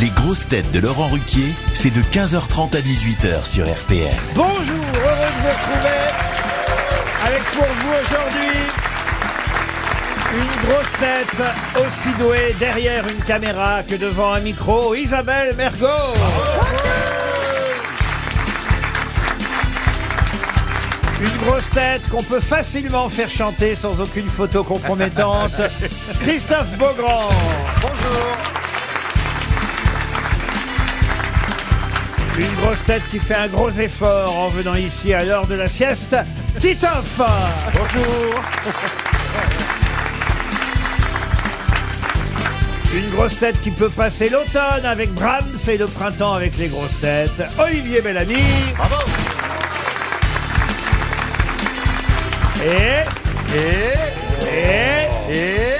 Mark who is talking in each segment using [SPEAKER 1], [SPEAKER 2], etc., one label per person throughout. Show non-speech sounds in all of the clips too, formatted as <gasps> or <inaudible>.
[SPEAKER 1] Les grosses têtes de Laurent Ruquier, c'est de 15h30 à 18h sur RTL.
[SPEAKER 2] Bonjour, heureux de vous retrouver avec pour vous aujourd'hui une grosse tête aussi douée derrière une caméra que devant un micro, Isabelle Mergot. Une grosse tête qu'on peut facilement faire chanter sans aucune photo compromettante, Christophe Beaugrand. Bonjour. Une grosse tête qui fait un gros effort en venant ici à l'heure de la sieste, Titoff Bonjour Une grosse tête qui peut passer l'automne avec Brahms et le printemps avec les grosses têtes, Olivier Bellamy Bravo Et... Et... Et... Et...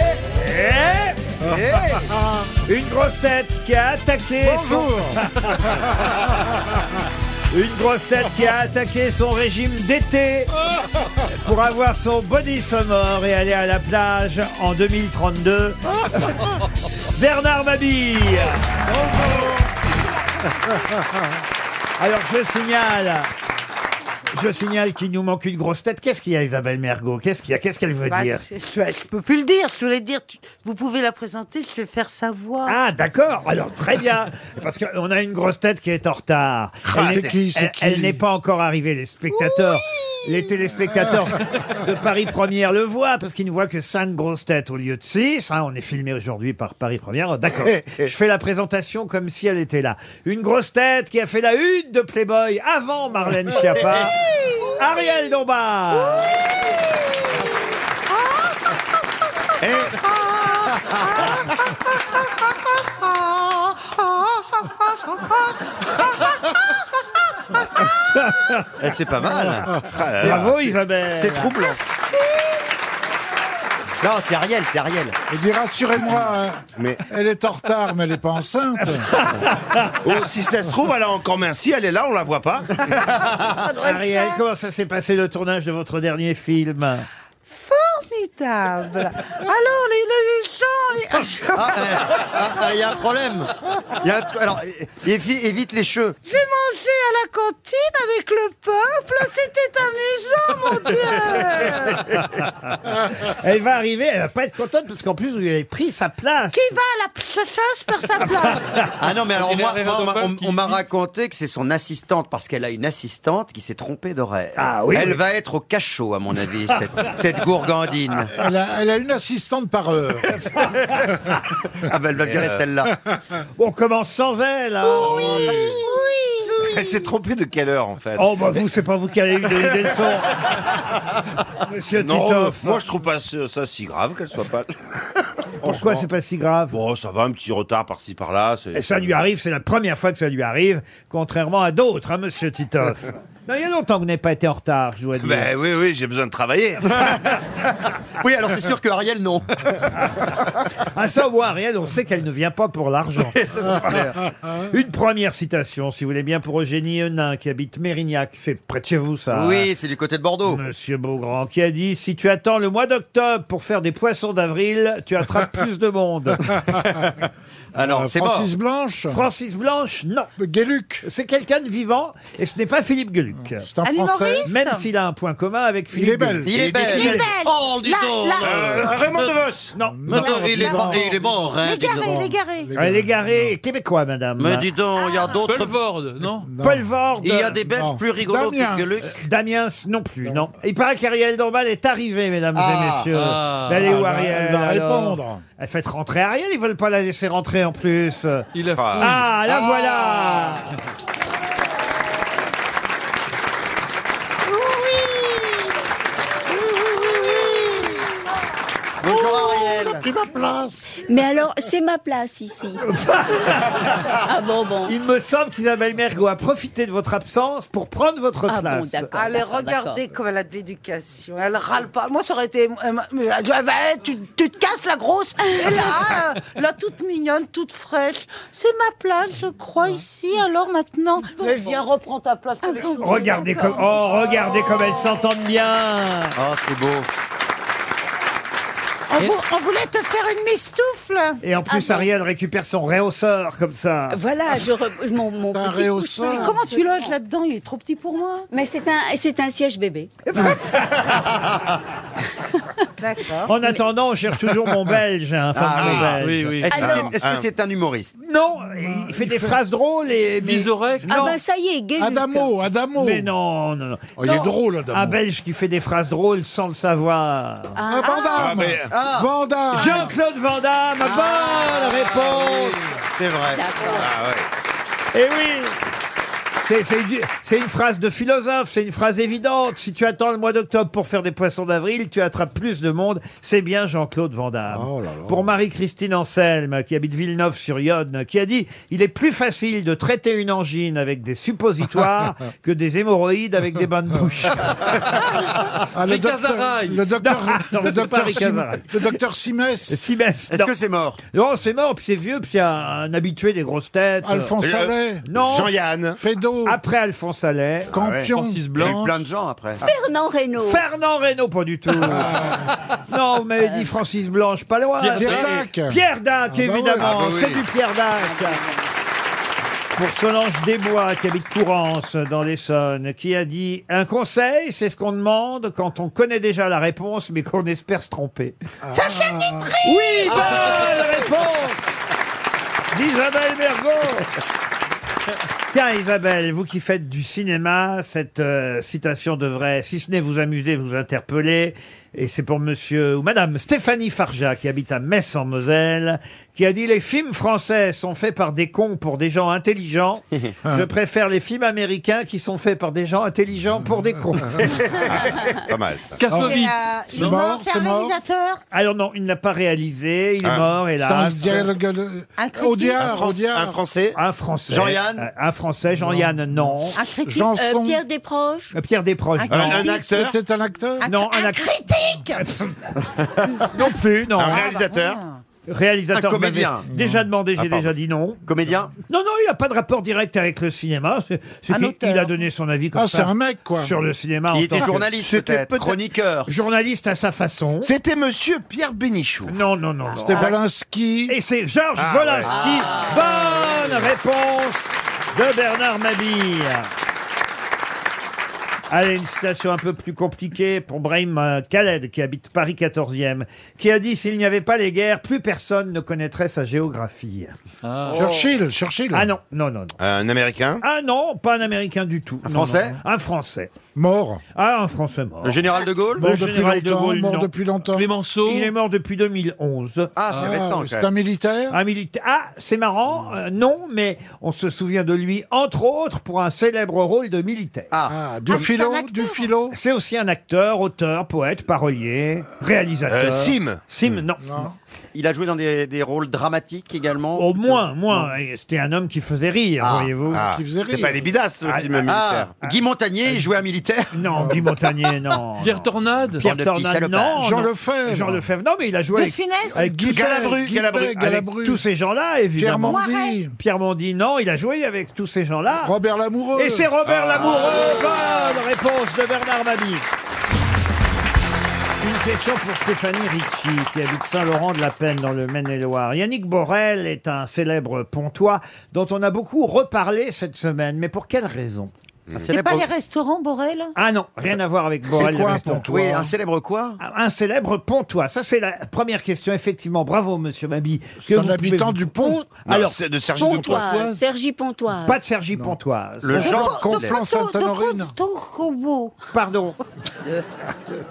[SPEAKER 2] Une grosse tête qui a attaqué son- <laughs> Une grosse tête qui a attaqué son régime d'été pour avoir son body summer et aller à la plage en 2032. Bernard Mabille. Alors je signale. Je signale qu'il nous manque une grosse tête. Qu'est-ce qu'il y a, Isabelle Mergot Qu'est-ce qu'il y a Qu'est-ce qu'elle veut
[SPEAKER 3] Bah,
[SPEAKER 2] dire
[SPEAKER 3] c'est- je, je peux plus le dire. Je voulais dire, tu- vous pouvez la présenter, je vais faire savoir.
[SPEAKER 2] Ah, d'accord. Alors, très bien. Parce qu'on a une grosse tête qui est en retard.
[SPEAKER 4] Ah,
[SPEAKER 2] Elle
[SPEAKER 4] c'est
[SPEAKER 2] n'est-
[SPEAKER 4] qui, c'est
[SPEAKER 2] elle-
[SPEAKER 4] qui
[SPEAKER 2] elle n'est pas encore arrivée. Les spectateurs, les téléspectateurs de Paris Première le voient parce qu'ils ne voient que cinq grosses têtes au lieu de six. hein. on est filmé aujourd'hui par Paris Première.
[SPEAKER 4] <laughs>
[SPEAKER 2] D'accord. Je fais la présentation comme si elle était là. Une grosse tête qui a fait la une de Playboy avant Marlène Schiappa. Ariel Dombard.
[SPEAKER 5] Eh, c'est pas mal. Ah là là,
[SPEAKER 2] Bravo
[SPEAKER 5] c'est-
[SPEAKER 2] Isabelle.
[SPEAKER 5] C'est troublant.
[SPEAKER 3] Ah,
[SPEAKER 5] Non, c'est Ariel, c'est Ariel.
[SPEAKER 4] Et dit Eh rassurez-moi, hein,
[SPEAKER 5] Mais
[SPEAKER 4] elle est en retard, mais elle n'est pas enceinte.
[SPEAKER 5] <laughs> oh, si ça se trouve, elle a encore minci, elle est là, on la voit pas.
[SPEAKER 2] Ariel, comment Ah, ça s'est passé le tournage de votre dernier <laughs> film
[SPEAKER 3] Formidable. Alors, les, les gens, ils-
[SPEAKER 5] Ah, Il y a un problème. alors, évite les cheveux.
[SPEAKER 3] j'ai mangé à la cantine avec le peuple.
[SPEAKER 2] <laughs>
[SPEAKER 3] C'était amusant, mon Dieu.
[SPEAKER 2] Elle va arriver, elle va pas être contente parce qu'en plus vous lui avez pris sa place.
[SPEAKER 3] Qui va à la chasseuse par sa place
[SPEAKER 5] Ah non, mais alors, moi,
[SPEAKER 6] arrive
[SPEAKER 5] moi,
[SPEAKER 6] un
[SPEAKER 5] on m'a-
[SPEAKER 6] peuple
[SPEAKER 5] on, on m'a raconté que c'est son assistante, parce qu'elle a une assistante qui s'est trompée d'horaire.
[SPEAKER 2] Ah oui,
[SPEAKER 5] Elle
[SPEAKER 2] oui.
[SPEAKER 5] va être au cachot, à mon avis, cette, cette gourgandine.
[SPEAKER 4] Elle a, elle a une assistante par heure. Euh.
[SPEAKER 5] Ah ben, elle va
[SPEAKER 7] euh,
[SPEAKER 5] virer celle-là.
[SPEAKER 2] On commence sans elle. hein.
[SPEAKER 7] Elle s'est trompée de quelle heure en fait
[SPEAKER 2] Oh bah vous, c'est pas vous qui avez eu des des leçons. Monsieur
[SPEAKER 7] Non,
[SPEAKER 2] Titoff,
[SPEAKER 7] moi je trouve pas ça ça si grave qu'elle soit pas.
[SPEAKER 2] pourquoi c'est pas si grave
[SPEAKER 7] Bon, ça va, un petit retard par-ci par-là. c'est-
[SPEAKER 2] Et ça lui arrive, c'est la première fois que ça lui arrive, contrairement à d'autres, hein, monsieur Titoff. Non, il y a longtemps que vous n'avez pas été en retard, je dois dire.
[SPEAKER 7] Ben oui, oui, j'ai besoin de
[SPEAKER 2] <laughs>
[SPEAKER 7] travailler.
[SPEAKER 5] Oui, alors c'est sûr que Ariel, non.
[SPEAKER 2] À savoir, Ariel, on sait qu'elle ne vient pas pour l'argent. <laughs> Une première citation, si vous voulez bien, pour Eugénie Henin, qui habite Mérignac. C'est près de chez vous, ça.
[SPEAKER 5] Oui, c'est du côté de Bordeaux.
[SPEAKER 2] Monsieur Beaugrand qui a dit si tu attends le mois d'octobre pour faire des poissons d'avril, tu attrapes plus de
[SPEAKER 5] <laughs>
[SPEAKER 2] monde.
[SPEAKER 5] Alors,
[SPEAKER 4] Euh,
[SPEAKER 5] c'est mort.
[SPEAKER 4] Francis Blanche,
[SPEAKER 2] Francis Blanche, non.
[SPEAKER 4] Guéluc,
[SPEAKER 2] C'est quelqu'un de vivant et ce n'est pas Philippe Geluc.
[SPEAKER 4] c'est un
[SPEAKER 3] Annie
[SPEAKER 4] Français.
[SPEAKER 3] Maurice
[SPEAKER 2] Même s'il a un point commun avec Philippe.
[SPEAKER 4] Il est belle.
[SPEAKER 2] Gueluc.
[SPEAKER 5] Il est belle.
[SPEAKER 3] Il est belle.
[SPEAKER 5] Oh, dis
[SPEAKER 3] Là,
[SPEAKER 5] donc.
[SPEAKER 3] là.
[SPEAKER 7] Euh, Raymond DeVos
[SPEAKER 2] Non.
[SPEAKER 4] Non,
[SPEAKER 5] Attends, il, est
[SPEAKER 4] non.
[SPEAKER 5] mort, il est mort, hein,
[SPEAKER 3] Les
[SPEAKER 8] Ah,
[SPEAKER 3] garés,
[SPEAKER 5] dis
[SPEAKER 3] les
[SPEAKER 5] donc.
[SPEAKER 3] garés.
[SPEAKER 2] Elle est garée québécois, madame.
[SPEAKER 5] Mais dis donc, il y a d'autres.
[SPEAKER 6] Pelvorde, non
[SPEAKER 4] Non.
[SPEAKER 2] Paul Vorde.
[SPEAKER 5] Il y a des Belges
[SPEAKER 4] Non.
[SPEAKER 5] plus rigolos
[SPEAKER 4] Damien.
[SPEAKER 5] que Luc.
[SPEAKER 2] Damiens non plus, non. Il paraît qu'Ariel Dombal est arrivée, mesdames et
[SPEAKER 5] Ah.
[SPEAKER 2] messieurs.
[SPEAKER 6] Ah.
[SPEAKER 2] Mais Elle est
[SPEAKER 4] Ah,
[SPEAKER 2] où,
[SPEAKER 4] bah,
[SPEAKER 2] Ariel
[SPEAKER 4] elle va
[SPEAKER 2] alors
[SPEAKER 4] répondre.
[SPEAKER 2] Elle fait rentrer Ariel, ils veulent pas la laisser rentrer en plus.
[SPEAKER 6] Il a
[SPEAKER 2] Ah, la voilà
[SPEAKER 5] Bonjour Ariel.
[SPEAKER 4] Pris ma place.
[SPEAKER 8] Mais alors, c'est ma place ici. ah bon, bon.
[SPEAKER 2] Il me semble qu'Isabelle Mergo a profité de votre absence pour prendre votre
[SPEAKER 8] Ah bon,
[SPEAKER 2] place.
[SPEAKER 8] d'accord.
[SPEAKER 3] Allez,
[SPEAKER 8] d'accord,
[SPEAKER 3] regardez
[SPEAKER 8] d'accord.
[SPEAKER 3] comme elle a de l'éducation. Elle râle pas. Moi, ça aurait été. euh, ma- mais elle dit, Ah, bah, tu, tu te casses la grosse. Et là, euh, là, toute mignonne, toute fraîche. C'est ma place, je crois, ici. Alors maintenant, mais viens, reprends ta place. que les
[SPEAKER 8] Ah, bon,
[SPEAKER 3] autres-
[SPEAKER 2] regardez comme
[SPEAKER 5] Ah,
[SPEAKER 2] oh, regardez comme elles s'entendent bien.
[SPEAKER 5] Oh, c'est beau.
[SPEAKER 3] On, vou- on voulait te faire une mistoufle.
[SPEAKER 2] Et en plus,
[SPEAKER 8] Ah,
[SPEAKER 2] Ariel récupère son réhausseur comme ça.
[SPEAKER 8] Voilà, je re- mon, mon
[SPEAKER 4] T'as un
[SPEAKER 8] petit
[SPEAKER 4] réhausseur.
[SPEAKER 8] coussin.
[SPEAKER 3] Mais comment tu
[SPEAKER 8] absolument.
[SPEAKER 3] loges là-dedans Il est trop petit pour moi.
[SPEAKER 8] Mais c'est un, c'est un siège bébé.
[SPEAKER 5] Hein
[SPEAKER 3] D'accord.
[SPEAKER 2] En attendant, on cherche toujours
[SPEAKER 5] <laughs>
[SPEAKER 2] mon belge. hein, fan
[SPEAKER 5] Ah
[SPEAKER 2] de mon belge. Ah.
[SPEAKER 6] oui, oui.
[SPEAKER 5] Est-ce que
[SPEAKER 8] Alors-
[SPEAKER 5] c'est- est-ce que c'est un humoriste
[SPEAKER 2] Non,
[SPEAKER 4] Ah,
[SPEAKER 2] il fait des phrases drôles et. mais-
[SPEAKER 6] Vizorek
[SPEAKER 8] Ah
[SPEAKER 2] Non.
[SPEAKER 8] ben ça y est, gay.
[SPEAKER 4] Adamo, Adamo.
[SPEAKER 2] Mais non, non, non.
[SPEAKER 4] Oh, il est
[SPEAKER 2] Non,
[SPEAKER 4] drôle, Adamo.
[SPEAKER 2] Un belge qui fait des phrases drôles sans le savoir. Ah.
[SPEAKER 4] Ah, Van Damme. Van Damme. Ah.
[SPEAKER 2] Jean-Claude Van Damme, bonne réponse
[SPEAKER 5] C'est vrai.
[SPEAKER 2] Eh oui C'est- c'est du- C'est une phrase de philosophe, c'est une phrase évidente. Si tu attends le mois d'octobre pour faire des poissons d'avril, tu attrapes plus de monde. C'est bien Jean-Claude Van Damme.
[SPEAKER 4] Oh là là.
[SPEAKER 2] Pour Marie-Christine Anselme, qui habite Villeneuve-sur-Yonne, qui a dit « Il est plus facile de traiter une angine avec
[SPEAKER 4] <laughs>
[SPEAKER 2] des suppositoires que des hémorroïdes avec des bains de bouche. »
[SPEAKER 4] Ah, le, docteur,
[SPEAKER 6] Ricazaraï.
[SPEAKER 4] le docteur,
[SPEAKER 2] Non,
[SPEAKER 4] le
[SPEAKER 2] c'est pas
[SPEAKER 4] docteur
[SPEAKER 2] Ricazaraï.
[SPEAKER 4] Sim- le docteur Simès,
[SPEAKER 2] Si, ben, c'est-
[SPEAKER 5] Est-ce
[SPEAKER 2] non.
[SPEAKER 5] que c'est mort
[SPEAKER 2] Non, c'est mort, puis c'est vieux, puis c'est un, un habitué des grosses têtes.
[SPEAKER 4] Alphonse
[SPEAKER 7] Le-
[SPEAKER 4] Allais,
[SPEAKER 2] Non,
[SPEAKER 7] Jean-Yann.
[SPEAKER 4] Fedo,
[SPEAKER 2] après Alphonse Allais.
[SPEAKER 9] Ah
[SPEAKER 4] Campion.
[SPEAKER 6] Francis
[SPEAKER 5] Il y a eu
[SPEAKER 6] Blanc.
[SPEAKER 5] plein de gens après.
[SPEAKER 8] Fernand Reynaud.
[SPEAKER 2] Fernand Reynaud, pas du tout. non, vous m'avez dit Francis Blanche, pas loin.
[SPEAKER 6] Pierre
[SPEAKER 4] Pierre Dac.
[SPEAKER 2] Pierre Dac,
[SPEAKER 4] bah
[SPEAKER 2] évidemment,
[SPEAKER 4] ouais. Ah
[SPEAKER 5] bah oui.
[SPEAKER 2] c'est du Pierre Dac. Pour Solange Desbois, qui habite Courance, dans l'Essonne, qui a dit Un conseil, c'est ce qu'on demande quand on connaît déjà la réponse, mais qu'on espère se tromper.
[SPEAKER 3] Sacha Guitry
[SPEAKER 2] Oui, bonne réponse d'Isabelle Bergot. Tiens Isabelle, vous qui faites du cinéma, cette euh, citation devrait, si ce n'est vous amuser, vous interpeller. Et c'est pour monsieur ou madame Stéphanie Farja, qui habite à Metz en Moselle, qui a dit Les films français sont faits par des cons pour des gens intelligents. Je préfère les films américains qui sont faits par des gens intelligents pour des cons. <laughs>
[SPEAKER 7] Pas mal ça.
[SPEAKER 6] Kassovitz.
[SPEAKER 4] C'est mort,
[SPEAKER 3] c'est
[SPEAKER 4] c'est
[SPEAKER 3] un
[SPEAKER 4] mort.
[SPEAKER 3] réalisateur.
[SPEAKER 2] Alors non, il n'a pas réalisé, il est
[SPEAKER 7] Ah.
[SPEAKER 2] mort,
[SPEAKER 4] C'est un
[SPEAKER 2] hélas.
[SPEAKER 4] dialogue. euh,
[SPEAKER 3] Un critique.
[SPEAKER 7] Un,
[SPEAKER 4] Audiard,
[SPEAKER 7] Fran- un
[SPEAKER 4] Audiard.
[SPEAKER 7] Français.
[SPEAKER 2] Un Français.
[SPEAKER 5] Jean-Yann
[SPEAKER 2] Euh, Un Français, Jean-Yann, non.
[SPEAKER 3] Un critique.
[SPEAKER 8] Euh,
[SPEAKER 4] Janson.
[SPEAKER 8] Pierre Desproges.
[SPEAKER 2] Euh, Pierre Desproges,
[SPEAKER 7] Un,
[SPEAKER 2] non.
[SPEAKER 7] un acteur.
[SPEAKER 4] C'était un acteur.
[SPEAKER 2] non, un
[SPEAKER 3] un
[SPEAKER 2] acteur.
[SPEAKER 3] critique
[SPEAKER 2] <laughs> Non plus, non.
[SPEAKER 7] Un réalisateur.
[SPEAKER 2] Réalisateur,
[SPEAKER 5] Un comédien.
[SPEAKER 2] vous m'avez déjà demandé, j'ai
[SPEAKER 5] Ah, pardon.
[SPEAKER 2] déjà dit non.
[SPEAKER 5] Comédien
[SPEAKER 2] Non, non, il n'a pas de rapport direct avec le cinéma. C'est c'est
[SPEAKER 3] Un
[SPEAKER 2] qu'il
[SPEAKER 3] auteur.
[SPEAKER 2] il a donné son avis comme
[SPEAKER 4] Ah, c'est
[SPEAKER 2] ça
[SPEAKER 4] un mec, quoi.
[SPEAKER 2] sur le cinéma. en
[SPEAKER 5] Il
[SPEAKER 2] tant
[SPEAKER 5] était
[SPEAKER 2] que-
[SPEAKER 5] journaliste peut-être, chroniqueur.
[SPEAKER 2] journaliste à sa façon.
[SPEAKER 7] C'était monsieur Pierre Bénichou.
[SPEAKER 2] Non, non, non. non.
[SPEAKER 4] C'était Valinsky.
[SPEAKER 2] Et c'est Georges
[SPEAKER 7] Ah,
[SPEAKER 2] Volinsky. Bonne réponse de Bernard Mabille. Allez, une citation un peu plus compliquée pour Brahim euh, Khaled, qui habite Paris 14e, qui a dit « S'il n'y avait pas les guerres, plus personne ne connaîtrait sa géographie.
[SPEAKER 4] Churchill, Churchill. »
[SPEAKER 2] Oh. Ah non, Ah. non, non, non.
[SPEAKER 7] Un Américain.
[SPEAKER 2] Ah non, pas un Américain du tout. Un
[SPEAKER 5] Français
[SPEAKER 2] Un Français.
[SPEAKER 4] Mort.
[SPEAKER 2] Ah, un Français mort.
[SPEAKER 5] Le général de Gaulle
[SPEAKER 4] Mort
[SPEAKER 2] Le
[SPEAKER 4] depuis
[SPEAKER 2] général de
[SPEAKER 4] longtemps.
[SPEAKER 2] Gaulle,
[SPEAKER 4] mort
[SPEAKER 2] non.
[SPEAKER 4] depuis longtemps.
[SPEAKER 6] Clémenceau.
[SPEAKER 2] Il est mort depuis 2011.
[SPEAKER 5] Ah, c'est
[SPEAKER 4] Ah,
[SPEAKER 5] récent quand
[SPEAKER 4] C'est un
[SPEAKER 5] même.
[SPEAKER 4] militaire.
[SPEAKER 2] Un militaire. Ah, c'est marrant. euh, non, mais on se souvient de lui, entre autres, pour un célèbre rôle de militaire.
[SPEAKER 5] Ah,
[SPEAKER 4] Ah, du philo, du philo.
[SPEAKER 2] C'est aussi un acteur, auteur, poète, parolier, réalisateur.
[SPEAKER 7] Euh, Sim.
[SPEAKER 2] Sim, non.
[SPEAKER 5] il a joué dans des, des rôles dramatiques également.
[SPEAKER 2] Au Oh, moins, moins. Et eh, C'était un homme qui faisait rire,
[SPEAKER 5] Ah,
[SPEAKER 2] voyez-vous.
[SPEAKER 7] Ah,
[SPEAKER 4] Qui faisait
[SPEAKER 7] c'est
[SPEAKER 4] rire.
[SPEAKER 7] pas les bidasses le
[SPEAKER 2] Ah,
[SPEAKER 7] film
[SPEAKER 2] ah,
[SPEAKER 7] militaire.
[SPEAKER 5] Ah, Guy Montagnier, il jouait un militaire.
[SPEAKER 2] Non, Guy Montagnier,
[SPEAKER 7] <laughs>
[SPEAKER 2] non.
[SPEAKER 6] Pierre Tornade.
[SPEAKER 2] Pierre
[SPEAKER 5] Bande de petits
[SPEAKER 2] Tornade,
[SPEAKER 5] salopards.
[SPEAKER 2] non.
[SPEAKER 4] Jean
[SPEAKER 2] non.
[SPEAKER 4] Lefebvre.
[SPEAKER 2] Jean Lefebvre, non, mais il a joué
[SPEAKER 3] de
[SPEAKER 2] avec,
[SPEAKER 3] finesse.
[SPEAKER 2] avec tous-
[SPEAKER 7] Galabru, Galabru,
[SPEAKER 4] Galabru,
[SPEAKER 7] avec
[SPEAKER 2] avec
[SPEAKER 4] Galabru.
[SPEAKER 2] tous ces gens-là,
[SPEAKER 4] Pierre
[SPEAKER 2] évidemment.
[SPEAKER 4] Mandy.
[SPEAKER 2] Pierre Mondi, non, il a joué avec tous ces gens-là.
[SPEAKER 4] Robert Lamoureux.
[SPEAKER 2] Et c'est Robert Lamoureux. Bonne réponse de Bernard Mabille. Une question pour Stéphanie Ricci, qui habite Saint-Laurent-de-la-Peine dans le Maine-et-Loire. Yannick Borel est un célèbre pontois dont on a beaucoup reparlé cette semaine. Mais pour quelle raison
[SPEAKER 3] C'est pas les restaurants, Borel
[SPEAKER 2] Ah non, rien à voir avec Borel.
[SPEAKER 4] quoi
[SPEAKER 2] le
[SPEAKER 4] un
[SPEAKER 2] restaurant.
[SPEAKER 4] pontois
[SPEAKER 5] Oui, un célèbre quoi
[SPEAKER 2] Un célèbre pontois. Ça, c'est la première question, effectivement. Bravo, monsieur Mabille. que
[SPEAKER 4] C'est
[SPEAKER 2] vous
[SPEAKER 4] un
[SPEAKER 2] pouvez
[SPEAKER 4] habitant
[SPEAKER 2] vous-
[SPEAKER 4] du pont.
[SPEAKER 2] Alors,
[SPEAKER 7] Alors, c'est de Sergi
[SPEAKER 8] Pontoise. Sergi Pontoise.
[SPEAKER 2] Pas de Sergi Pontoise.
[SPEAKER 5] Le
[SPEAKER 3] De
[SPEAKER 5] genre.
[SPEAKER 3] po- de
[SPEAKER 4] Conflans
[SPEAKER 3] poteau- de
[SPEAKER 4] Sainte-Honorine.
[SPEAKER 3] poteau robot.
[SPEAKER 2] Pardon.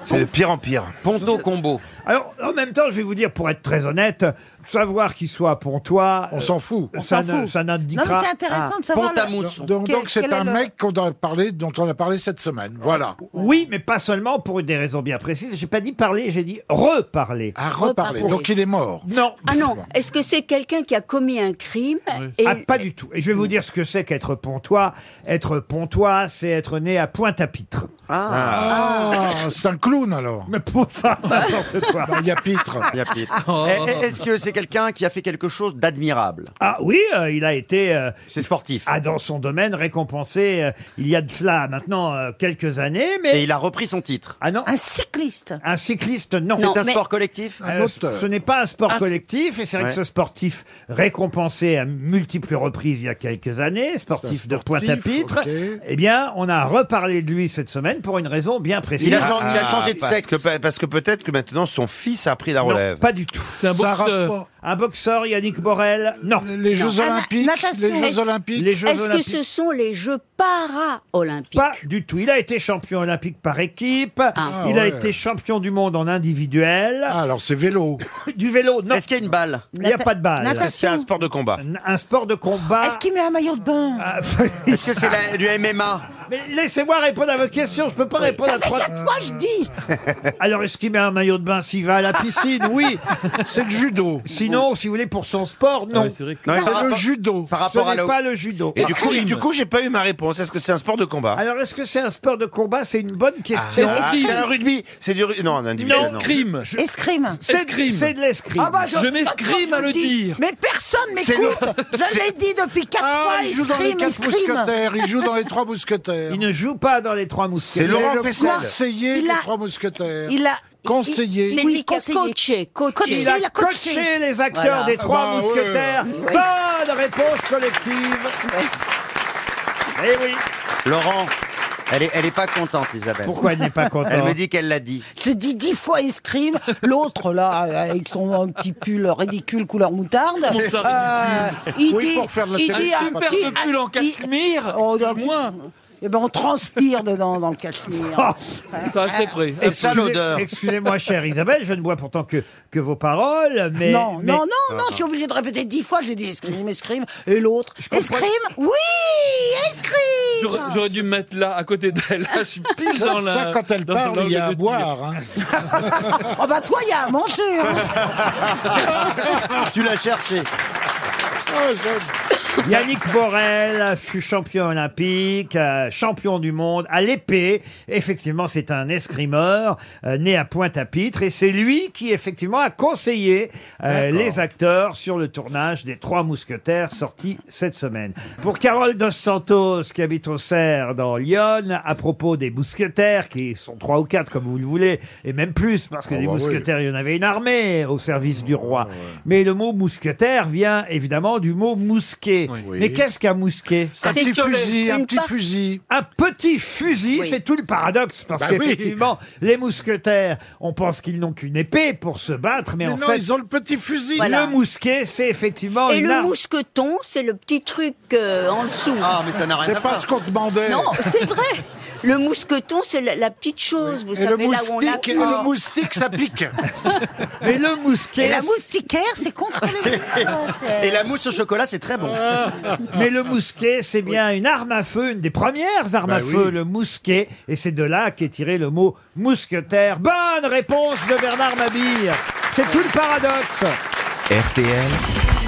[SPEAKER 7] C'est de pire en pire.
[SPEAKER 5] Ponto Combo.
[SPEAKER 2] Alors, en même temps, je vais vous dire, pour être très honnête, savoir qu'il soit pontois,
[SPEAKER 4] On
[SPEAKER 2] euh,
[SPEAKER 4] s'en fout.
[SPEAKER 2] ça,
[SPEAKER 3] s'en
[SPEAKER 2] ne-
[SPEAKER 3] fout.
[SPEAKER 2] ça
[SPEAKER 3] Non, mais
[SPEAKER 2] n'indiquera.
[SPEAKER 3] c'est intéressant de savoir.
[SPEAKER 5] Pont
[SPEAKER 3] le-
[SPEAKER 5] à mousson.
[SPEAKER 4] Donc,
[SPEAKER 3] Quel-
[SPEAKER 4] donc, c'est
[SPEAKER 3] quel est
[SPEAKER 4] un
[SPEAKER 3] le-
[SPEAKER 4] mec qu'on a parlé, dont on a parlé cette semaine. Voilà.
[SPEAKER 2] Oui, mais pas seulement pour des raisons bien précises. J'ai pas dit parler, j'ai dit reparler.
[SPEAKER 4] À
[SPEAKER 8] Reparler.
[SPEAKER 4] reparler. Donc il est mort.
[SPEAKER 2] Non.
[SPEAKER 8] Ah non, est-ce que c'est quelqu'un qui a commis un crime et
[SPEAKER 2] Ah, pas du tout. Et je vais vous dire ce que c'est qu'être pontois. Être pontois, c'est être né à Pointe-à-Pitre.
[SPEAKER 4] Ah, c'est un clown alors. Ben,
[SPEAKER 2] Mais pour pas n'importe quoi.
[SPEAKER 4] Il y a Pitre.
[SPEAKER 2] <laughs> Oh.
[SPEAKER 5] Eh, eh, Est-ce que c'est quelqu'un qui a fait quelque chose d'admirable
[SPEAKER 2] Ah oui, euh, il a été, euh,
[SPEAKER 5] C'est sportif.
[SPEAKER 2] ah, dans son domaine, récompensé euh, il y a de cela maintenant euh, quelques années, mais...
[SPEAKER 5] Et il a repris son titre.
[SPEAKER 2] Ah non,
[SPEAKER 3] Un cycliste.
[SPEAKER 2] un cycliste, non.
[SPEAKER 8] Non,
[SPEAKER 5] C'est un
[SPEAKER 8] mais-
[SPEAKER 5] sport collectif
[SPEAKER 4] Un
[SPEAKER 2] Euh,
[SPEAKER 4] auteur.
[SPEAKER 2] Ce n'est pas un sport
[SPEAKER 5] Ah, c'est-
[SPEAKER 2] collectif, et c'est vrai
[SPEAKER 5] Ouais.
[SPEAKER 2] que ce sportif récompensé à multiples reprises il y a quelques années, sportif,
[SPEAKER 4] C'est un
[SPEAKER 2] de
[SPEAKER 4] sportif,
[SPEAKER 2] Pointe-à-Pitre,
[SPEAKER 4] ok.
[SPEAKER 2] eh bien, on a reparlé de lui cette semaine pour une raison bien précise. Ah,
[SPEAKER 5] Il a, il a changé de
[SPEAKER 7] Ah, parce
[SPEAKER 5] sexe.
[SPEAKER 7] Que, pe- parce que peut-être que maintenant son fils a pris la
[SPEAKER 2] Non,
[SPEAKER 7] relève.
[SPEAKER 2] pas du tout.
[SPEAKER 6] C'est un
[SPEAKER 4] Ça a
[SPEAKER 6] boxeur.
[SPEAKER 4] rapport-
[SPEAKER 2] Un boxeur, Yannick Borel Non.
[SPEAKER 4] Les Jeux
[SPEAKER 3] Ah, na-
[SPEAKER 4] Olympiques.
[SPEAKER 3] natation.
[SPEAKER 4] Les Jeux
[SPEAKER 8] Est-ce-
[SPEAKER 4] Olympiques.
[SPEAKER 2] Les Jeux
[SPEAKER 8] Est-ce que
[SPEAKER 2] Olympiques
[SPEAKER 8] ce sont les Jeux para-olympiques
[SPEAKER 2] Pas du tout. Il a été champion olympique par équipe.
[SPEAKER 8] Ah.
[SPEAKER 2] il a
[SPEAKER 4] Ah ouais.
[SPEAKER 2] été champion du monde en individuel.
[SPEAKER 4] Ah, alors c'est vélo.
[SPEAKER 2] <laughs> Du vélo, non.
[SPEAKER 5] Est-ce qu'il y a une balle
[SPEAKER 2] Il n'y a pas de balle.
[SPEAKER 7] Est-ce que c'est un sport de combat
[SPEAKER 2] Un- Un sport de combat.
[SPEAKER 3] Est-ce qu'il met un maillot de bain
[SPEAKER 2] Ah, <laughs>
[SPEAKER 5] Est-ce que c'est la- du MMA
[SPEAKER 2] Mais laissez-moi répondre à votre question. Je peux pas répondre à
[SPEAKER 3] Ça fait
[SPEAKER 2] trois.
[SPEAKER 3] quatre fois que je dis
[SPEAKER 2] Ah. Alors, est-ce qu'il met un maillot de bain s'il va à la piscine Oui.
[SPEAKER 4] C'est le judo.
[SPEAKER 2] Sinon, si vous voulez, pour son sport, non.
[SPEAKER 6] Ouais, c'est vrai que-
[SPEAKER 5] Non, mais
[SPEAKER 4] C'est
[SPEAKER 5] par
[SPEAKER 4] le
[SPEAKER 5] rapport-
[SPEAKER 4] judo.
[SPEAKER 5] Par
[SPEAKER 2] Ce
[SPEAKER 5] rapport à
[SPEAKER 2] n'est
[SPEAKER 5] la...
[SPEAKER 2] pas le judo.
[SPEAKER 7] Et du coup,
[SPEAKER 6] Escrime.
[SPEAKER 7] du coup, j'ai pas eu ma réponse. Est-ce que c'est un sport de combat
[SPEAKER 2] Alors, est-ce que c'est un sport de combat C'est une bonne question.
[SPEAKER 6] Ah,
[SPEAKER 7] Ah,
[SPEAKER 6] si.
[SPEAKER 7] C'est un rugby. C'est du ru- non, un individuel. Non.
[SPEAKER 6] L'escrime.
[SPEAKER 3] Escrime.
[SPEAKER 2] C'est
[SPEAKER 6] Escrime.
[SPEAKER 2] c'est de l'escrime.
[SPEAKER 3] Ah bah,
[SPEAKER 6] Je m'escrime à le dire.
[SPEAKER 3] Mais personne
[SPEAKER 7] C'est le-
[SPEAKER 3] m'écoute. Je l'ai dit depuis quatre
[SPEAKER 4] Ah,
[SPEAKER 3] fois.
[SPEAKER 4] il joue dans les
[SPEAKER 3] Escrime,
[SPEAKER 4] quatre
[SPEAKER 3] escrime.
[SPEAKER 4] mousquetaires. Il joue dans les trois mousquetaires.
[SPEAKER 2] Il ne joue pas dans les trois
[SPEAKER 7] C'est
[SPEAKER 2] mousquetaires.
[SPEAKER 7] Laurent
[SPEAKER 4] Il est le
[SPEAKER 7] Fessel.
[SPEAKER 4] conseiller
[SPEAKER 3] Il
[SPEAKER 4] des
[SPEAKER 3] a-
[SPEAKER 4] trois mousquetaires.
[SPEAKER 3] Il a
[SPEAKER 4] Conseiller.
[SPEAKER 8] C'est
[SPEAKER 3] Oui,
[SPEAKER 8] lui qui a
[SPEAKER 3] conseiller.
[SPEAKER 8] coaché, coaché.
[SPEAKER 2] Il a
[SPEAKER 3] Il a coaché.
[SPEAKER 2] coaché les acteurs
[SPEAKER 8] Voilà.
[SPEAKER 2] des trois
[SPEAKER 4] bah ouais.
[SPEAKER 2] mousquetaires. Bonne réponse collective. Eh oui.
[SPEAKER 5] Laurent, elle est, elle est pas contente, Isabelle.
[SPEAKER 2] Pourquoi il n'est pas
[SPEAKER 5] Elle
[SPEAKER 2] content
[SPEAKER 5] me dit qu'elle l'a dit.
[SPEAKER 3] Je dis dix fois escrime. L'autre, là, avec son euh, petit pull ridicule couleur moutarde.
[SPEAKER 6] Comment ça,
[SPEAKER 3] euh, il
[SPEAKER 4] Oui,
[SPEAKER 3] dit,
[SPEAKER 4] pour faire de la
[SPEAKER 3] il
[SPEAKER 4] télé,
[SPEAKER 3] dit
[SPEAKER 4] c'est
[SPEAKER 3] un
[SPEAKER 4] pas
[SPEAKER 3] petit-
[SPEAKER 6] Super de pull en
[SPEAKER 3] il-
[SPEAKER 6] cachemire.
[SPEAKER 3] Oh, d'un-
[SPEAKER 6] Moi,
[SPEAKER 3] Eh ben, on transpire dedans, dans le cachemire.
[SPEAKER 2] Oh,
[SPEAKER 3] <laughs>
[SPEAKER 6] ça c'est prêt.
[SPEAKER 5] Et ça,
[SPEAKER 2] Excusez-
[SPEAKER 5] l'odeur.
[SPEAKER 2] Excusez-moi, chère Isabelle, je ne bois pourtant que, que vos paroles, mais.
[SPEAKER 3] non,
[SPEAKER 2] mais- Ah,
[SPEAKER 3] non, non,
[SPEAKER 5] Ah,
[SPEAKER 3] non, je suis obligé de répéter dix fois. J'ai dit escrime, escrime. Et l'autre, escrime, oui,
[SPEAKER 6] J'aurais
[SPEAKER 3] escrime.
[SPEAKER 6] j'aurais dû me mettre là, à côté d'elle. Là, <laughs> je suis pile dans la.
[SPEAKER 4] Ah, Ça, quand elle
[SPEAKER 6] dans- dans
[SPEAKER 4] parle, il y
[SPEAKER 6] le
[SPEAKER 4] a à
[SPEAKER 6] tigre.
[SPEAKER 4] boire. hein.
[SPEAKER 3] <laughs> Oh, bah, toi, il y a à manger. hein.
[SPEAKER 2] Ah,
[SPEAKER 5] Tu l'as cherché.
[SPEAKER 2] Oh, Yannick Borel fut champion olympique, euh, champion du monde à l'épée. Effectivement, c'est un escrimeur euh, né à Pointe-à-Pitre et c'est lui qui effectivement a conseillé euh, les acteurs sur le tournage des Trois Mousquetaires sorti cette semaine. Pour Carole Dos Santos qui habite au Cerf dans Lyon, à propos des Mousquetaires qui sont trois ou quatre comme vous le voulez et même plus parce que
[SPEAKER 4] Ah
[SPEAKER 2] les
[SPEAKER 4] bah oui.
[SPEAKER 2] Mousquetaires il y en avait une armée au service du roi.
[SPEAKER 4] Ah,
[SPEAKER 2] Mais le mot mousquetaire vient évidemment du mot mousquet.
[SPEAKER 4] Oui.
[SPEAKER 2] Mais qu'est-ce qu'un mousquet
[SPEAKER 4] Un petit
[SPEAKER 6] pistolet.
[SPEAKER 4] fusil, un
[SPEAKER 8] Une
[SPEAKER 4] petit
[SPEAKER 8] part-
[SPEAKER 4] fusil.
[SPEAKER 2] un petit fusil,
[SPEAKER 8] Oui.
[SPEAKER 2] c'est tout le paradoxe, parce
[SPEAKER 4] Bah oui.
[SPEAKER 2] qu'effectivement, les mousquetaires, on pense qu'ils n'ont qu'une épée pour se battre, mais,
[SPEAKER 4] Mais
[SPEAKER 2] en
[SPEAKER 4] non,
[SPEAKER 2] fait,
[SPEAKER 4] ils ont le petit fusil.
[SPEAKER 8] Voilà.
[SPEAKER 2] le mousquet, c'est
[SPEAKER 4] Oh,
[SPEAKER 2] effectivement
[SPEAKER 8] Et
[SPEAKER 2] une
[SPEAKER 8] le
[SPEAKER 2] arme.
[SPEAKER 8] mousqueton, c'est le petit truc euh, en dessous.
[SPEAKER 5] Ah, mais ça n'a rien à
[SPEAKER 4] C'est pas
[SPEAKER 5] voir.
[SPEAKER 4] ce qu'on demandait.
[SPEAKER 8] Non, c'est vrai. Le mousqueton, c'est la, la petite chose, vous
[SPEAKER 4] Et
[SPEAKER 8] savez,
[SPEAKER 4] le
[SPEAKER 8] là où on
[SPEAKER 4] moustique, et
[SPEAKER 8] la
[SPEAKER 4] le moustique, ça pique.
[SPEAKER 2] <laughs> Mais le mousquet,
[SPEAKER 3] Et la moustiquaire, c'est contre les Ouais, c'est-
[SPEAKER 5] Et la mousse au chocolat, c'est très bon.
[SPEAKER 2] <laughs> mais le mousquet, c'est bien une arme à feu, une des premières armes
[SPEAKER 4] Bah
[SPEAKER 2] à feu,
[SPEAKER 4] oui.
[SPEAKER 2] le mousquet, et c'est de là qu'est tiré le mot mousquetaire. Bonne réponse de Bernard Mabille. C'est tout le paradoxe.
[SPEAKER 1] RTL,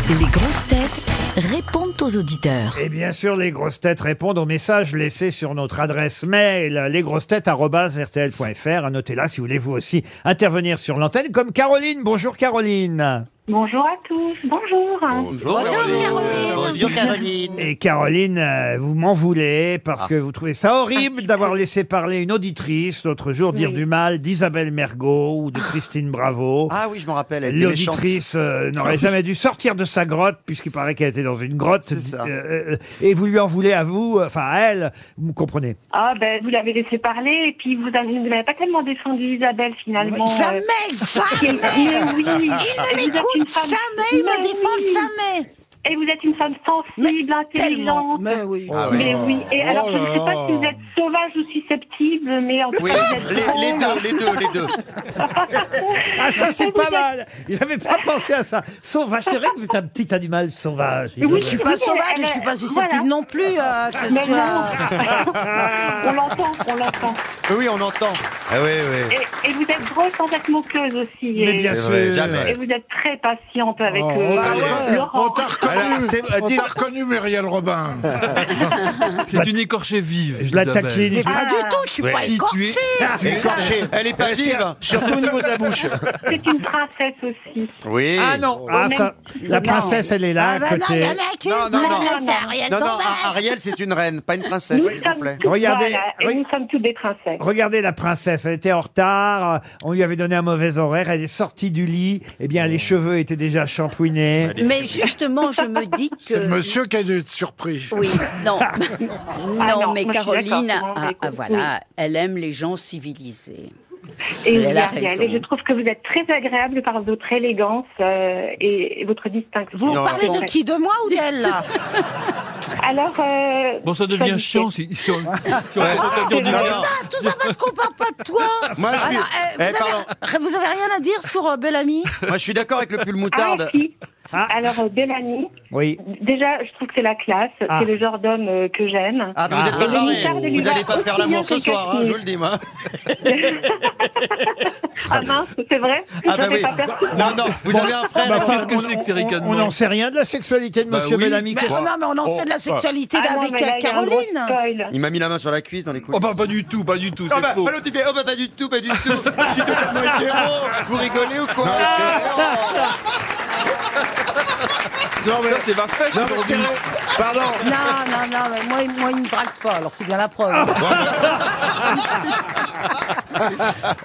[SPEAKER 10] Les grosses têtes répondent aux auditeurs.
[SPEAKER 2] Et bien sûr, les grosses têtes répondent aux messages laissés sur notre adresse mail, lesgrossetêtes.rtl.fr. À noter là, si vous voulez vous aussi intervenir sur l'antenne, comme Caroline. Bonjour Caroline.
[SPEAKER 11] Bonjour à tous, bonjour.
[SPEAKER 3] Bonjour, Caroline.
[SPEAKER 5] Bonjour, Caroline.
[SPEAKER 2] Et Caroline, euh, vous m'en voulez
[SPEAKER 5] Ah.
[SPEAKER 2] parce que vous trouvez ça horrible d'avoir laissé parler une auditrice l'autre jour, dire
[SPEAKER 11] Oui.
[SPEAKER 2] du mal d'Isabelle Mergot ou de Christine Bravo.
[SPEAKER 5] Ah oui, je me rappelle, elle était méchante. Ah
[SPEAKER 2] L'auditrice euh, n'aurait jamais dû sortir de sa grotte, puisqu'il paraît qu'elle était dans une grotte.
[SPEAKER 5] C'est ça.
[SPEAKER 2] Euh, euh, et vous lui en voulez à vous, euh, enfin à elle, vous me comprenez.
[SPEAKER 11] Ah ben vous l'avez laissé parler et puis vous avez- vous n'avez pas tellement défendu Isabelle finalement.
[SPEAKER 3] Jamais,
[SPEAKER 11] euh, qui est-
[SPEAKER 3] jamais.
[SPEAKER 11] mais oui. Et vous êtes une
[SPEAKER 3] Écoute,
[SPEAKER 11] femme-
[SPEAKER 3] jamais, il me
[SPEAKER 11] Mais
[SPEAKER 3] défend
[SPEAKER 11] oui.
[SPEAKER 3] jamais.
[SPEAKER 11] Et vous êtes une femme sensible,
[SPEAKER 3] Tellement.
[SPEAKER 11] intelligente.
[SPEAKER 3] Mais oui.
[SPEAKER 4] Ah ouais.
[SPEAKER 11] Mais oui. Et
[SPEAKER 4] Oh
[SPEAKER 11] alors je ne
[SPEAKER 4] là
[SPEAKER 11] sais
[SPEAKER 4] là.
[SPEAKER 11] pas si vous êtes sauvage ou susceptible, mais en tout
[SPEAKER 5] Oui,
[SPEAKER 11] cas vous êtes
[SPEAKER 5] les, les
[SPEAKER 11] drôle.
[SPEAKER 5] deux, les deux, les deux.
[SPEAKER 2] Ah ça c'est
[SPEAKER 11] Vous
[SPEAKER 2] pas
[SPEAKER 11] êtes-
[SPEAKER 2] mal. Il n'avait pas pensé à ça. Sauvage, c'est vrai que vous êtes un petit animal sauvage.
[SPEAKER 11] Oui,
[SPEAKER 3] Je suis pas
[SPEAKER 11] Oui,
[SPEAKER 3] sauvage
[SPEAKER 11] elle-
[SPEAKER 3] et je suis pas
[SPEAKER 11] elle-
[SPEAKER 3] susceptible
[SPEAKER 11] Eh ben, voilà.
[SPEAKER 3] non plus. euh, que ce
[SPEAKER 11] Mais non.
[SPEAKER 3] soit-
[SPEAKER 11] on l'entend, on l'entend.
[SPEAKER 5] Oui, on entend.
[SPEAKER 7] Ah oui, oui.
[SPEAKER 11] Et, et vous êtes drôle sans être moqueuse aussi.
[SPEAKER 2] Mais
[SPEAKER 11] Et-
[SPEAKER 2] bien
[SPEAKER 7] C'est
[SPEAKER 2] sûr.
[SPEAKER 7] vrai,
[SPEAKER 11] Et
[SPEAKER 7] jamais.
[SPEAKER 11] vous êtes très patiente avec
[SPEAKER 4] Oh,
[SPEAKER 11] euh,
[SPEAKER 4] on t'a-
[SPEAKER 11] Laurent.
[SPEAKER 4] on t'a reconnu reconnu,
[SPEAKER 7] Alors, c'est- euh,
[SPEAKER 4] on
[SPEAKER 7] dis-
[SPEAKER 4] t'a reconnu, Muriel Robin.
[SPEAKER 6] C'est une écorchée vive.
[SPEAKER 2] Je la
[SPEAKER 6] Isabelle.
[SPEAKER 2] taquine,
[SPEAKER 3] Mais
[SPEAKER 2] je-
[SPEAKER 3] pas du tout, je suis
[SPEAKER 7] Ouais.
[SPEAKER 3] pas
[SPEAKER 7] Il-
[SPEAKER 3] écorchée.
[SPEAKER 5] Écorchée. Elle est pas
[SPEAKER 7] Euh,
[SPEAKER 5] vive.
[SPEAKER 7] sur- Surtout au niveau de
[SPEAKER 2] <laughs>
[SPEAKER 7] la bouche.
[SPEAKER 11] C'est une princesse aussi.
[SPEAKER 7] Oui.
[SPEAKER 2] Ah
[SPEAKER 11] Oh.
[SPEAKER 2] non, ah, ça- la
[SPEAKER 3] Non.
[SPEAKER 2] princesse, elle est là
[SPEAKER 3] Ah
[SPEAKER 2] à
[SPEAKER 3] ben non, il
[SPEAKER 2] côté.
[SPEAKER 3] y en a qu'une.
[SPEAKER 5] Non, non,
[SPEAKER 3] mais
[SPEAKER 5] non.
[SPEAKER 3] là, c'est Ariel
[SPEAKER 5] Non, non,
[SPEAKER 3] Dombal.
[SPEAKER 5] Ar- Ariel, c'est une reine, pas une princesse,
[SPEAKER 11] Nous
[SPEAKER 5] s'il vous
[SPEAKER 11] sommes,
[SPEAKER 5] plaît.
[SPEAKER 11] toutes,
[SPEAKER 2] Regardez,
[SPEAKER 11] voilà, et
[SPEAKER 2] oui.
[SPEAKER 11] nous sommes toutes des princesses.
[SPEAKER 2] Regardez la princesse, elle était en retard, euh, on lui avait donné un mauvais horaire, elle est sortie du lit, eh bien les cheveux étaient déjà shampouinés.
[SPEAKER 9] Mais justement, je me dis
[SPEAKER 4] <laughs> C'est le
[SPEAKER 9] que.
[SPEAKER 4] monsieur qui a dû être surpris.
[SPEAKER 9] Oui,
[SPEAKER 4] <laughs>
[SPEAKER 9] non.
[SPEAKER 11] Ah
[SPEAKER 9] non,
[SPEAKER 11] non,
[SPEAKER 9] mais
[SPEAKER 11] moi, je suis d'accord,
[SPEAKER 9] Caroline,
[SPEAKER 11] c'est
[SPEAKER 8] ah,
[SPEAKER 11] bon,
[SPEAKER 9] a-
[SPEAKER 11] écoute,
[SPEAKER 9] a- voilà, elle aime les gens civilisés.
[SPEAKER 11] Et oui,
[SPEAKER 9] Elle a
[SPEAKER 11] Ariel,
[SPEAKER 9] raison.
[SPEAKER 11] et je trouve que vous êtes très agréable par votre élégance euh, et, et votre distinction.
[SPEAKER 3] Vous
[SPEAKER 5] Non.
[SPEAKER 3] parlez de qui De moi ou d'elle là
[SPEAKER 11] <laughs> Alors. euh,
[SPEAKER 6] Bon, ça devient
[SPEAKER 4] Ah,
[SPEAKER 11] Salut.
[SPEAKER 6] chiant si, si on, si on raconte la
[SPEAKER 11] c'est
[SPEAKER 6] tour du
[SPEAKER 3] Ah, Tout
[SPEAKER 5] Non,
[SPEAKER 6] monde.
[SPEAKER 5] non.
[SPEAKER 3] ça, tout ça parce qu'on parle pas de toi.
[SPEAKER 5] Moi, je suis-
[SPEAKER 3] Alors, eh, vous,
[SPEAKER 5] Eh,
[SPEAKER 3] avez, vous avez rien à dire sur euh, Bel Ami
[SPEAKER 5] Moi, je suis d'accord avec le pull
[SPEAKER 11] Ah,
[SPEAKER 5] moutarde.
[SPEAKER 11] si.
[SPEAKER 2] Ah.
[SPEAKER 11] Alors, euh, Bellamy,
[SPEAKER 2] Oui.
[SPEAKER 11] déjà, je trouve que c'est la classe,
[SPEAKER 2] Ah.
[SPEAKER 11] c'est le genre d'homme euh, que j'aime.
[SPEAKER 5] Ah, mais vous êtes
[SPEAKER 11] Et
[SPEAKER 5] pas
[SPEAKER 11] le
[SPEAKER 5] barrés.
[SPEAKER 11] moutarde lui
[SPEAKER 5] Vous
[SPEAKER 11] va
[SPEAKER 5] allez pas
[SPEAKER 11] aussi
[SPEAKER 5] faire
[SPEAKER 11] bien
[SPEAKER 5] l'amour
[SPEAKER 11] que
[SPEAKER 5] ce soir, hein,
[SPEAKER 11] Cachemire.
[SPEAKER 5] je vous le dis, moi.
[SPEAKER 11] Ah mince, c'est vrai
[SPEAKER 5] Ah, bah
[SPEAKER 11] J'avais
[SPEAKER 5] oui.
[SPEAKER 11] pas perçu.
[SPEAKER 5] Non, non, vous avez un
[SPEAKER 12] Ah,
[SPEAKER 5] frère.
[SPEAKER 2] Bah,
[SPEAKER 5] avec-
[SPEAKER 2] enfin,
[SPEAKER 6] qu'est-ce que
[SPEAKER 2] on-
[SPEAKER 6] c'est que ces
[SPEAKER 2] on-
[SPEAKER 6] ricanements
[SPEAKER 2] On n'en sait rien de la sexualité de
[SPEAKER 6] Bah
[SPEAKER 2] Monsieur
[SPEAKER 6] oui.
[SPEAKER 2] Bellamy.
[SPEAKER 3] mais,
[SPEAKER 2] Qu'est-ce- bah.
[SPEAKER 3] Non, mais on en
[SPEAKER 7] Oh,
[SPEAKER 3] sait de la sexualité
[SPEAKER 11] Ah non,
[SPEAKER 3] avec
[SPEAKER 11] mais là,
[SPEAKER 3] euh,
[SPEAKER 11] il y a un gros
[SPEAKER 3] Caroline.
[SPEAKER 11] spoil.
[SPEAKER 5] Il m'a mis la main sur la cuisse dans les couilles.
[SPEAKER 6] Oh bah pas du tout, pas du tout, c'est
[SPEAKER 5] Ah bah,
[SPEAKER 6] faux.
[SPEAKER 5] bah, l'autre, il fait, oh bah pas du tout, pas du tout. Je suis totalement hétéro. Vous rigolez ou
[SPEAKER 11] Ah,
[SPEAKER 5] quoi
[SPEAKER 7] Non, mais,
[SPEAKER 6] Ça, c'est ma fête
[SPEAKER 7] non, mais c'est
[SPEAKER 6] aujourd'hui.
[SPEAKER 7] vrai. Pardon.
[SPEAKER 3] Non, non, non, mais moi, il- moi, il me braque pas, alors c'est bien la preuve. <laughs>
[SPEAKER 2] <laughs>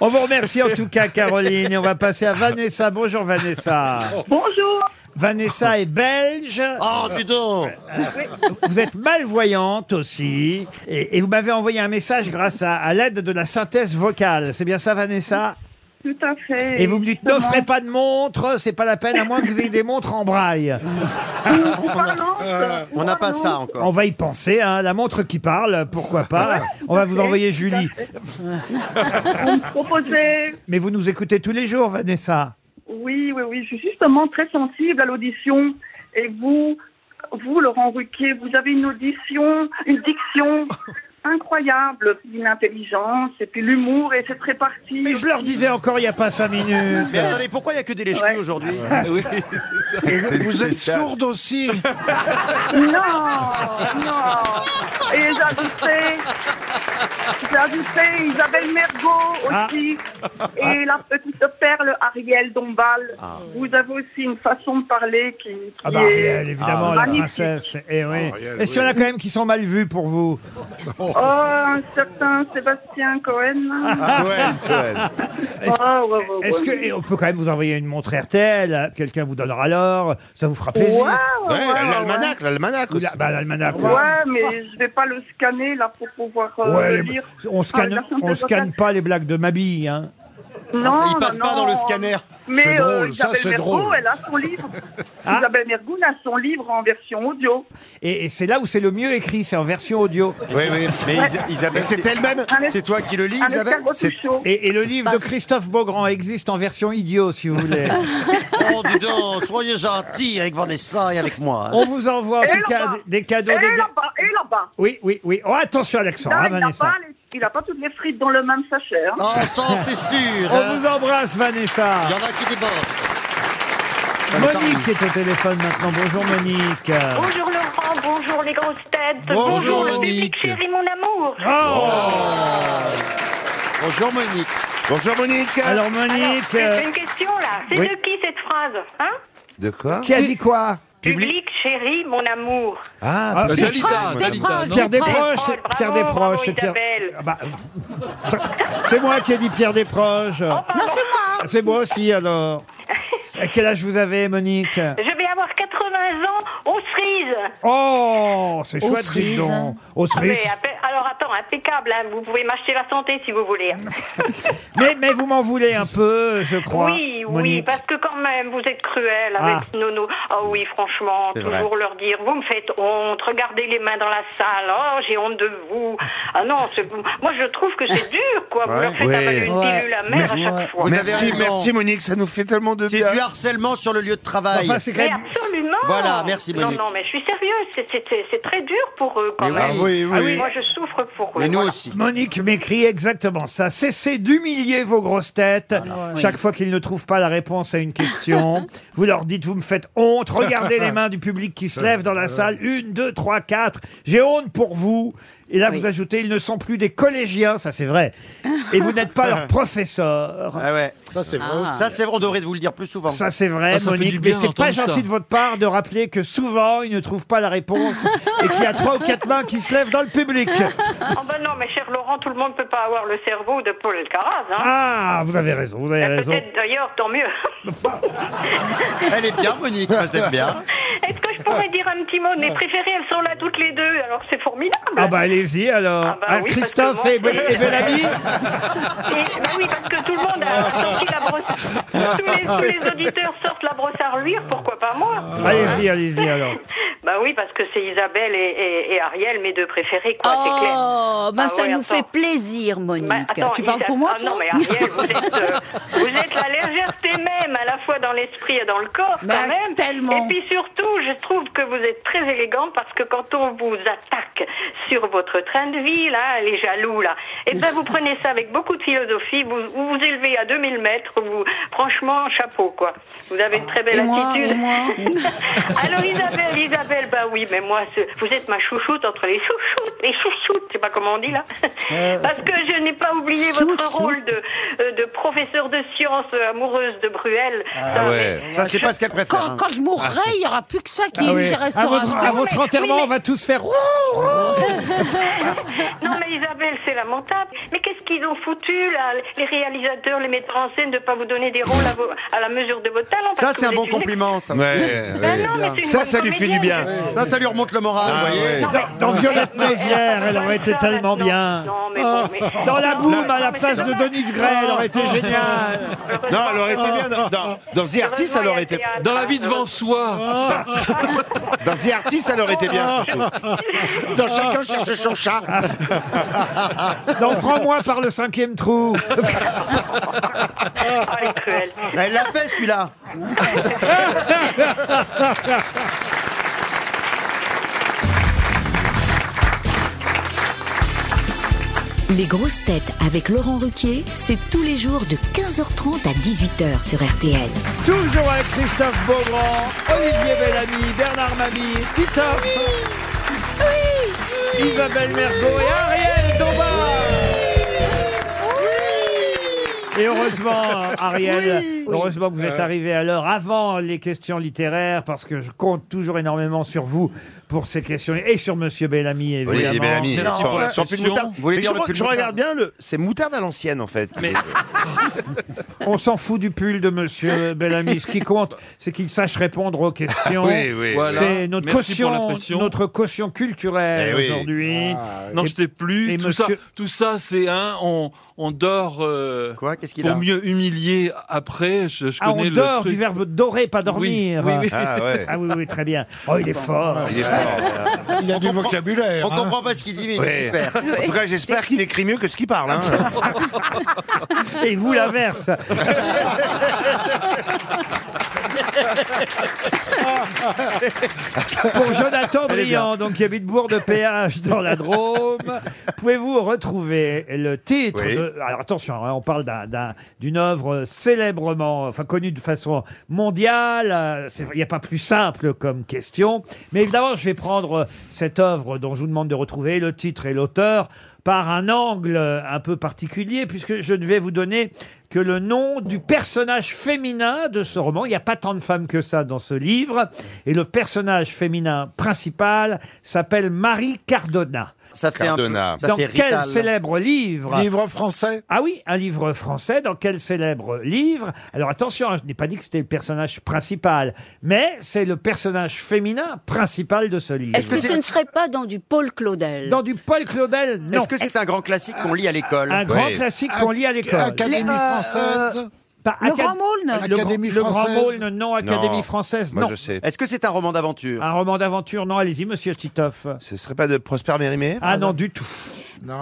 [SPEAKER 2] On vous remercie en tout cas, Caroline. Et on va passer à Vanessa. Bonjour, Vanessa.
[SPEAKER 11] Bonjour
[SPEAKER 2] Vanessa est belge.
[SPEAKER 4] Ah,
[SPEAKER 2] Euh,
[SPEAKER 5] Oh putain
[SPEAKER 2] Vous êtes malvoyante aussi. Et, et vous m'avez envoyé un message grâce à, à l'aide de la synthèse vocale. C'est bien ça, Vanessa
[SPEAKER 11] Tout à fait.
[SPEAKER 2] Et vous me dites, n'offrez pas de montre, c'est pas la peine, à moins que vous ayez des montres en braille.
[SPEAKER 11] hein,
[SPEAKER 5] Euh, On n'a pas ça encore.
[SPEAKER 2] On va y penser, hein, la montre qui parle, pourquoi pas. On va vous envoyer Julie.
[SPEAKER 11] <laughs> Proposer.
[SPEAKER 2] Mais vous nous écoutez tous les jours, Vanessa.
[SPEAKER 11] Oui, oui, oui. Je suis justement très sensible à l'audition. Et vous, vous, Laurent Ruquier, vous avez une audition, une
[SPEAKER 2] <laughs>
[SPEAKER 11] diction incroyable, une intelligence et puis l'humour et cette répartie.
[SPEAKER 2] Mais je leur disais encore il n'y a pas cinq minutes.
[SPEAKER 5] Mais attendez, pourquoi il n'y a que des lèches
[SPEAKER 11] Ouais.
[SPEAKER 5] aujourd'hui
[SPEAKER 2] Ah
[SPEAKER 6] Oui.
[SPEAKER 4] Et vous-
[SPEAKER 7] C'est-
[SPEAKER 4] vous êtes
[SPEAKER 7] c'est ça.
[SPEAKER 4] sourde
[SPEAKER 2] <laughs>
[SPEAKER 4] aussi.
[SPEAKER 11] Non, Oh, non. Et j'ai ajouté, j'ai ajouté Isabelle Mergot
[SPEAKER 2] Ah.
[SPEAKER 11] aussi et la petite perle Ariel Dombal. Vous avez aussi une façon de parler qui, qui
[SPEAKER 2] Ah bah
[SPEAKER 11] est
[SPEAKER 2] Ariel, évidemment, la
[SPEAKER 5] Ah,
[SPEAKER 11] magnifique.
[SPEAKER 2] princesse. Eh oui.
[SPEAKER 4] Ariel,
[SPEAKER 2] Et s'il y en a quand même qui sont mal vus pour vous
[SPEAKER 11] Oh, un certain Sébastien Cohen.
[SPEAKER 7] Ah, Cohen, Cohen.
[SPEAKER 11] Oh, ouais, ouais, ouais.
[SPEAKER 2] Est-ce que et on peut quand même vous envoyer une montre RTL Quelqu'un vous donnera l'or, ça vous fera plaisir.
[SPEAKER 11] Ouais, ouais,
[SPEAKER 7] Ouais,
[SPEAKER 11] ouais,
[SPEAKER 7] l'almanach, l'almanach
[SPEAKER 2] Ou
[SPEAKER 7] aussi.
[SPEAKER 2] la- bah, l'almanach.
[SPEAKER 11] ouais. Ouais, mais je vais pas le scanner là pour pouvoir euh,
[SPEAKER 2] Ouais,
[SPEAKER 11] le
[SPEAKER 2] les-
[SPEAKER 11] lire.
[SPEAKER 2] on scanne,
[SPEAKER 11] Ah, la
[SPEAKER 2] on
[SPEAKER 11] synthèse
[SPEAKER 2] scanne
[SPEAKER 11] vocale.
[SPEAKER 2] pas les blagues de Mabille. Hein.
[SPEAKER 11] Non,
[SPEAKER 5] il passe
[SPEAKER 11] non,
[SPEAKER 5] pas dans le
[SPEAKER 11] non.
[SPEAKER 5] scanner.
[SPEAKER 4] C'est
[SPEAKER 11] Mais euh,
[SPEAKER 4] drôle, ça,
[SPEAKER 11] Isabelle
[SPEAKER 4] c'est
[SPEAKER 11] Mergo,
[SPEAKER 4] drôle.
[SPEAKER 11] elle a son livre.
[SPEAKER 2] Ah.
[SPEAKER 11] Isabelle Mergo a son livre en version audio.
[SPEAKER 2] Et, et c'est là où c'est le mieux écrit, c'est en version audio.
[SPEAKER 5] Oui, oui. Mais Isa- Isabelle, c'est elle-même.
[SPEAKER 11] Allez.
[SPEAKER 5] C'est toi qui le lis,
[SPEAKER 11] Avec
[SPEAKER 5] Isabelle
[SPEAKER 11] Cargo
[SPEAKER 5] C'est
[SPEAKER 11] Tuchot.
[SPEAKER 2] Et, et le livre de Christophe Beaugrand existe en version idiot, si vous
[SPEAKER 11] <laughs>
[SPEAKER 2] voulez.
[SPEAKER 5] Oh, dis donc, soyez gentil avec Vanessa et avec moi.
[SPEAKER 2] On vous envoie en
[SPEAKER 11] Et
[SPEAKER 2] tout cas
[SPEAKER 11] là-bas.
[SPEAKER 2] des- des cadeaux.
[SPEAKER 11] Et
[SPEAKER 2] des ga-
[SPEAKER 11] là-bas, et là-bas.
[SPEAKER 2] Oui, oui, oui. Oh, attention, Alexandre,
[SPEAKER 11] Là,
[SPEAKER 2] hein,
[SPEAKER 11] il n'a
[SPEAKER 2] Vanessa.
[SPEAKER 11] pas, les- il a pas toutes les frites dans le même sachet. hein.
[SPEAKER 5] Ah, ça, c'est sûr.
[SPEAKER 2] <laughs> On
[SPEAKER 5] hein.
[SPEAKER 2] vous embrasse, Vanessa.
[SPEAKER 5] Il y en a qui débordent.
[SPEAKER 2] Monique est au téléphone maintenant. Bonjour, Monique.
[SPEAKER 11] Bonjour Laurent, bonjour les grosses têtes,
[SPEAKER 6] Bonjour, Monique.
[SPEAKER 11] mon amour.
[SPEAKER 2] Oh
[SPEAKER 5] Bonjour, Monique.
[SPEAKER 7] Bonjour Monique.
[SPEAKER 2] Alors, Monique, euh,
[SPEAKER 11] une question là,
[SPEAKER 2] c'est oui. de
[SPEAKER 11] qui cette phrase hein
[SPEAKER 7] De quoi
[SPEAKER 2] qui a dit quoi
[SPEAKER 11] Public chéri, mon amour.
[SPEAKER 7] Ah,
[SPEAKER 2] Ah,
[SPEAKER 6] Euh,
[SPEAKER 2] Pierre-
[SPEAKER 6] Dalida,
[SPEAKER 7] Pierre
[SPEAKER 6] Dalida, non
[SPEAKER 2] Pierre Desproges,
[SPEAKER 11] Oh, Bravo,
[SPEAKER 2] Pierre
[SPEAKER 11] bravo,
[SPEAKER 2] Desproges, c'est Pierre.
[SPEAKER 11] bravo, Isabelle.
[SPEAKER 2] Ah bah, <laughs> c'est moi qui ai dit Pierre Desproges.
[SPEAKER 11] Oh, bah.
[SPEAKER 2] Ah,
[SPEAKER 3] Non, c'est moi.
[SPEAKER 2] C'est moi aussi alors. À quel âge vous avez, Monique
[SPEAKER 11] Je vais avoir 80 ans aux cerises.
[SPEAKER 2] Oh, c'est
[SPEAKER 3] Aux
[SPEAKER 2] chouette, dis
[SPEAKER 3] cerises.
[SPEAKER 2] donc. Aux cerises.
[SPEAKER 11] Mais euh, appe- alors attends, impeccable, hein, vous pouvez m'acheter la santé si vous
[SPEAKER 2] <laughs>
[SPEAKER 11] voulez. hein.
[SPEAKER 2] Mais, mais vous m'en voulez un peu, je crois.
[SPEAKER 11] Oui, oui,
[SPEAKER 2] Monique.
[SPEAKER 11] parce que quand même, vous êtes cruel avec Nono. Ah oui, franchement,
[SPEAKER 5] C'est
[SPEAKER 11] toujours
[SPEAKER 5] vrai.
[SPEAKER 11] leur dire, vous me faites honte, regardez les mains dans la salle, oh, j'ai honte de vous. Ah non, c'est- moi je trouve que c'est dur, quoi. Vous leur faites
[SPEAKER 7] Ouais.
[SPEAKER 11] avaler une
[SPEAKER 9] Ouais.
[SPEAKER 11] pilule amère à chaque fois.
[SPEAKER 5] Eh. Vous avez
[SPEAKER 7] Merci,
[SPEAKER 5] raison.
[SPEAKER 7] merci Monique, ça nous fait tellement de
[SPEAKER 5] C'est
[SPEAKER 7] bien.
[SPEAKER 5] du harcèlement sur le lieu de travail.
[SPEAKER 2] Enfin, c'est quand
[SPEAKER 11] Mais
[SPEAKER 2] même.
[SPEAKER 11] absolument
[SPEAKER 5] Voilà, merci,
[SPEAKER 13] Non,
[SPEAKER 5] Monique.
[SPEAKER 13] non, mais je suis sérieuse. c'est- c'est- C'est c'est très dur pour eux, quand
[SPEAKER 2] Mais
[SPEAKER 13] même.
[SPEAKER 2] oui. Ah oui, oui.
[SPEAKER 13] Moi, je souffre pour
[SPEAKER 2] <laughs>
[SPEAKER 13] eux. voilà.
[SPEAKER 2] Monique m'écrit exactement ça. Cessez d'humilier vos grosses têtes. Chaque fois qu'ils ne trouvent pas la réponse à une question, vous leur dites, vous me faites honte. Regardez les mains du public qui se lèvent dans la salle. Une, deux, trois, quatre. J'ai honte pour vous. Et là, vous ajoutez, ils ne sont plus des collégiens, ça c'est vrai. Et vous n'êtes pas leurs professeurs.
[SPEAKER 5] Ça, c'est vrai.
[SPEAKER 2] Ah.
[SPEAKER 5] Ça, c'est vrai, on devrait vous le dire plus souvent.
[SPEAKER 2] Ça, c'est
[SPEAKER 5] Ah,
[SPEAKER 6] Ah,
[SPEAKER 2] vrai, Monique, mais c'est pas gentil de votre part de rappeler que souvent, ils ne trouvent pas la réponse et qu'il y a trois ou quatre mains qui se lèvent dans le
[SPEAKER 13] <laughs>
[SPEAKER 2] public.
[SPEAKER 11] Oh,
[SPEAKER 13] Ah ben non, mais cher Laurent, tout le monde ne peut pas avoir le cerveau de Paul Alcaraz. Hein.
[SPEAKER 2] Ah, vous avez raison, vous avez
[SPEAKER 13] Et
[SPEAKER 2] raison.
[SPEAKER 13] Peut-être d'ailleurs, tant
[SPEAKER 2] <laughs>
[SPEAKER 13] mieux.
[SPEAKER 5] Elle est bien, Monique, moi, je l'aime bien.
[SPEAKER 13] Est-ce que je pourrais dire un petit mot de mes préférées Elles sont là toutes les deux, alors c'est formidable.
[SPEAKER 2] Ah bah allez-y alors. Ah, Christophe et, et Bellamy
[SPEAKER 13] Et- bah oui, parce que tout le monde a sorti la brosse. Tous les, tous les auditeurs sortent la brosse à reluire, pourquoi pas moi
[SPEAKER 2] <laughs> Allez-y, allez-y alors.
[SPEAKER 13] Bah oui, parce que c'est Isabelle et, et- et Ariel, mes deux préférées, quoi, c'est clair.
[SPEAKER 9] Oh, ben
[SPEAKER 13] Ah
[SPEAKER 9] ça
[SPEAKER 13] ouais,
[SPEAKER 9] nous
[SPEAKER 13] attends.
[SPEAKER 9] fait plaisir, Monique.
[SPEAKER 13] Bah, attends, Isa- ah Non, mais Ariel, vous êtes, euh, vous êtes la légèreté même, à la fois dans l'esprit et dans le corps, quand même. Et puis surtout, je trouve que vous êtes très élégante parce que quand on vous attaque sur votre train de vie, là, les jaloux, là, et ben vous prenez ça avec beaucoup de philosophie, vous vous, vous élevez à 2000 mètres, vous, franchement, chapeau, quoi. Vous avez une très belle
[SPEAKER 11] Et moi,
[SPEAKER 13] attitude.
[SPEAKER 11] et moi.
[SPEAKER 13] <laughs> Alors Isabelle, Isabelle, bah oui, mais moi, c'est- vous êtes ma chouchoute entre les chouchoutes, les chouchoutes, je sais pas comment on dit là.
[SPEAKER 5] Euh,
[SPEAKER 13] <laughs> Parce que je n'ai pas oublié votre rôle de, euh, de professeur de sciences euh, amoureuse de Bruel.
[SPEAKER 5] Ah ouais. Ça, c'est pas ce qu'elle préfère.
[SPEAKER 3] Quand,
[SPEAKER 5] hein.
[SPEAKER 3] quand je mourrai,
[SPEAKER 5] Ah,
[SPEAKER 3] il n'y aura plus que ça qui,
[SPEAKER 5] Ah oui.
[SPEAKER 3] qui
[SPEAKER 5] À
[SPEAKER 3] restera.
[SPEAKER 5] votre- à votre
[SPEAKER 13] Oui, mais- enterrement, oui, mais-
[SPEAKER 2] on va tous faire.
[SPEAKER 13] <laughs> non mais Isabelle, c'est lamentable. Mais qu'est-ce qu'ils ont foutu là, les réalisateurs, les metteurs en scène, de pas vous donner des rôles à, vos- à la mesure de votre talent
[SPEAKER 5] Ça,
[SPEAKER 13] parce que
[SPEAKER 5] c'est un
[SPEAKER 13] vous
[SPEAKER 5] bon
[SPEAKER 13] êtes une-
[SPEAKER 5] compliment,
[SPEAKER 13] <laughs>
[SPEAKER 5] ça.
[SPEAKER 13] Ben non, mais c'est une
[SPEAKER 5] Ça,
[SPEAKER 13] bonne
[SPEAKER 5] ça lui
[SPEAKER 13] comédienne.
[SPEAKER 5] finit bien. Ça, ça lui remonte le moral, vous voyez.
[SPEAKER 2] Dans Violette Mézières, <laughs> elle aurait été tellement bien. Oh, Dans la boum, à la place de Denise Gray, elle aurait été
[SPEAKER 6] <laughs>
[SPEAKER 2] géniale.
[SPEAKER 7] Non, elle aurait été bien dans, dans, dans The Artist, elle aurait été.
[SPEAKER 6] Dans la vie devant
[SPEAKER 4] Ah.
[SPEAKER 6] soi.
[SPEAKER 7] Dans The Artist, elle aurait été bien.
[SPEAKER 4] Dans chacun cherche son chat.
[SPEAKER 2] <laughs> Dans Prends-moi par le cinquième trou.
[SPEAKER 5] Elle l'a fait, celui-là.
[SPEAKER 9] <laughs>
[SPEAKER 10] <laughs> Les grosses têtes avec Laurent Ruquier, c'est tous les jours de 15h30 à 18h sur RTL.
[SPEAKER 2] Toujours avec Christophe Beaugrand, Olivier Bellamy, Bernard Mabille, Titoff, Isabelle Mergo et Ariel Dombal. Et heureusement, euh, Ariel,
[SPEAKER 5] Oui.
[SPEAKER 2] heureusement que vous êtes
[SPEAKER 5] Euh.
[SPEAKER 2] arrivé à l'heure avant les questions littéraires, parce que je compte toujours énormément sur vous pour ces questions et sur Monsieur Bellamy évidemment.
[SPEAKER 7] Oui, mes amis,
[SPEAKER 2] Non,
[SPEAKER 7] sur,
[SPEAKER 2] voilà.
[SPEAKER 7] sur pull moutarde.
[SPEAKER 2] Vous voulez
[SPEAKER 7] Mais
[SPEAKER 2] dire
[SPEAKER 7] je,
[SPEAKER 2] le
[SPEAKER 7] re-
[SPEAKER 2] pull
[SPEAKER 7] je
[SPEAKER 2] moutarde
[SPEAKER 7] regarde bien, le... c'est moutarde à l'ancienne en fait. Mais...
[SPEAKER 2] <laughs> On s'en fout du pull de Monsieur Bellamy. Ce qui compte, c'est qu'il sache répondre aux questions.
[SPEAKER 6] Oui, oui. Voilà.
[SPEAKER 2] C'est notre
[SPEAKER 6] Merci pour la
[SPEAKER 2] caution,
[SPEAKER 6] pression.
[SPEAKER 2] notre caution culturelle
[SPEAKER 6] Eh oui.
[SPEAKER 2] aujourd'hui.
[SPEAKER 7] Ah,
[SPEAKER 6] Non,
[SPEAKER 2] Et-
[SPEAKER 6] je t'ai plus.
[SPEAKER 2] et
[SPEAKER 6] tout,
[SPEAKER 2] monsieur-
[SPEAKER 6] ça, tout ça, c'est un. on, on dort. euh,
[SPEAKER 5] qu'il
[SPEAKER 6] Pour
[SPEAKER 5] a
[SPEAKER 6] mieux humilier après. Je, je
[SPEAKER 2] Ah,
[SPEAKER 6] connais
[SPEAKER 2] on
[SPEAKER 6] le
[SPEAKER 2] dort
[SPEAKER 6] truc.
[SPEAKER 2] du verbe dorer, pas
[SPEAKER 6] Oui,
[SPEAKER 2] dormir.
[SPEAKER 6] oui, oui.
[SPEAKER 7] Ah, ouais. Ah,
[SPEAKER 2] Ah oui, oui, très bien. Oh, il est fort.
[SPEAKER 7] Il est fort.
[SPEAKER 4] Il a du vocabulaire.
[SPEAKER 2] hein.
[SPEAKER 5] On comprend pas ce qu'il dit, mais
[SPEAKER 7] Ouais.
[SPEAKER 5] il est super.
[SPEAKER 7] En tout cas, j'espère qu'il écrit mieux que ce qu'il parle. hein.
[SPEAKER 2] Et vous l'inverse. Pour Jonathan
[SPEAKER 5] Elle est bien.
[SPEAKER 2] Briand, donc qui habite Bourg-de-Péage dans la Drôme, pouvez-vous retrouver le titre
[SPEAKER 5] Oui.
[SPEAKER 2] de- Alors attention, hein, on parle d'un- d'un- d'une œuvre célèbrement, enfin connue de façon mondiale. euh, c'est- Il n'y a pas plus simple comme question. Mais évidemment, je vais prendre euh, cette œuvre dont je vous demande de retrouver le titre et l'auteur par un angle euh, un peu particulier, puisque je ne vais vous donner que le nom du personnage féminin de ce roman. Il n'y a pas tant de femmes que ça dans ce livre. Et le personnage féminin principal s'appelle Marie Cardona.
[SPEAKER 5] Ça fait un peu- Cardona. ça
[SPEAKER 2] dans
[SPEAKER 5] fait
[SPEAKER 2] quel
[SPEAKER 5] Rital.
[SPEAKER 2] célèbre livre
[SPEAKER 4] Livre français
[SPEAKER 2] Ah oui, un livre français. Dans quel célèbre livre Alors attention, hein, je n'ai pas dit que c'était le personnage principal, mais c'est le personnage féminin principal de ce livre.
[SPEAKER 9] Est-ce que ce ne serait pas dans du Paul Claudel
[SPEAKER 2] Dans du Paul Claudel, non.
[SPEAKER 5] Est-ce que c'est un grand classique qu'on lit à l'école
[SPEAKER 2] Un grand classique qu'on lit à l'école.
[SPEAKER 3] Académie Les, euh, française. euh,
[SPEAKER 2] Pas
[SPEAKER 3] le
[SPEAKER 2] acad-
[SPEAKER 3] Grand Maulne.
[SPEAKER 2] Le, Grand-
[SPEAKER 5] Académie
[SPEAKER 2] le Grand
[SPEAKER 5] française.
[SPEAKER 2] Maulne, non. Académie
[SPEAKER 5] Non.
[SPEAKER 2] française,
[SPEAKER 5] Moi,
[SPEAKER 2] non.
[SPEAKER 5] je sais. Est-ce que c'est un roman d'aventure
[SPEAKER 2] Un roman d'aventure, non. Allez-y, monsieur Titoff.
[SPEAKER 7] Ce serait pas de Prosper Mérimée
[SPEAKER 2] Ah non, du tout.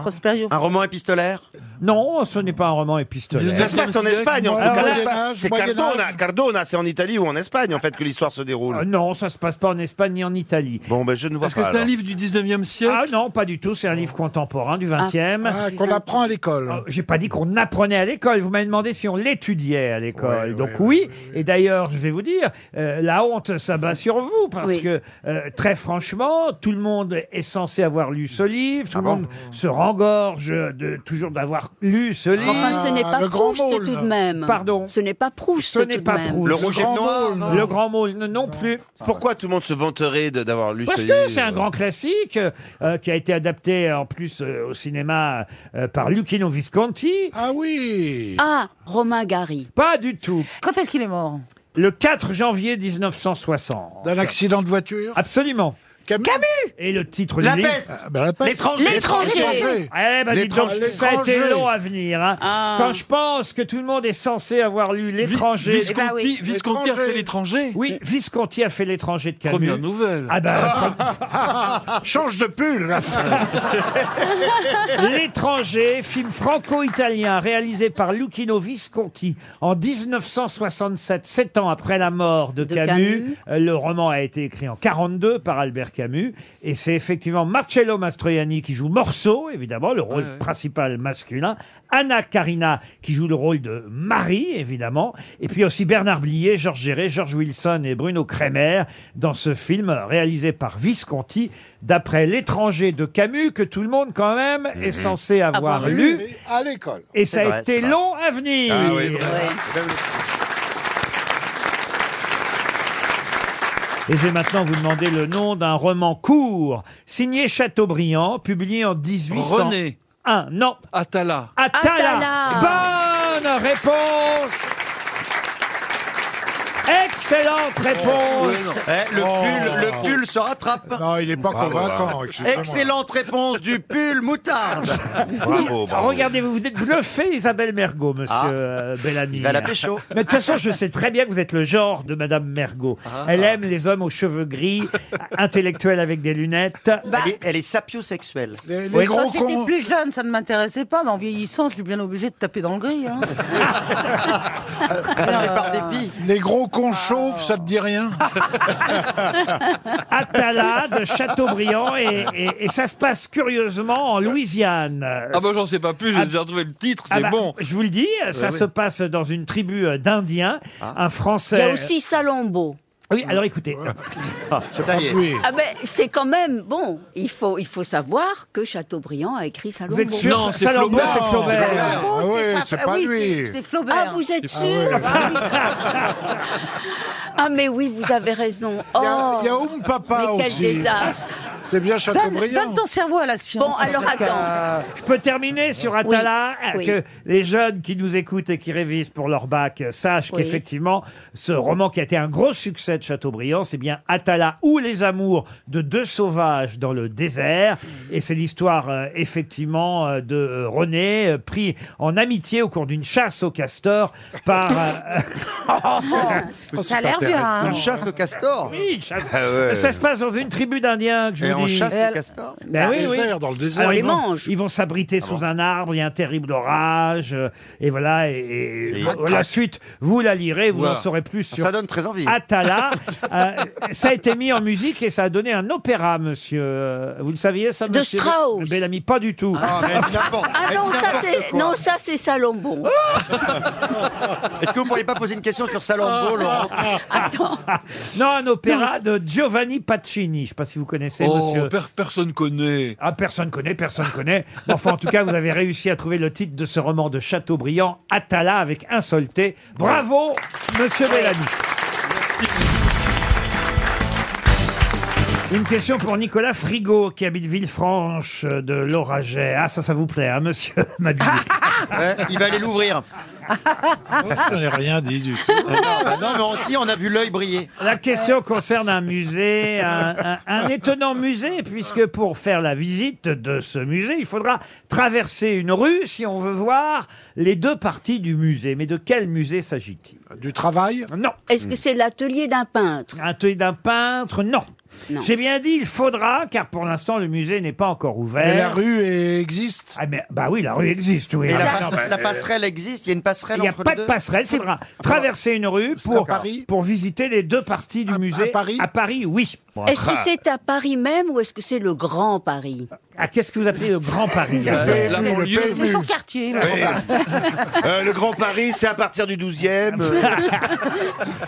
[SPEAKER 3] Prosperio.
[SPEAKER 5] Un roman épistolaire
[SPEAKER 2] Non, ce n'est pas un roman épistolaire.
[SPEAKER 7] Ça se passe en Espagne, en tout
[SPEAKER 2] Alors
[SPEAKER 7] cas.
[SPEAKER 2] là-
[SPEAKER 7] C'est Cardona, Cardona, c'est en Italie ou en Espagne, en fait, que l'histoire se déroule.
[SPEAKER 2] Euh, Non, ça se passe pas en Espagne ni en Italie.
[SPEAKER 7] Bon, ben je ne vois
[SPEAKER 2] Est-ce
[SPEAKER 7] pas.
[SPEAKER 2] que c'est un
[SPEAKER 7] alors.
[SPEAKER 2] livre du 19e siècle Ah non, pas du tout, c'est un livre contemporain du 20e.
[SPEAKER 4] Ah, qu'on apprend à l'école.
[SPEAKER 2] J'ai pas dit qu'on apprenait à l'école, vous m'avez demandé si on l'étudiait à l'école. Donc oui, et d'ailleurs, je vais vous dire, euh, la honte s'abat sur vous, parce
[SPEAKER 14] Oui.
[SPEAKER 2] que euh, très franchement, tout le monde est censé avoir lu ce livre, tout le monde se rengorge de toujours d'avoir lu ce livre. Ah,
[SPEAKER 9] Enfin, ce n'est pas Proust tout de même.
[SPEAKER 2] Pardon
[SPEAKER 9] Ce n'est pas Proust
[SPEAKER 2] Ce n'est
[SPEAKER 9] tout de
[SPEAKER 2] pas
[SPEAKER 9] même.
[SPEAKER 2] Proust.
[SPEAKER 7] Le Rouge et
[SPEAKER 2] Grand
[SPEAKER 7] Noir,
[SPEAKER 2] Môle,
[SPEAKER 7] non.
[SPEAKER 2] Le Grand Môle, non, non plus.
[SPEAKER 7] Pourquoi tout le monde se vanterait de- d'avoir lu
[SPEAKER 2] Parce
[SPEAKER 7] ce
[SPEAKER 2] que
[SPEAKER 7] livre
[SPEAKER 2] c'est un grand classique euh, qui a été adapté en plus euh, au cinéma euh, par Lucchino Visconti.
[SPEAKER 4] Ah oui
[SPEAKER 9] Ah, Romain Gary.
[SPEAKER 2] Pas du tout.
[SPEAKER 3] Quand est-ce qu'il est mort
[SPEAKER 2] Le 4 janvier 1960.
[SPEAKER 4] D'un accident de voiture
[SPEAKER 2] Absolument.
[SPEAKER 4] Camus,
[SPEAKER 2] Et le titre
[SPEAKER 4] La
[SPEAKER 2] du livre
[SPEAKER 4] peste. Ah, ben, la peste. L'étranger. L'étranger.
[SPEAKER 2] Eh ben, dites donc,
[SPEAKER 4] L'étranger.
[SPEAKER 2] ça a été
[SPEAKER 4] L'étranger.
[SPEAKER 2] long à venir. hein.
[SPEAKER 4] Ah.
[SPEAKER 5] <laughs>
[SPEAKER 2] Quand je pense que tout le monde est censé avoir lu L'étranger...
[SPEAKER 6] Visconti- Eh ben oui. Visconti a fait
[SPEAKER 2] L'étranger Oui, Visconti a fait L'étranger de Camus.
[SPEAKER 6] Première nouvelle. Ah.
[SPEAKER 2] Ah ben,
[SPEAKER 6] <laughs>
[SPEAKER 4] Change de pull
[SPEAKER 2] L'étranger, film franco-italien réalisé par Lucchino Visconti en 1967, sept ans après la mort de, Camus.
[SPEAKER 14] Camus.
[SPEAKER 2] Euh, Le roman a été écrit en 42 par Albert Camus et c'est effectivement Marcello Mastroianni qui joue Morceau, évidemment, le rôle
[SPEAKER 14] Ouais, ouais.
[SPEAKER 2] principal masculin, Anna Karina qui joue le rôle de Marie, évidemment, et puis aussi Bernard Blier, Georges Géret, Georges Wilson et Bruno Kremer dans ce film réalisé par Visconti d'après L'étranger de Camus que tout le monde quand même
[SPEAKER 4] Mhm.
[SPEAKER 2] est censé avoir, lu.
[SPEAKER 4] À l'école.
[SPEAKER 2] Et ça a été long à venir.
[SPEAKER 4] Ah oui, vraiment.
[SPEAKER 2] Et je vais maintenant vous demander le nom d'un roman court, signé Chateaubriand, publié en 1801.
[SPEAKER 6] René.
[SPEAKER 2] Ah, non.
[SPEAKER 6] Atala.
[SPEAKER 2] Atala. Bonne réponse. Excellente réponse.
[SPEAKER 5] Eh, le, pull, le pull se rattrape.
[SPEAKER 4] Non, il n'est pas convaincant, excusez-moi.
[SPEAKER 5] Excellente réponse du pull moutarde.
[SPEAKER 2] Oui, Regardez, vous vous êtes bluffé, Isabelle Mergot, monsieur
[SPEAKER 5] Ah.
[SPEAKER 2] euh, Bellamy.
[SPEAKER 5] Il va la pécho.
[SPEAKER 2] Mais de toute façon, je sais très bien que vous êtes le genre de Madame Mergot.
[SPEAKER 5] Ah,
[SPEAKER 2] Elle aime les hommes aux cheveux
[SPEAKER 5] <laughs>
[SPEAKER 2] gris, intellectuels avec des lunettes.
[SPEAKER 5] elle, est, elle est sapiosexuelle.
[SPEAKER 2] Oui.
[SPEAKER 3] Quand j'étais
[SPEAKER 2] <laughs>
[SPEAKER 3] plus jeune, ça ne m'intéressait pas, mais en vieillissant, je suis bien obligé de taper dans le gris. hein.
[SPEAKER 9] euh,
[SPEAKER 4] Les gros cons chauves, ça te dit rien
[SPEAKER 2] Atala de Chateaubriand et, et- et ça se passe curieusement en Louisiane.
[SPEAKER 6] Ah bah j'en sais pas plus, j'ai déjà trouvé le titre, c'est
[SPEAKER 2] Ah bah,
[SPEAKER 6] bon.
[SPEAKER 2] Je vous le dis, ça
[SPEAKER 6] Ouais,
[SPEAKER 2] se
[SPEAKER 6] ouais.
[SPEAKER 2] passe dans une tribu euh, d'Indiens,
[SPEAKER 6] Ah.
[SPEAKER 2] un
[SPEAKER 9] Il y
[SPEAKER 2] Français.
[SPEAKER 9] a aussi Salombo.
[SPEAKER 2] Oui, alors écoutez.
[SPEAKER 5] ça y est.
[SPEAKER 9] Ah ben, c'est quand même bon. Il faut, il faut savoir que Chateaubriand a écrit Salombo.
[SPEAKER 2] Vous êtes sûr Non, c'est Salombo, Flaubert. c'est Flaubert.
[SPEAKER 9] Salombo,
[SPEAKER 2] Ah oui, c'est pas
[SPEAKER 9] oui,
[SPEAKER 2] lui.
[SPEAKER 9] c'est- c'est Flaubert. Ah, vous êtes
[SPEAKER 2] Ah
[SPEAKER 9] sûr
[SPEAKER 2] oui.
[SPEAKER 9] ah, oui. Ah, mais oui, vous avez raison. Oh,
[SPEAKER 4] Il y a- il y a Oum Papa
[SPEAKER 9] mais quel
[SPEAKER 4] aussi.
[SPEAKER 9] désastre.
[SPEAKER 4] C'est bien
[SPEAKER 3] Donne,
[SPEAKER 4] Chateaubriand.
[SPEAKER 3] donne ton cerveau à la science.
[SPEAKER 9] Bon, alors,
[SPEAKER 3] Parce que,
[SPEAKER 9] attends.
[SPEAKER 3] euh,
[SPEAKER 2] Je peux terminer sur Atala,
[SPEAKER 3] Oui,
[SPEAKER 2] euh,
[SPEAKER 3] oui.
[SPEAKER 2] que les jeunes qui nous écoutent et qui révisent pour leur bac euh, sachent
[SPEAKER 14] Oui.
[SPEAKER 2] qu'effectivement, ce roman qui a été un gros succès de Chateaubriand, c'est bien Atala ou les amours de deux sauvages dans le désert. Et c'est l'histoire, euh, effectivement, euh, de euh, René, euh, pris en amitié au cours d'une chasse au castor par... <laughs>
[SPEAKER 12] oh, <laughs>
[SPEAKER 2] euh,
[SPEAKER 3] Ça a l'air bien, hein. Une
[SPEAKER 5] chasse au castor
[SPEAKER 2] Oui, une chasse.
[SPEAKER 5] Ah ouais.
[SPEAKER 2] Ça se passe dans une tribu d'Indiens, que je
[SPEAKER 5] Et
[SPEAKER 2] vous
[SPEAKER 5] on
[SPEAKER 2] dis.
[SPEAKER 5] chasse le castor
[SPEAKER 2] Ben
[SPEAKER 5] Dans
[SPEAKER 2] oui,
[SPEAKER 5] le
[SPEAKER 2] oui.
[SPEAKER 5] désert, dans le
[SPEAKER 2] Alors,
[SPEAKER 5] désert. On les
[SPEAKER 2] ils vont-
[SPEAKER 5] mange.
[SPEAKER 2] Ils vont s'abriter
[SPEAKER 5] Ah
[SPEAKER 2] sous un arbre, il y a un terrible orage, euh, et voilà. Et, et- euh, la suite, vous la lirez, vous
[SPEAKER 5] Voilà.
[SPEAKER 2] en saurez plus sur.
[SPEAKER 5] Ça donne très envie. <laughs>
[SPEAKER 2] Atala. Euh, ça a été mis en musique et ça a donné un opéra, monsieur. Euh, Vous le saviez, ça,
[SPEAKER 9] De
[SPEAKER 2] monsieur
[SPEAKER 9] Strauss.
[SPEAKER 2] Bellamy, pas du tout.
[SPEAKER 9] Ah non, ça c'est, non, ça c'est Salombo.
[SPEAKER 2] Ah.
[SPEAKER 5] Est-ce que vous pourriez pas poser une question sur Salombo, Laurent
[SPEAKER 9] Attends.
[SPEAKER 2] Non, un opéra de Giovanni Pacini. Je ne sais pas si vous connaissez,
[SPEAKER 6] Oh,
[SPEAKER 2] monsieur.
[SPEAKER 6] per- personne connaît.
[SPEAKER 2] Ah, personne connaît, personne connaît. Mais Enfin, en tout cas, vous avez réussi à trouver le titre de ce roman de Chateaubriand, Atala, avec un seul T. Bravo, monsieur Bellamy. Une question pour Nicolas Frigo, qui habite Villefranche euh, de l'Oraget. Ah, ça, ça vous plaît, hein, monsieur <laughs> Mabille
[SPEAKER 5] Eh, Il va aller l'ouvrir.
[SPEAKER 4] Je n'ai rien dit du tout.
[SPEAKER 5] Ah, non, mais on, si, on a vu l'œil briller.
[SPEAKER 2] La question concerne un musée, un, un- un étonnant musée, puisque pour faire la visite de ce musée, il faudra traverser une rue si on veut voir les deux parties du musée. Mais de quel musée s'agit-il
[SPEAKER 4] Du travail
[SPEAKER 2] Non.
[SPEAKER 9] Est-ce que c'est l'atelier d'un peintre
[SPEAKER 2] Un atelier d'un peintre Non. J'ai bien dit il faudra, car pour l'instant le musée n'est pas encore ouvert.
[SPEAKER 4] Mais la
[SPEAKER 2] rue existe ah, mais, Bah oui, la rue existe, oui.
[SPEAKER 5] Et la,
[SPEAKER 2] Ah,
[SPEAKER 5] la-
[SPEAKER 2] non, mais-
[SPEAKER 5] la passerelle existe, il y a une passerelle
[SPEAKER 2] Il n'y a
[SPEAKER 5] entre
[SPEAKER 2] pas
[SPEAKER 5] les
[SPEAKER 2] de
[SPEAKER 5] deux.
[SPEAKER 2] passerelle, il faudra traverser une rue pour,
[SPEAKER 5] Paris
[SPEAKER 2] pour visiter les deux parties du musée. À Paris À Paris, oui.
[SPEAKER 9] Est-ce que c'est à Paris même ou est-ce que c'est le Grand Paris
[SPEAKER 2] Ah, qu'est-ce que vous appelez le Grand Paris
[SPEAKER 9] Euh, la
[SPEAKER 2] Le
[SPEAKER 9] banlieue.
[SPEAKER 2] PMU.
[SPEAKER 9] C'est son quartier, le Grand Paris.
[SPEAKER 7] Euh, le Grand Paris, c'est à partir du
[SPEAKER 2] <laughs>
[SPEAKER 7] 12e. euh.
[SPEAKER 2] <laughs>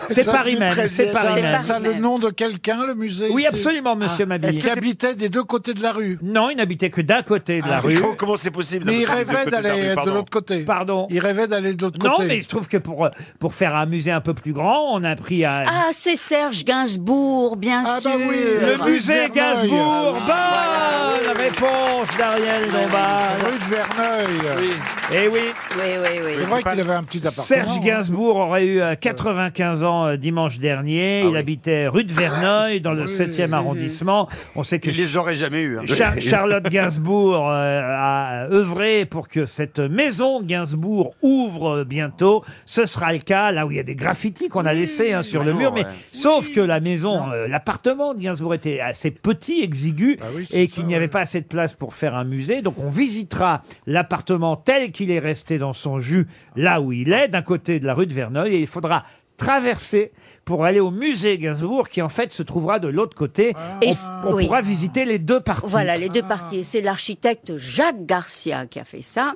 [SPEAKER 2] C'est Paris même, c'est
[SPEAKER 4] ça,
[SPEAKER 2] Paris même.
[SPEAKER 4] Ça, le nom de quelqu'un, le musée
[SPEAKER 2] Oui,
[SPEAKER 4] c'est-
[SPEAKER 2] absolument, monsieur
[SPEAKER 4] Ah.
[SPEAKER 2] Mabille.
[SPEAKER 4] Est-ce qu'il habitait des deux côtés de la rue
[SPEAKER 2] Non, il n'habitait que d'un côté de la
[SPEAKER 4] Ah,
[SPEAKER 2] rue.
[SPEAKER 4] mais
[SPEAKER 7] comment c'est possible
[SPEAKER 4] Mais il rêvait d'aller de l'autre côté.
[SPEAKER 2] Pardon.
[SPEAKER 4] Il rêvait d'aller de l'autre
[SPEAKER 2] Non,
[SPEAKER 4] côté.
[SPEAKER 2] mais il se trouve que pour, euh, pour faire un musée un peu plus grand, on a pris Ah, bah un...
[SPEAKER 9] Ah, c'est Serge Gainsbourg, bien sûr. euh,
[SPEAKER 2] le musée Gainsbourg. Bonne réponse d'Ariel Dombal.
[SPEAKER 4] Rue de Verneuil.
[SPEAKER 2] Eh oui.
[SPEAKER 9] Oui, oui, oui.
[SPEAKER 4] C'est vrai qu'il avait un petit appartement. hein.
[SPEAKER 2] Serge Gainsbourg aurait eu euh, 95 ans euh, dimanche dernier.
[SPEAKER 4] Ah
[SPEAKER 2] il habitait rue de Verneuil, dans le 7e arrondissement. On sait que
[SPEAKER 5] Il les aurait jamais eu. hein. <laughs>
[SPEAKER 2] Char- Charlotte Gainsbourg euh, a œuvré pour que cette maison Gainsbourg ouvre euh, bientôt. Ce sera le cas là où il y a des graffitis qu'on a laissés hein, sur le mur, mais
[SPEAKER 5] ouais.
[SPEAKER 2] sauf que la maison, euh, l'appartement de Gainsbourg était assez petit, exigu, et qu'il n'y avait pas assez de place pour faire un musée. Donc on visitera l'appartement tel qu'il est resté dans son jus, là où il est, d'un côté de la rue de Verneuil, et il faudra traverser pour aller au musée Gainsbourg qui en fait se trouvera de l'autre côté.
[SPEAKER 9] Et
[SPEAKER 2] On-
[SPEAKER 9] c-
[SPEAKER 2] on
[SPEAKER 9] oui.
[SPEAKER 2] pourra visiter les deux parties.
[SPEAKER 9] Voilà, les deux parties. C'est l'architecte Jacques Garcia qui a fait ça.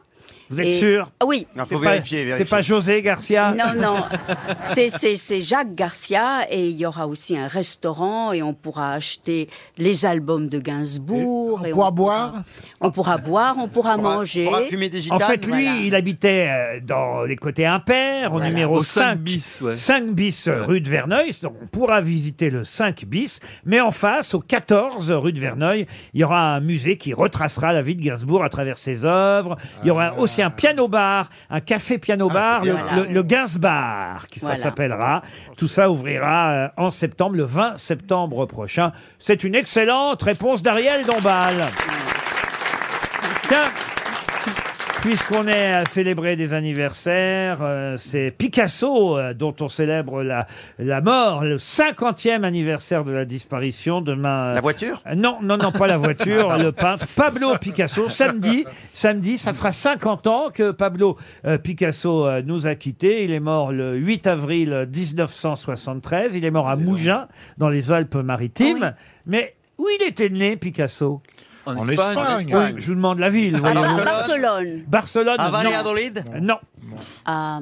[SPEAKER 2] Vous êtes
[SPEAKER 9] Et-
[SPEAKER 2] sûr
[SPEAKER 9] Ah Oui.
[SPEAKER 5] Non,
[SPEAKER 2] C'est
[SPEAKER 5] faut
[SPEAKER 2] pas-
[SPEAKER 5] vérifier, vérifier.
[SPEAKER 2] C'est pas José Garcia
[SPEAKER 9] Non, non. C'est- C'est c'est Jacques Garcia et il y aura aussi un restaurant et on pourra acheter les albums de Gainsbourg. Et on, pourra boire On pourra boire, on pourra manger.
[SPEAKER 5] pourra fumer des
[SPEAKER 2] En fait, lui, il habitait euh, dans les côtés impairs, au
[SPEAKER 6] Voilà.
[SPEAKER 2] numéro
[SPEAKER 6] Au
[SPEAKER 2] 5,
[SPEAKER 6] 5 bis, ouais.
[SPEAKER 2] 5 bis, euh, rue de Verneuil. Donc, on pourra visiter le 5 bis. Mais en face, au 14 rue de Verneuil, il y aura un musée qui retracera la vie de Gainsbourg à travers ses œuvres. Il y aura aussi un piano-bar, un café-piano-bar,
[SPEAKER 5] c'est
[SPEAKER 2] le,
[SPEAKER 5] bien.
[SPEAKER 2] le- le Gainsbar, qui ça
[SPEAKER 9] Voilà.
[SPEAKER 2] s'appellera. Tout ça ouvrira euh, en septembre, le 20 septembre prochain. C'est une excellente réponse d'Ariel Dombal. Tiens, Puisqu'on est à célébrer des anniversaires, euh, c'est Picasso euh, dont on célèbre la, la mort, le 50e anniversaire de la disparition demain.
[SPEAKER 5] La voiture
[SPEAKER 2] Euh, Non, non, non, pas la voiture, le peintre Pablo Picasso. Samedi, samedi, ça fera 50 ans que Pablo euh, Picasso euh, nous a quittés. Il est mort le 8 avril 1973. Il est mort à Mougins, dans les Alpes-Maritimes. Mais où il était né, Picasso
[SPEAKER 6] En,
[SPEAKER 4] Espagne. Espagne.
[SPEAKER 2] Oui, je vous demande la ville.
[SPEAKER 9] À
[SPEAKER 2] voyez-vous.
[SPEAKER 9] Barcelone. <laughs>
[SPEAKER 2] Barcelone.
[SPEAKER 5] À
[SPEAKER 2] non.
[SPEAKER 5] Valladolid
[SPEAKER 2] Non.
[SPEAKER 9] Ah,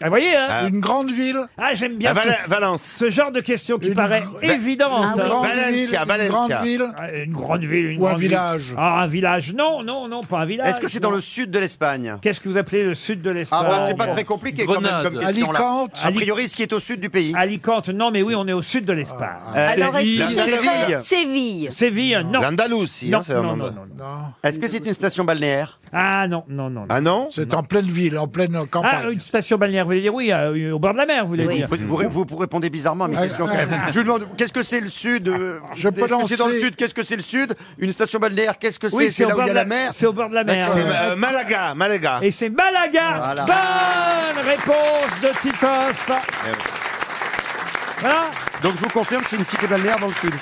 [SPEAKER 2] Ah, vous voyez, hein
[SPEAKER 4] Une grande ville.
[SPEAKER 2] Ah, j'aime bien
[SPEAKER 7] Ah, Vala-
[SPEAKER 2] ce,
[SPEAKER 7] Valence.
[SPEAKER 2] ce genre de question qui paraît évidente.
[SPEAKER 9] Ah oui.
[SPEAKER 4] Bah, Grande
[SPEAKER 7] Valencia,
[SPEAKER 4] ville, une
[SPEAKER 7] Valencia.
[SPEAKER 4] grande ville.
[SPEAKER 2] Ah, Une grande ville, une
[SPEAKER 4] Ou un
[SPEAKER 2] grande ville.
[SPEAKER 4] village.
[SPEAKER 2] Ah, un village. Non, non, non, pas un village.
[SPEAKER 5] Est-ce que c'est dans
[SPEAKER 2] non.
[SPEAKER 5] le sud de l'espagne
[SPEAKER 2] Qu'est-ce que vous appelez le sud de l'Espagne
[SPEAKER 5] Ah bah, c'est pas très compliqué quand même
[SPEAKER 6] Grenade.
[SPEAKER 5] comme question là.
[SPEAKER 4] Alicante.
[SPEAKER 5] A priori, ce qui est au sud du pays.
[SPEAKER 2] Alicante, non, mais oui, on est au sud de l'Espagne.
[SPEAKER 12] Ah.
[SPEAKER 5] Euh,
[SPEAKER 9] Alors, est-ce
[SPEAKER 5] la
[SPEAKER 9] que ce serait
[SPEAKER 5] Séville.
[SPEAKER 9] Séville
[SPEAKER 2] Séville, non.
[SPEAKER 7] L'Andalousie,
[SPEAKER 2] Non,
[SPEAKER 7] hein, c'est
[SPEAKER 2] non,
[SPEAKER 7] un
[SPEAKER 2] non,
[SPEAKER 7] endroit.
[SPEAKER 2] non, non.
[SPEAKER 4] Non.
[SPEAKER 5] Est-ce que c'est une station balnéaire
[SPEAKER 2] Ah non, non, non. non.
[SPEAKER 7] Ah non
[SPEAKER 4] C'est en pleine ville, en pleine
[SPEAKER 2] Ah,
[SPEAKER 4] campagne.
[SPEAKER 2] une station balnéaire, vous voulez dire oui, euh, au bord de la mer, vous voulez
[SPEAKER 9] Oui.
[SPEAKER 2] dire.
[SPEAKER 5] vous, vous- vous- vous répondez bizarrement à mes
[SPEAKER 4] Ah,
[SPEAKER 5] questions quand
[SPEAKER 4] ah,
[SPEAKER 5] même. Je vous demande, qu'est-ce que c'est le sud euh,
[SPEAKER 4] Je peux
[SPEAKER 5] est-ce que c'est dans le
[SPEAKER 4] lancer-
[SPEAKER 5] sud Qu'est-ce que c'est le sud Une station balnéaire, qu'est-ce que c'est
[SPEAKER 2] Oui,
[SPEAKER 5] C'est
[SPEAKER 2] c'est au
[SPEAKER 5] là où
[SPEAKER 2] bord
[SPEAKER 5] il y a
[SPEAKER 2] de
[SPEAKER 5] la mer
[SPEAKER 2] C'est au bord de la mer.
[SPEAKER 7] C'est
[SPEAKER 6] Ah,
[SPEAKER 7] euh, Malaga, Malaga.
[SPEAKER 2] Et c'est Malaga.
[SPEAKER 5] Voilà.
[SPEAKER 2] Bonne réponse de
[SPEAKER 7] Euh,
[SPEAKER 2] Titoff. Voilà.
[SPEAKER 5] Donc je vous confirme, c'est une cité balnéaire dans le sud.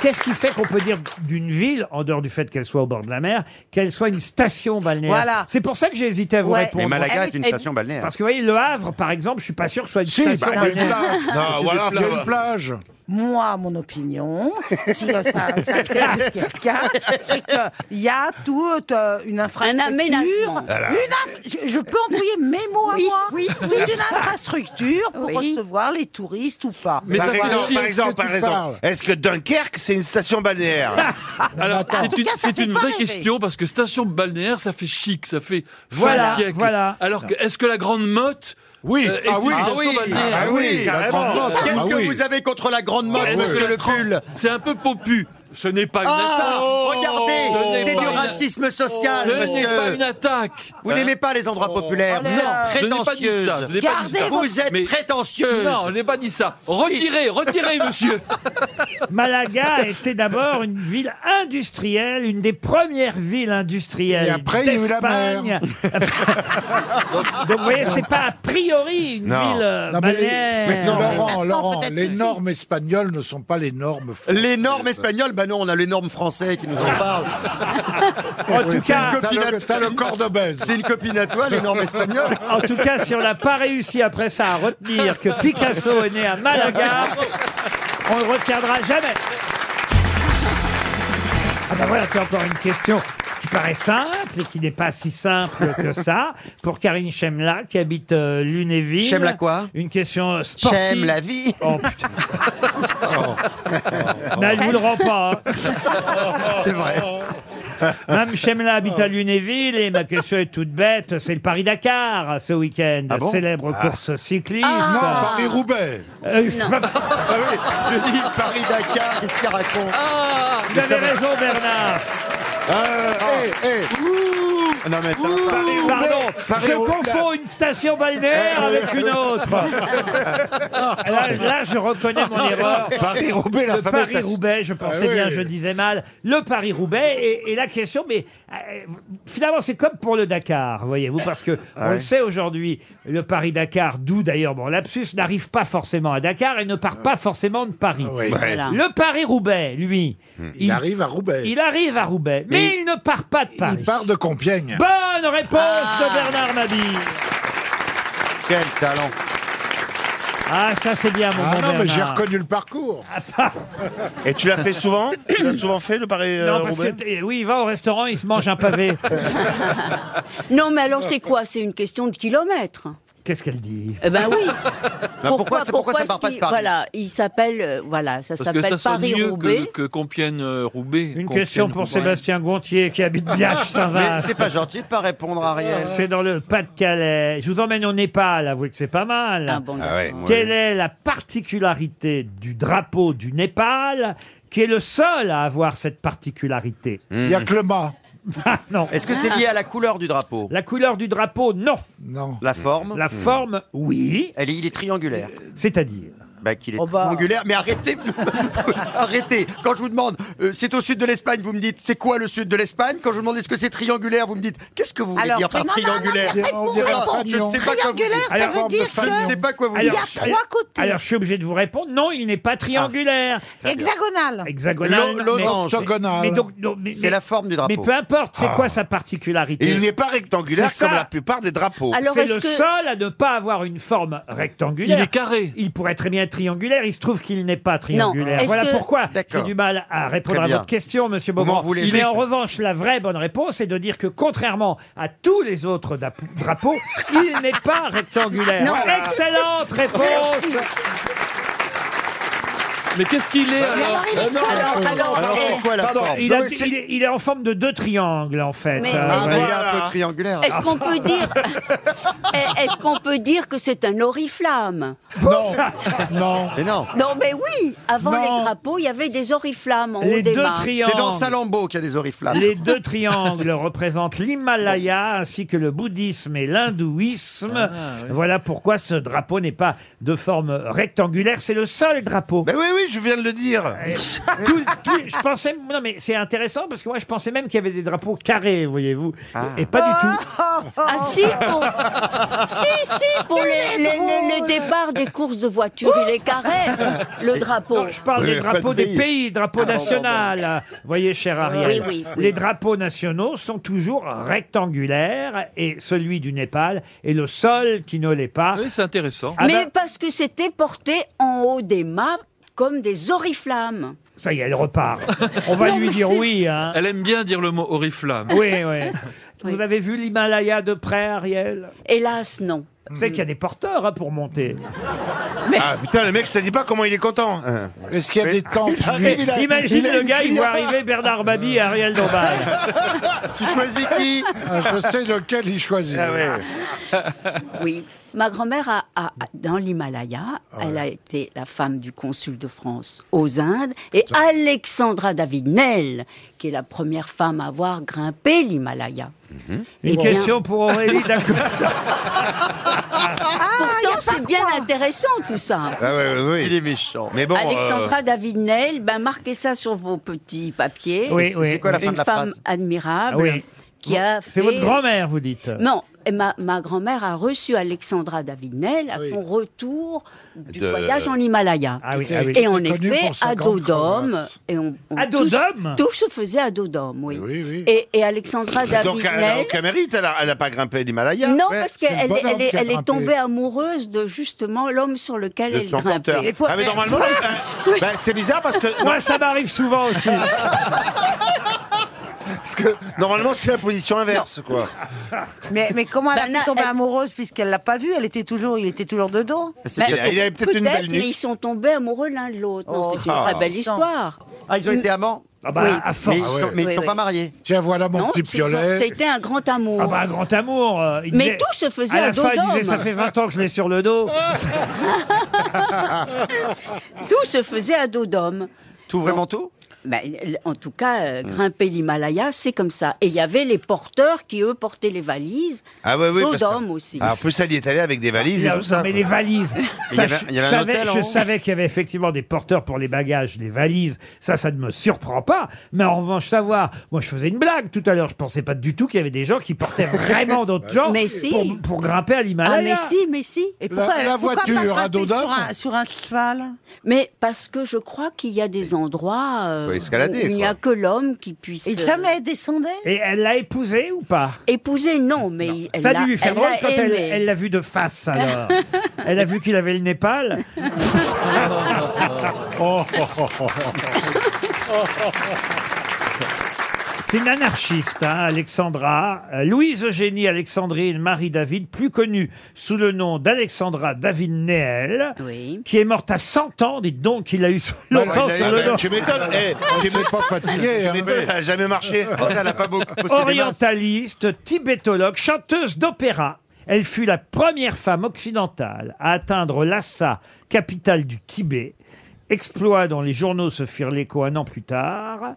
[SPEAKER 2] Qu'est-ce qui fait qu'on peut dire d'une ville, en dehors du fait qu'elle soit au bord de la mer, qu'elle soit une station balnéaire
[SPEAKER 3] Voilà.
[SPEAKER 2] C'est pour ça que j'ai hésité à vous
[SPEAKER 3] Ouais.
[SPEAKER 5] Mais
[SPEAKER 2] répondre.
[SPEAKER 5] Malaga
[SPEAKER 9] Eh
[SPEAKER 5] est une
[SPEAKER 9] oui,
[SPEAKER 5] station balnéaire.
[SPEAKER 2] Parce que vous voyez, Le Havre, par exemple, je suis pas sûr que ce soit une
[SPEAKER 4] Si,
[SPEAKER 2] station
[SPEAKER 4] bah, il y a une
[SPEAKER 2] balnéaire.
[SPEAKER 4] plage.
[SPEAKER 7] Non, voilà,
[SPEAKER 4] Il y a
[SPEAKER 7] voilà.
[SPEAKER 4] une plage.
[SPEAKER 3] Moi, mon
[SPEAKER 7] <laughs>
[SPEAKER 3] opinion, si euh, ça, ça intéresse quelqu'un, c'est qu'il y a toute euh, une infrastructure.
[SPEAKER 9] aménagement.
[SPEAKER 3] Une inf- je, je peux employer mes mots à
[SPEAKER 9] Oui,
[SPEAKER 3] moi.
[SPEAKER 9] oui.
[SPEAKER 3] Toute une infrastructure pour
[SPEAKER 9] Oui.
[SPEAKER 3] recevoir les touristes ou pas.
[SPEAKER 6] Mais
[SPEAKER 7] Par
[SPEAKER 6] ça
[SPEAKER 7] exemple,
[SPEAKER 6] suffit.
[SPEAKER 7] par exemple,
[SPEAKER 4] que tu
[SPEAKER 7] par exemple,
[SPEAKER 4] parles
[SPEAKER 7] est-ce que Dunkerque, c'est une station balnéaire
[SPEAKER 6] Ah, Alors,
[SPEAKER 3] Bah, En
[SPEAKER 6] c'est
[SPEAKER 3] tout
[SPEAKER 6] une,
[SPEAKER 3] cas, ça
[SPEAKER 6] c'est
[SPEAKER 3] fait
[SPEAKER 6] une
[SPEAKER 3] pas
[SPEAKER 6] vraie
[SPEAKER 3] rêver.
[SPEAKER 6] question parce que station balnéaire, ça fait chic, ça fait fin
[SPEAKER 2] Voilà,
[SPEAKER 6] de siècle.
[SPEAKER 2] voilà.
[SPEAKER 6] Alors, que, est-ce que la Grande Motte
[SPEAKER 4] Oui,
[SPEAKER 6] euh, est
[SPEAKER 4] ah
[SPEAKER 6] une
[SPEAKER 4] oui,
[SPEAKER 6] station balnéaire
[SPEAKER 4] ah oui,
[SPEAKER 5] carrément.
[SPEAKER 4] la grande motte,
[SPEAKER 5] Qu'est-ce
[SPEAKER 4] ah
[SPEAKER 5] que
[SPEAKER 4] oui.
[SPEAKER 5] vous avez contre la grande mode,
[SPEAKER 6] Est-ce que
[SPEAKER 5] monsieur
[SPEAKER 6] la
[SPEAKER 5] le
[SPEAKER 6] Grande-
[SPEAKER 5] pull
[SPEAKER 6] C'est un peu popu. Ce n'est pas une attaque.
[SPEAKER 5] Ah,
[SPEAKER 6] Ce
[SPEAKER 5] regardez,
[SPEAKER 6] n'est
[SPEAKER 5] c'est
[SPEAKER 6] pas
[SPEAKER 5] du
[SPEAKER 6] une-
[SPEAKER 5] racisme social.
[SPEAKER 6] Ce n'est
[SPEAKER 5] monsieur.
[SPEAKER 6] pas une attaque. Oh.
[SPEAKER 5] Vous n'aimez pas les endroits populaires. Vous êtes
[SPEAKER 6] je n'ai pas dit
[SPEAKER 5] Euh, prétentieuse.
[SPEAKER 6] ça, je n'ai pas dit ça.
[SPEAKER 5] Vous êtes
[SPEAKER 6] Mais-
[SPEAKER 5] prétentieuse.
[SPEAKER 6] Non, je n'ai pas dit ça. Retirez, retirez,
[SPEAKER 5] <laughs>
[SPEAKER 6] monsieur.
[SPEAKER 2] Malaga était d'abord une ville industrielle, une des premières villes industrielles.
[SPEAKER 4] Et après, il y a eu la
[SPEAKER 2] d'Espagne.
[SPEAKER 4] mer.
[SPEAKER 2] <laughs> Donc vous voyez, c'est pas a priori une ville euh,
[SPEAKER 4] Non, mais les-
[SPEAKER 2] balnéaire.
[SPEAKER 4] mais non, Laurent, Laurent, les normes espagnoles ne sont pas les normes françaises.
[SPEAKER 5] Les normes espagnoles, bah non, on a les normes français qui nous en parlent.
[SPEAKER 2] En tout
[SPEAKER 5] c'est
[SPEAKER 2] cas-
[SPEAKER 5] une copine à-
[SPEAKER 4] T'as le- t'as le Cordobès.
[SPEAKER 5] C'est une copine à toi, les normes espagnoles.
[SPEAKER 2] En tout cas, si on n'a pas réussi après ça à retenir que Picasso est né
[SPEAKER 12] <laughs>
[SPEAKER 2] à Malaga, on ne retiendra jamais. Ah ben voilà, c'est encore une question qui paraît simple et qui n'est pas si simple
[SPEAKER 5] <laughs>
[SPEAKER 2] que ça. Pour Karine Chemla, qui habite euh, Lunéville.
[SPEAKER 5] Chemla quoi
[SPEAKER 2] Une question sportive.
[SPEAKER 5] Chem la vie. Oh.
[SPEAKER 2] Oh putain. Mais elle vous le rend pas. hein.
[SPEAKER 5] C'est vrai.
[SPEAKER 2] Oh, Mme Chemla habite à Lunéville et ma question est toute bête. C'est le Paris-Dakar ce week-end,
[SPEAKER 5] Ah bon
[SPEAKER 2] célèbre
[SPEAKER 5] Ah.
[SPEAKER 2] course cycliste.
[SPEAKER 4] Non, Paris-Roubaix.
[SPEAKER 2] Euh,
[SPEAKER 5] Ah oui, je dis Paris-Dakar, qu'est-ce qu'il raconte
[SPEAKER 2] Vous avez raison, Bernard.
[SPEAKER 5] Euh, eh, eh. Non mais ça va pas.
[SPEAKER 2] Pardon,
[SPEAKER 5] Paris
[SPEAKER 2] je
[SPEAKER 5] Euh, au-
[SPEAKER 2] confonds une station balnéaire avec une autre. Là, là, je reconnais mon erreur.
[SPEAKER 5] Paris-Roubaix, euh. la
[SPEAKER 2] Le
[SPEAKER 5] fameuse station.
[SPEAKER 2] Paris-Roubaix, je pensais
[SPEAKER 4] Ah oui.
[SPEAKER 2] bien, je disais mal. Le Paris-Roubaix et, et la question, mais euh, finalement, c'est comme pour le Dakar, voyez-vous, parce que on le
[SPEAKER 5] ouais.
[SPEAKER 2] sait aujourd'hui, le Paris-Dakar, d'où d'ailleurs mon lapsus, n'arrive pas forcément à Dakar et ne part pas forcément de Paris.
[SPEAKER 4] Ah oui.
[SPEAKER 9] Voilà.
[SPEAKER 2] Le Paris-Roubaix, lui,
[SPEAKER 4] Hmm. Il arrive à Roubaix.
[SPEAKER 2] il arrive à Roubaix, mais il ne part pas de Paris.
[SPEAKER 4] Il part de Compiègne. Ah.
[SPEAKER 2] Bonne réponse de Bernard Mabille.
[SPEAKER 5] Quel talent.
[SPEAKER 2] Ah, ça c'est bien, mon
[SPEAKER 4] Ah
[SPEAKER 2] bon
[SPEAKER 4] non, mais j'ai
[SPEAKER 2] Bernard. Ah,
[SPEAKER 4] reconnu le parcours. Euh,
[SPEAKER 7] Et tu l'as fait souvent Tu l'as souvent fait, le euh,
[SPEAKER 2] Non, parce
[SPEAKER 7] Paris-Roubaix
[SPEAKER 2] que eh, oui, il va au restaurant, il se mange
[SPEAKER 4] <laughs>
[SPEAKER 2] un pavé.
[SPEAKER 9] Non, mais alors c'est quoi C'est une question de kilomètres.
[SPEAKER 2] Qu'est-ce qu'elle dit
[SPEAKER 9] Eh ben oui.
[SPEAKER 5] Bah, pourquoi- c'est pourquoi ça
[SPEAKER 9] est-ce
[SPEAKER 5] part pas de
[SPEAKER 9] qu'il-
[SPEAKER 5] Paris
[SPEAKER 9] Voilà, il s'appelle euh, voilà, ça
[SPEAKER 6] Parce que
[SPEAKER 9] s'appelle
[SPEAKER 6] ça sonne
[SPEAKER 9] Paris
[SPEAKER 6] mieux
[SPEAKER 9] Roubaix.
[SPEAKER 6] que, que euh, Compiègne-Roubaix.
[SPEAKER 2] Une question pour Sébastien Gontier qui habite Biache, ça va.
[SPEAKER 5] Mais c'est pas gentil de pas répondre à rien.
[SPEAKER 2] C'est dans le Pas-de-Calais. Je vous emmène au Népal, avouez que c'est pas mal.
[SPEAKER 9] Ah bon,
[SPEAKER 7] Ah ouais.
[SPEAKER 9] d'accord.
[SPEAKER 2] Quelle est la particularité du drapeau du Népal qui est le seul à avoir cette particularité
[SPEAKER 4] Il y a que le mât.
[SPEAKER 2] <laughs> Ah non.
[SPEAKER 5] Est-ce que c'est lié à la couleur du drapeau
[SPEAKER 2] La couleur du drapeau, non.
[SPEAKER 4] Non.
[SPEAKER 5] La forme
[SPEAKER 2] La forme, oui.
[SPEAKER 5] Elle est, il est triangulaire.
[SPEAKER 2] C'est-à-dire
[SPEAKER 5] Bah qu'il est
[SPEAKER 3] Oh bah.
[SPEAKER 5] triangulaire, mais arrêtez Arrêtez Quand je vous demande, euh, c'est au sud de l'Espagne, vous me dites, c'est quoi le sud de l'Espagne Quand je vous demande, est-ce que c'est triangulaire, vous me dites, qu'est-ce que vous voulez
[SPEAKER 3] Alors,
[SPEAKER 5] dire par
[SPEAKER 3] non, non, non,
[SPEAKER 5] triangulaire
[SPEAKER 3] mais
[SPEAKER 4] On dirait
[SPEAKER 5] Alors,
[SPEAKER 4] un
[SPEAKER 5] Je ne
[SPEAKER 4] fanion.
[SPEAKER 5] sais pas quoi vous dites.
[SPEAKER 3] Triangulaire, ça
[SPEAKER 4] Alors,
[SPEAKER 3] veut dire
[SPEAKER 4] forme de
[SPEAKER 5] Je ne sais
[SPEAKER 3] que
[SPEAKER 5] pas quoi vous
[SPEAKER 3] il y a
[SPEAKER 5] dire.
[SPEAKER 3] trois côtés.
[SPEAKER 2] Alors, je suis obligé de vous répondre, non, il n'est pas triangulaire.
[SPEAKER 3] Hexagonal.
[SPEAKER 2] Hexagonal.
[SPEAKER 5] Lo-
[SPEAKER 2] mais-
[SPEAKER 5] losange.
[SPEAKER 4] Octogonal.
[SPEAKER 2] Mais donc, non, mais-
[SPEAKER 5] C'est
[SPEAKER 2] mais-
[SPEAKER 5] la forme du
[SPEAKER 2] Mais
[SPEAKER 5] drapeau. Ah.
[SPEAKER 2] peu importe, c'est quoi sa particularité
[SPEAKER 7] Et il n'est pas rectangulaire
[SPEAKER 2] C'est ça.
[SPEAKER 7] comme la plupart des drapeaux.
[SPEAKER 9] Alors
[SPEAKER 2] C'est le
[SPEAKER 9] est-ce que
[SPEAKER 2] seul à ne pas avoir une forme
[SPEAKER 6] Il
[SPEAKER 2] rectangulaire.
[SPEAKER 6] est carré.
[SPEAKER 2] Il pourrait très bien être triangulaire, il se trouve qu'il n'est pas triangulaire.
[SPEAKER 9] est-ce
[SPEAKER 2] Voilà
[SPEAKER 9] que-
[SPEAKER 2] pourquoi j'ai
[SPEAKER 5] D'accord.
[SPEAKER 2] du mal à répondre
[SPEAKER 5] Très
[SPEAKER 2] à
[SPEAKER 5] bien.
[SPEAKER 2] votre question, monsieur
[SPEAKER 5] Vous
[SPEAKER 2] Beaumont.
[SPEAKER 5] m'en voulez,
[SPEAKER 2] Mais
[SPEAKER 5] mais
[SPEAKER 2] en
[SPEAKER 5] ça-
[SPEAKER 2] revanche, la vraie bonne réponse est de dire que contrairement à tous les autres dap- drapeaux, il n'est pas rectangulaire.
[SPEAKER 9] Non.
[SPEAKER 2] Voilà. Excellente réponse
[SPEAKER 6] Mais qu'est-ce qu'il est
[SPEAKER 3] Mais
[SPEAKER 6] alors
[SPEAKER 3] alors, il est seul.
[SPEAKER 9] alors, alors,
[SPEAKER 5] Ah Alors
[SPEAKER 9] eh,
[SPEAKER 5] c'est quoi la
[SPEAKER 7] Pardon,
[SPEAKER 5] forme
[SPEAKER 2] il, a-
[SPEAKER 5] Donc, c'est-
[SPEAKER 2] il est, il est en forme de deux triangles, en fait.
[SPEAKER 9] Mais-
[SPEAKER 2] Euh,
[SPEAKER 9] Mais-
[SPEAKER 5] Ah,
[SPEAKER 2] voilà.
[SPEAKER 5] bah, il est
[SPEAKER 7] Voilà.
[SPEAKER 5] un peu triangulaire.
[SPEAKER 9] est-ce qu'on peut dire
[SPEAKER 2] <laughs>
[SPEAKER 9] Eh, est-ce qu'on peut dire que c'est un oriflamme
[SPEAKER 4] Non. Non.
[SPEAKER 5] Mais non
[SPEAKER 9] Non, mais oui, avant
[SPEAKER 4] Non.
[SPEAKER 9] les drapeaux, il y avait des oriflammes en haut
[SPEAKER 2] les
[SPEAKER 9] des
[SPEAKER 2] deux
[SPEAKER 9] mâts.
[SPEAKER 2] triangles.
[SPEAKER 5] C'est dans Salambo qu'il y a des oriflammes.
[SPEAKER 2] Les deux triangles représentent l'Himalaya ainsi que le bouddhisme et l'hindouisme.
[SPEAKER 5] Ah,
[SPEAKER 2] Voilà pourquoi ce drapeau n'est pas de forme rectangulaire. C'est le seul drapeau.
[SPEAKER 7] Ben oui, oui, je viens de le dire.
[SPEAKER 2] Tout- tout- je pensais, non mais c'est intéressant parce que moi je pensais même qu'il y avait des drapeaux carrés, voyez-vous, et pas du tout.
[SPEAKER 9] Ah
[SPEAKER 2] Oh.
[SPEAKER 9] si, pour, si, si, pour les, les- les- les départs des courses de voitures, il est carré, le drapeau.
[SPEAKER 2] Non, je parle
[SPEAKER 5] Oui,
[SPEAKER 2] des
[SPEAKER 5] y a pas
[SPEAKER 2] drapeaux
[SPEAKER 5] de
[SPEAKER 2] des
[SPEAKER 5] pays. Ah,
[SPEAKER 2] pays, drapeaux national. Voyez, cher Ariel.
[SPEAKER 9] Oui, oui, oui.
[SPEAKER 2] Les drapeaux nationaux sont toujours rectangulaires et celui du Népal est le seul qui ne l'est pas.
[SPEAKER 6] Oui, c'est intéressant.
[SPEAKER 2] Ah
[SPEAKER 9] Mais
[SPEAKER 2] ben-
[SPEAKER 9] parce que c'était porté en haut des mâts comme des oriflammes.
[SPEAKER 2] Ça y est, elle repart. On va
[SPEAKER 9] Non,
[SPEAKER 2] lui
[SPEAKER 9] mais
[SPEAKER 2] dire
[SPEAKER 9] c'est-
[SPEAKER 2] oui. Hein.
[SPEAKER 6] Elle aime bien dire le mot oriflamme.
[SPEAKER 2] Oui, oui. Vous
[SPEAKER 9] <laughs> Oui.
[SPEAKER 2] avez vu l'Himalaya de près, Ariel
[SPEAKER 9] Hélas, non.
[SPEAKER 2] Vous savez qu'il y a des porteurs hein, pour monter.
[SPEAKER 7] Ah putain, le mec, je te dis pas comment il est content. Hein.
[SPEAKER 4] Est-ce qu'il y a des temples
[SPEAKER 5] arrive,
[SPEAKER 4] juifs
[SPEAKER 5] il a-
[SPEAKER 2] Imagine
[SPEAKER 5] il a
[SPEAKER 2] le
[SPEAKER 5] une
[SPEAKER 2] gars, il voit
[SPEAKER 5] cuillère.
[SPEAKER 2] arriver Bernard Babi et Ariel Dombal.
[SPEAKER 9] <laughs>
[SPEAKER 5] Tu choisis qui
[SPEAKER 2] Ah,
[SPEAKER 4] Ah, Je sais lequel il choisit.
[SPEAKER 7] Ah ouais.
[SPEAKER 9] Oui. Ah Ma grand-mère, a, a- a- dans l'Himalaya, elle a été la femme du consul de France aux Indes. Et Alexandra David-Nel, qui est la première femme à avoir grimpé l'Himalaya. <laughs>
[SPEAKER 2] Une
[SPEAKER 9] Eh bien-
[SPEAKER 2] question pour Aurélie Dacosta.
[SPEAKER 9] Ah, Pourtant, c'est bien intéressant tout ça.
[SPEAKER 7] Ah ouais, ouais, ouais. Il est méchant. Mais bon,
[SPEAKER 9] Alexandra
[SPEAKER 7] euh,
[SPEAKER 9] David-Nel, ben, marquez ça sur vos petits papiers.
[SPEAKER 2] Oui,
[SPEAKER 9] C'est-
[SPEAKER 2] oui.
[SPEAKER 9] C'est quoi la fin
[SPEAKER 2] Une
[SPEAKER 9] de la
[SPEAKER 2] femme
[SPEAKER 9] phrase admirable
[SPEAKER 2] Ah Oui.
[SPEAKER 9] Ah qui a
[SPEAKER 2] C'est
[SPEAKER 9] fait-
[SPEAKER 2] votre grand-mère, vous dites.
[SPEAKER 9] Non, et ma, ma grand-mère a reçu Alexandra David-Nel à son retour du
[SPEAKER 12] Ah
[SPEAKER 2] De-
[SPEAKER 9] voyage en Himalaya.
[SPEAKER 2] Ah oui,
[SPEAKER 9] et
[SPEAKER 2] ah oui.
[SPEAKER 9] en
[SPEAKER 2] Elle était connue
[SPEAKER 9] effet,
[SPEAKER 2] pour sa
[SPEAKER 9] à
[SPEAKER 2] grande
[SPEAKER 9] dos d'homme.
[SPEAKER 2] controverse.
[SPEAKER 9] et on- on-
[SPEAKER 2] À dos
[SPEAKER 9] tout-
[SPEAKER 2] d'homme
[SPEAKER 9] Tout se faisait à dos d'homme, oui. <laughs> Et, et Alexandra
[SPEAKER 7] euh, donc elle n'a
[SPEAKER 9] David-Nel...
[SPEAKER 7] aucun mérite, elle a- elle n'a pas grimpé l'Himalaya.
[SPEAKER 9] Non, parce qu'elle elle,
[SPEAKER 7] est
[SPEAKER 9] est, elle est tombée amoureuse de justement l'homme sur lequel
[SPEAKER 7] de
[SPEAKER 9] elle
[SPEAKER 7] son
[SPEAKER 9] grimpait.
[SPEAKER 7] porteur. Ah, mais normalement,
[SPEAKER 9] <laughs>
[SPEAKER 7] ben, ben, c'est bizarre parce que.
[SPEAKER 2] Moi, ça m'arrive souvent aussi.
[SPEAKER 5] Ah,
[SPEAKER 7] parce que normalement, c'est la position inverse, quoi.
[SPEAKER 3] Mais, mais comment elle a
[SPEAKER 9] Bah,
[SPEAKER 3] pu tomber amoureuse puisqu'elle l'a pas vu Elle était toujours, il était toujours de dos.
[SPEAKER 9] Mais Bah, mais ils sont tombés amoureux l'un de l'autre. Non,
[SPEAKER 3] Oh,
[SPEAKER 9] c'est une
[SPEAKER 3] ah.
[SPEAKER 9] très belle histoire.
[SPEAKER 5] Ah, ils ont été amants
[SPEAKER 2] Ah bah, à force.
[SPEAKER 5] Mais ils ne sont, mais ils
[SPEAKER 9] Oui,
[SPEAKER 5] sont
[SPEAKER 9] oui.
[SPEAKER 5] pas mariés.
[SPEAKER 4] Tiens, voilà
[SPEAKER 9] Non, c'est- C'était un grand amour.
[SPEAKER 2] Ah bah, un grand amour. euh, il
[SPEAKER 9] Mais
[SPEAKER 2] disait-
[SPEAKER 9] tout se faisait
[SPEAKER 2] à
[SPEAKER 9] à
[SPEAKER 2] la
[SPEAKER 9] dos
[SPEAKER 2] fin, il disait,
[SPEAKER 9] d'homme.
[SPEAKER 2] ça fait 20 ans que je l'ai sur le dos.
[SPEAKER 9] tout se faisait à dos d'homme.
[SPEAKER 5] Tout, vraiment tout
[SPEAKER 9] Ben, l- en tout cas, euh, grimper l'Himalaya, c'est comme ça. Et il y avait les porteurs qui, eux, portaient les valises.
[SPEAKER 7] Ah ouais, oui.
[SPEAKER 9] dos
[SPEAKER 7] parce que-
[SPEAKER 9] d'homme aussi.
[SPEAKER 7] Ah, en plus, elle y est allée avec des valises et
[SPEAKER 2] Non,
[SPEAKER 7] tout ça.
[SPEAKER 2] Ah, mais
[SPEAKER 7] quoi.
[SPEAKER 2] les valises.
[SPEAKER 7] Il y
[SPEAKER 2] ça,
[SPEAKER 7] avait-
[SPEAKER 2] je
[SPEAKER 7] il y avait un
[SPEAKER 2] savais-
[SPEAKER 7] hôtel en
[SPEAKER 2] je
[SPEAKER 7] haut.
[SPEAKER 2] savais qu'il y avait effectivement des porteurs pour les bagages, les valises. Ça, ça ne me surprend pas. Mais en revanche, savoir. Moi, je faisais une blague tout à l'heure. Je pensais pas du tout qu'il y avait des gens qui portaient vraiment d'autres gens
[SPEAKER 9] Mais si.
[SPEAKER 2] pour, pour grimper à l'Himalaya.
[SPEAKER 9] Ah, mais si, mais si.
[SPEAKER 3] Et pourquoi elle- pourquoi pas grimper
[SPEAKER 2] d'homme
[SPEAKER 3] sur un, sur un cheval
[SPEAKER 9] Mais parce que je crois qu'il y a des endroits euh,
[SPEAKER 7] Faut escalader,
[SPEAKER 9] où il n'y a que l'homme qui puisse.
[SPEAKER 3] Et
[SPEAKER 9] euh,
[SPEAKER 3] jamais elle descendait
[SPEAKER 2] Et elle l'a épousé ou pas
[SPEAKER 9] Épouser, non, mais elle
[SPEAKER 2] Ça a
[SPEAKER 9] l'a-
[SPEAKER 2] dû lui faire
[SPEAKER 9] elle
[SPEAKER 2] mal
[SPEAKER 9] l'a
[SPEAKER 2] quand elle-
[SPEAKER 9] aimé.
[SPEAKER 2] elle l'a vu
[SPEAKER 9] <laughs>
[SPEAKER 2] de face, alors. elle a vu qu'il avait le Népal. <laughs> Oh. C'est une anarchiste, hein, Alexandra. Euh, Louise Eugénie Alexandrine Marie David, plus connue sous le nom d'Alexandra David Néel, qui est morte à 100 ans. Dites donc qu'il a eu longtemps
[SPEAKER 7] Ah,
[SPEAKER 2] sur
[SPEAKER 7] ben,
[SPEAKER 2] le dos.
[SPEAKER 7] Tu m'étonnes. <laughs> eh, tu m'étonnes. Tu m'étonnes, Elle n'a jamais <laughs> marché. hein. Oh, Elle n'a pas beaucoup possédé des masses.
[SPEAKER 2] Orientaliste, tibétologue, chanteuse d'opéra. Elle fut la première femme occidentale à atteindre Lhasa, capitale du Tibet. Exploit dont les journaux se firent l'écho un an plus tard.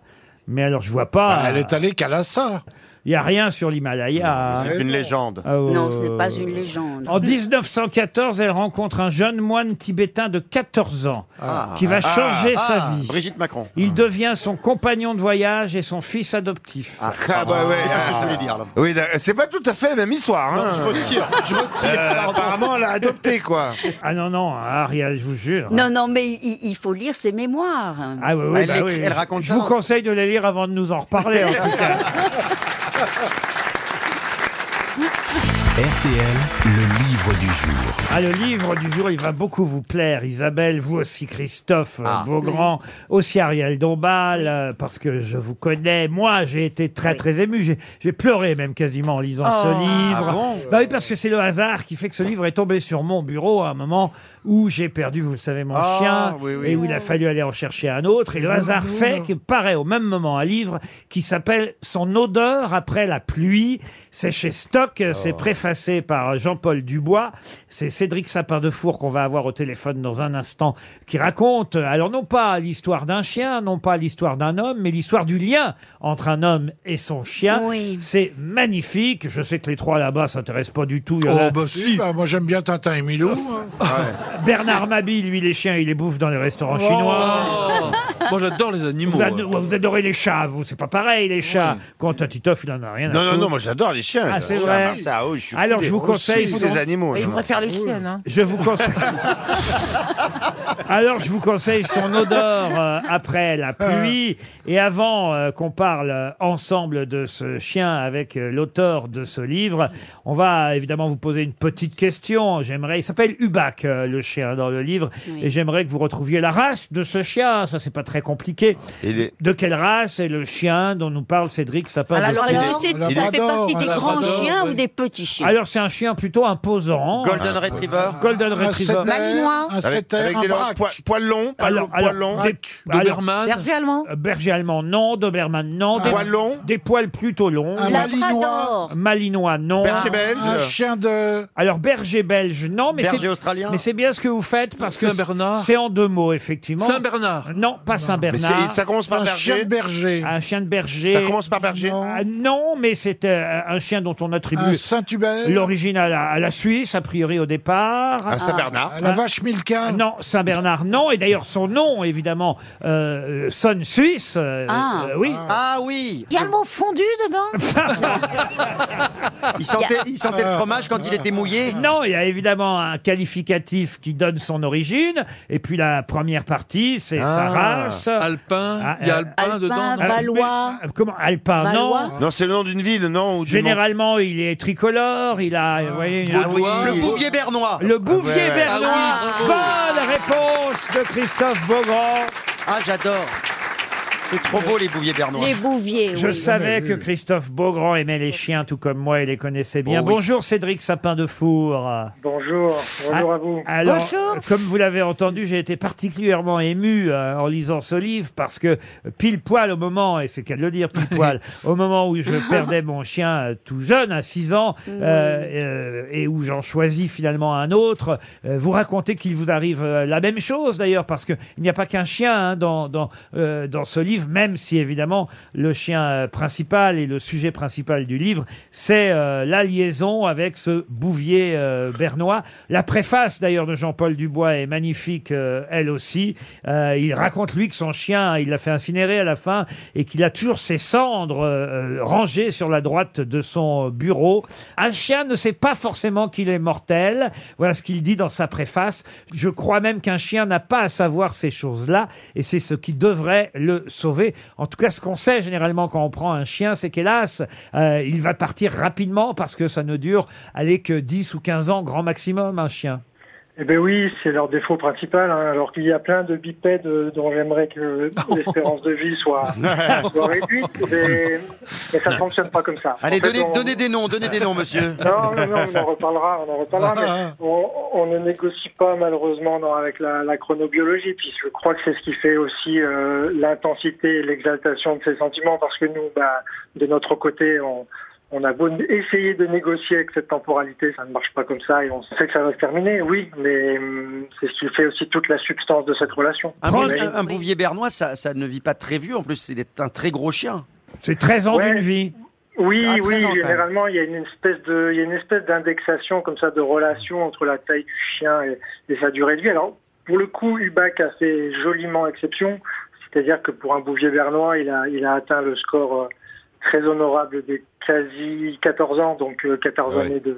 [SPEAKER 2] Mais alors, je vois pas.
[SPEAKER 4] Elle est allée qu'à Lhasa.
[SPEAKER 2] Il n'y a rien sur l'Himalaya.
[SPEAKER 5] C'est une légende.
[SPEAKER 2] Ah, ouais.
[SPEAKER 9] Non, ce n'est pas une légende.
[SPEAKER 2] En 1914, elle rencontre un jeune moine tibétain de 14 ans qui va
[SPEAKER 5] Ah,
[SPEAKER 2] changer
[SPEAKER 5] ah,
[SPEAKER 2] sa vie.
[SPEAKER 5] Brigitte Macron.
[SPEAKER 2] Il devient son compagnon de voyage et son fils adoptif.
[SPEAKER 5] Ah,
[SPEAKER 7] Ah, bah ouais.
[SPEAKER 5] c'est bien ce que je
[SPEAKER 7] ah.
[SPEAKER 5] voulais dire, là.
[SPEAKER 7] Oui, d'ac- c'est pas tout à fait la même histoire. hein.
[SPEAKER 5] Je retire, je retire.
[SPEAKER 7] Euh, apparemment, elle a adopté, quoi.
[SPEAKER 2] Ah non, non, Ariel, je vous jure.
[SPEAKER 9] Non, non, mais il, il faut lire ses mémoires.
[SPEAKER 2] Ah oui, oui,
[SPEAKER 5] Elle
[SPEAKER 2] bah
[SPEAKER 5] l'écrit-
[SPEAKER 2] oui.
[SPEAKER 5] elle raconte
[SPEAKER 2] Je
[SPEAKER 5] ça
[SPEAKER 2] vous
[SPEAKER 5] dans-
[SPEAKER 2] conseille de les lire avant de nous en reparler,
[SPEAKER 5] <laughs>
[SPEAKER 2] en tout cas.
[SPEAKER 1] RTL, le livre du jour.
[SPEAKER 2] Ah, le livre du jour, il va beaucoup vous plaire, Isabelle, vous aussi, Christophe euh,
[SPEAKER 5] Ah.
[SPEAKER 2] Beaugrand, aussi Ariel Dombal, euh, parce que je vous connais. Moi, j'ai été très, très ému. J'ai- J'ai pleuré même quasiment en lisant ce
[SPEAKER 5] Oh.
[SPEAKER 2] livre.
[SPEAKER 5] Ah bon
[SPEAKER 2] bah oui, parce que c'est le hasard qui fait que ce livre est tombé sur mon bureau à un moment où j'ai perdu, vous le savez, mon
[SPEAKER 5] Ah,
[SPEAKER 2] chien,
[SPEAKER 5] oui, Oh, oui.
[SPEAKER 2] et où il a fallu aller en chercher un autre. Et le hasard fait que paraît au même moment un livre qui s'appelle Son odeur après la pluie. C'est chez Stock, euh, c'est
[SPEAKER 4] Oh.
[SPEAKER 2] préfacé par Jean-Paul Dubois. C'est Cédric Sapin de Four qu'on va avoir au téléphone dans un instant qui raconte, euh, alors non pas l'histoire d'un chien, non pas l'histoire d'un homme, mais l'histoire du lien entre un homme et son chien.
[SPEAKER 9] Oui.
[SPEAKER 2] C'est magnifique. Je sais que les trois là-bas s'intéressent pas du tout. Il y en a-
[SPEAKER 4] Oh, bah si. Bah, moi, j'aime bien Tintin et Milou. hein.
[SPEAKER 2] Bernard Mabille, lui, les chiens, il les bouffe dans les restaurants chinois.
[SPEAKER 6] Oh. Moi, j'adore les animaux.
[SPEAKER 2] Vous, ado- vous adorez les chats, vous. C'est pas pareil, les chats. Quant à Titoff, il en a rien à
[SPEAKER 7] Non, non,
[SPEAKER 2] foutre.
[SPEAKER 7] non, moi j'adore les chiens.
[SPEAKER 2] Ah, c'est
[SPEAKER 7] J'adore
[SPEAKER 2] vrai.
[SPEAKER 7] faire ça, oh, je suis
[SPEAKER 2] Alors,
[SPEAKER 7] fou
[SPEAKER 2] je
[SPEAKER 7] des-
[SPEAKER 2] vous conseille-
[SPEAKER 7] fou des animaux. Ah
[SPEAKER 3] Mais je
[SPEAKER 7] j'adore.
[SPEAKER 3] préfère les chiennes. Hein.
[SPEAKER 2] Je vous conseille. Alors, je vous conseille son odeur euh, après la pluie. Et avant euh, qu'on parle euh, ensemble de ce chien avec euh, l'auteur de ce livre, on va évidemment vous poser une petite question. J'aimerais. Il s'appelle Ubac, euh, le chien dans le livre.
[SPEAKER 9] Oui.
[SPEAKER 2] Et j'aimerais que vous retrouviez la race de ce chien. ça c'est pas très compliqué. De quelle race est le chien dont nous parle Cédric Sapin
[SPEAKER 9] Alors,
[SPEAKER 2] de Fou
[SPEAKER 9] est-ce que c'est- ça fait partie des grands chiens ou des petits chiens
[SPEAKER 2] Alors c'est un chien plutôt imposant.
[SPEAKER 5] Golden Retriever.
[SPEAKER 2] Golden
[SPEAKER 5] Ah. Un
[SPEAKER 2] Retriever.
[SPEAKER 5] setter, Malinois. un
[SPEAKER 2] Avec-
[SPEAKER 5] setter,
[SPEAKER 2] avec
[SPEAKER 5] un
[SPEAKER 2] des longs-
[SPEAKER 5] braque.
[SPEAKER 2] poil- poil long, poil
[SPEAKER 5] Alors,
[SPEAKER 2] long, poil
[SPEAKER 5] alors,
[SPEAKER 2] long.
[SPEAKER 5] braque.
[SPEAKER 2] alors,
[SPEAKER 5] Doberman.
[SPEAKER 3] Berger allemand
[SPEAKER 2] Euh, Berger allemand, non. Doberman, non. Des,
[SPEAKER 5] Poil long
[SPEAKER 2] Des poils plutôt longs.
[SPEAKER 4] Un Labrador. Malinois.
[SPEAKER 2] Malinois, non.
[SPEAKER 4] Berger belge. Un chien
[SPEAKER 2] de... Alors, berger belge, non. Mais
[SPEAKER 4] Berger
[SPEAKER 2] c'est-
[SPEAKER 4] australien.
[SPEAKER 2] Mais c'est bien ce que vous faites parce que
[SPEAKER 6] Saint-Bernard.
[SPEAKER 2] c'est en deux mots, effectivement.
[SPEAKER 6] Saint-Bernard.
[SPEAKER 2] Non, pas Saint-Bernard.
[SPEAKER 7] c'est- ça commence par Un berger. chien de
[SPEAKER 2] berger. Un chien de berger.
[SPEAKER 7] Ça commence par berger.
[SPEAKER 2] Ah, non, mais c'est euh, un chien dont on
[SPEAKER 4] Un
[SPEAKER 2] attribue
[SPEAKER 4] Saint-Hubert.
[SPEAKER 2] l'origine à, la- à la Suisse, a priori au départ.
[SPEAKER 4] Un Saint-Bernard. Ah, la vache
[SPEAKER 2] Milka. Non, Saint-Bernard, non. Et d'ailleurs, son nom, évidemment, euh, sonne suisse. euh,
[SPEAKER 3] Ah.
[SPEAKER 2] euh, oui.
[SPEAKER 5] Ah oui.
[SPEAKER 3] Il y a le mot fondu dedans
[SPEAKER 2] <laughs>
[SPEAKER 5] Il sentait,
[SPEAKER 3] Ah.
[SPEAKER 5] il sentait le fromage quand il était mouillé.
[SPEAKER 2] Non, il y a évidemment un qualificatif qui donne son origine. Et puis la première partie, c'est sa
[SPEAKER 6] Ah.
[SPEAKER 2] race.
[SPEAKER 6] Alpin,
[SPEAKER 2] Ah,
[SPEAKER 6] il y a
[SPEAKER 2] euh,
[SPEAKER 6] Alpin, dedans. non
[SPEAKER 2] Euh, mais, euh, Comment Alpin, non.
[SPEAKER 7] Non, c'est le nom d'une ville, non ou du
[SPEAKER 2] Généralement, il est tricolore, il a... vous voyez, une-
[SPEAKER 7] Ah oui. Le bouvier
[SPEAKER 5] bernois.
[SPEAKER 2] Le bouvier
[SPEAKER 7] Ah ouais, ouais.
[SPEAKER 2] bernois.
[SPEAKER 5] Ah oui,
[SPEAKER 2] Bonne réponse de Christophe Beaugrand.
[SPEAKER 5] Ah, j'adore. C'est trop beau, les bouviers bernois.
[SPEAKER 9] Les bouviers,
[SPEAKER 2] Je
[SPEAKER 9] oui.
[SPEAKER 2] savais que Christophe Beaugrand aimait les chiens tout comme moi et les connaissait bien.
[SPEAKER 14] Oh oui.
[SPEAKER 2] Bonjour Cédric Sapin de Four.
[SPEAKER 14] Bonjour, bonjour à vous.
[SPEAKER 2] Alors, euh, <laughs> comme vous l'avez entendu, j'ai été particulièrement ému euh, en lisant ce livre parce que euh, pile poil au moment, et c'est qu'à le dire, pile poil, au moment où je perdais mon chien euh, tout jeune, à 6 ans, euh,
[SPEAKER 14] Mm.
[SPEAKER 2] euh, et où j'en choisis finalement un autre, euh, vous racontez qu'il vous arrive euh, la même chose d'ailleurs parce qu'il n'y a pas qu'un chien hein, dans, dans, euh, dans ce livre, même si évidemment le chien euh, principal et le sujet principal du livre, c'est euh, la liaison avec ce bouvier euh, bernois. La préface d'ailleurs de Jean-Paul Dubois est magnifique, euh, elle aussi. Euh, il raconte lui que son chien, il l'a fait incinérer à la fin et qu'il a toujours ses cendres euh, euh, rangées sur la droite de son bureau. Un chien ne sait pas forcément qu'il est mortel. Voilà ce qu'il dit dans sa préface. Je crois même qu'un chien n'a pas à savoir ces choses-là et c'est ce qui devrait le sauver. En tout cas, ce qu'on sait généralement quand on prend un chien, c'est qu'hélas, euh, il va partir rapidement parce que ça ne dure allez, que 10 ou 15 ans grand maximum un chien.
[SPEAKER 14] Eh ben oui, c'est leur défaut principal. hein, alors qu'il y a plein de bipèdes euh, dont j'aimerais que l'espérance de vie soit, soit réduite, mais, mais ça ne fonctionne pas comme ça.
[SPEAKER 5] Allez,
[SPEAKER 14] En fait,
[SPEAKER 5] donnez,
[SPEAKER 14] on-
[SPEAKER 5] donnez des noms, donnez des noms, monsieur.
[SPEAKER 14] Non, non, non, on en reparlera, on en reparlera, mais on, on ne négocie pas malheureusement dans- avec la, la chronobiologie, puis je crois que c'est ce qui fait aussi euh, l'intensité et l'exaltation de ces sentiments, parce que nous, bah, de notre côté, on, on a beau essayer de négocier avec cette temporalité, ça ne marche pas comme ça, et on sait que ça va se terminer, oui, mais hum, c'est ce qui fait aussi toute la substance de cette relation.
[SPEAKER 5] Un, bouvier- un bouvier bernois, ça, ça ne vit pas très vieux. En plus, c'est un très gros chien.
[SPEAKER 2] C'est 13 ans
[SPEAKER 14] Ouais.
[SPEAKER 2] d'une vie.
[SPEAKER 14] Oui,
[SPEAKER 5] Ah,
[SPEAKER 14] oui,
[SPEAKER 5] très longtemps.
[SPEAKER 14] généralement il y a une espèce de, il y a une espèce d'indexation comme ça de relation entre la taille du chien et, et sa durée de vie. Alors pour le coup, Hubac a fait joliment exception, c'est-à-dire que pour un bouvier bernois, il a, il a atteint le score euh, très honorable des quasi 14 ans, donc euh, 14 années de,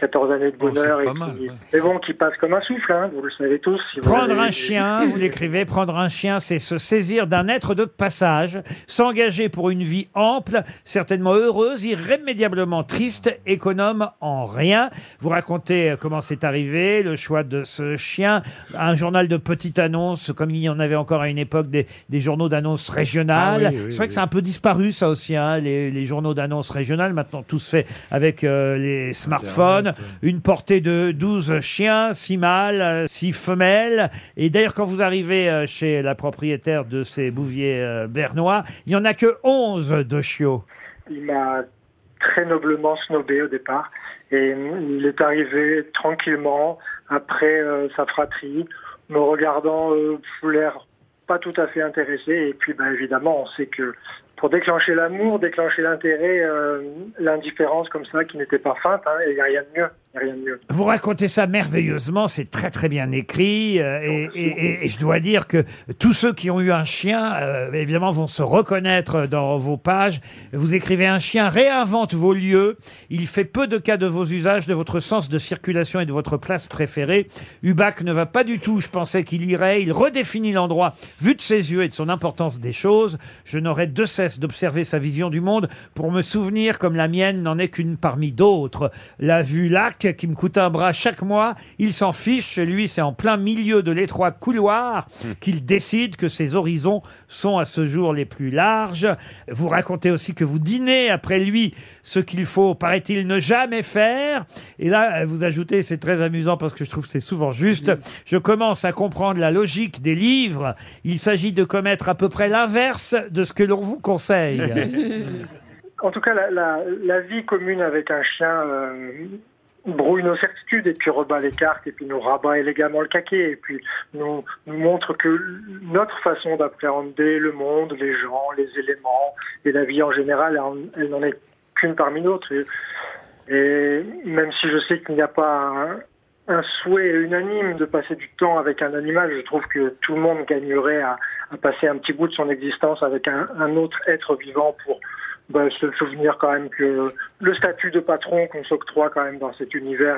[SPEAKER 14] 14 années de bonheur et qui- mais bon, qui passe comme un souffle, hein, vous le savez tous. si vous
[SPEAKER 2] Prendre
[SPEAKER 14] avez-
[SPEAKER 2] un chien, vous l'écrivez, prendre un chien, c'est se saisir d'un être de passage, s'engager pour une vie ample, certainement heureuse, irrémédiablement triste, économe en rien. Vous racontez euh, comment c'est arrivé, le choix de ce chien, un journal de petite annonce, comme il y en avait encore à une époque des, des journaux d'annonces régionales.
[SPEAKER 14] Ah oui, oui,
[SPEAKER 2] c'est vrai
[SPEAKER 14] oui.
[SPEAKER 2] que c'est un peu disparu ça aussi, hein, les, les journaux d'annonces régionales, maintenant tout se fait avec euh, les smartphones. Une portée de 12 chiens, 6 mâles, 6 femelles. Et d'ailleurs, quand vous arrivez euh, chez la propriétaire de ces bouviers euh, bernois, il n'y en a que 11 de chiots.
[SPEAKER 14] Il m'a très noblement snobé au départ. Et il est arrivé tranquillement, après euh, sa fratrie, me regardant euh, sous l'air pas tout à fait intéressé. Et puis, ben, évidemment, on sait que pour déclencher l'amour, déclencher l'intérêt, euh, l'indifférence comme ça, qui n'était pas feinte, hein, il n'y a rien de mieux. Il y a rien de mieux.
[SPEAKER 2] Vous racontez ça merveilleusement, c'est très très bien écrit, euh, et, et- et- et je dois dire que tous ceux qui ont eu un chien, euh, évidemment, vont se reconnaître dans vos pages. Vous écrivez un chien réinvente vos lieux, il fait peu de cas de vos usages, de votre sens de circulation et de votre place préférée. Hubac ne va pas du tout, je pensais qu'il irait, il redéfinit l'endroit vu de ses yeux et de son importance des choses. Je n'aurai de cesse d'observer sa vision du monde pour me souvenir comme la mienne n'en est qu'une parmi d'autres. La vue lac Eric qui me coûte un bras chaque mois. Il s'en fiche. Chez lui, c'est en plein milieu de l'étroit couloir qu'il décide que ses horizons sont à ce jour les plus larges. Vous racontez aussi que vous dînez après lui ce qu'il faut, paraît-il, ne jamais faire. Et là, vous ajoutez, c'est très amusant parce que je trouve que c'est souvent juste. Je commence à comprendre la logique des livres. Il s'agit de commettre à peu près l'inverse de ce que l'on
[SPEAKER 14] <laughs>
[SPEAKER 2] vous conseille.
[SPEAKER 14] En tout cas, la, la- la vie commune avec un chien euh, brouille nos certitudes et puis rebat les cartes et puis nous rabat élégamment le caquet et puis nous, nous montre que notre façon d'appréhender le monde, les gens, les éléments et la vie en général, elle, elle n'en est qu'une parmi d'autres. Et, et même si je sais qu'il n'y a pas un, un souhait unanime de passer du temps avec un animal, je trouve que tout le monde gagnerait à, à passer un petit bout de son existence avec un- un autre être vivant pour bah, se souvenir quand même que le statut de patron qu'on s'octroie quand même dans cet univers,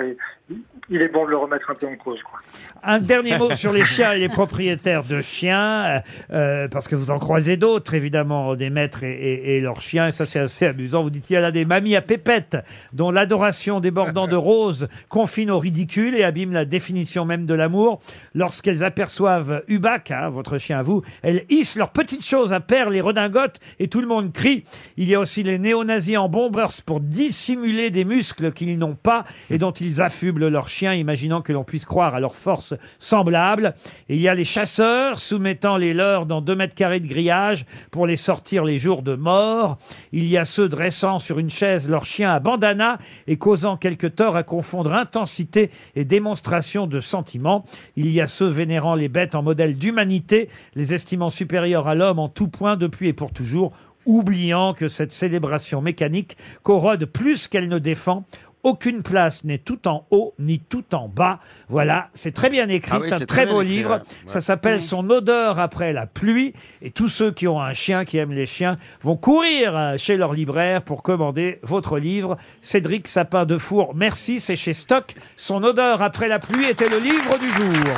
[SPEAKER 14] il, il est bon de le remettre un peu en cause. Quoi.
[SPEAKER 2] Un dernier mot sur les chiens et les propriétaires de chiens, euh, euh, parce que vous en croisez d'autres, évidemment, des maîtres et, et- et leurs chiens, et ça c'est assez amusant. Vous dites, il y en a des mamies à pépettes, dont l'adoration débordant de roses confine au ridicule et abîme la définition même de l'amour. Lorsqu'elles aperçoivent Hubac, hein, votre chien à vous, elles hissent leurs petites choses à pair, les redingotes, et tout le monde crie. Il y a aussi les néo-nazis en bombers pour dissimuler des muscles qu'ils n'ont pas et dont ils affublent leurs chiens, imaginant que l'on puisse croire à leurs forces semblables. Et il y a les chasseurs soumettant les leurs dans deux mètres carrés de grillage pour les sortir les jours de mort. Il y a ceux dressant sur une chaise leurs chiens à bandana et causant quelque tort à confondre intensité et démonstration de sentiments. Il y a ceux vénérant les bêtes en modèle d'humanité, les estimant supérieurs à l'homme en tout point depuis et pour toujours oubliant que cette célébration mécanique corrode plus qu'elle ne défend. Aucune place n'est tout en haut ni tout en bas. Voilà, c'est très bien écrit,
[SPEAKER 5] Ah oui,
[SPEAKER 2] c'est un
[SPEAKER 5] c'est
[SPEAKER 2] très
[SPEAKER 5] très
[SPEAKER 2] beau
[SPEAKER 5] bien écrit,
[SPEAKER 2] livre.
[SPEAKER 5] ouais.
[SPEAKER 2] Ça s'appelle Son odeur après la pluie. Et tous ceux qui ont un chien, qui aiment les chiens, vont courir euh, chez leur libraire pour commander votre livre. Cédric Sapin de Four, merci, c'est chez Stock. Son odeur après la pluie était le livre du jour.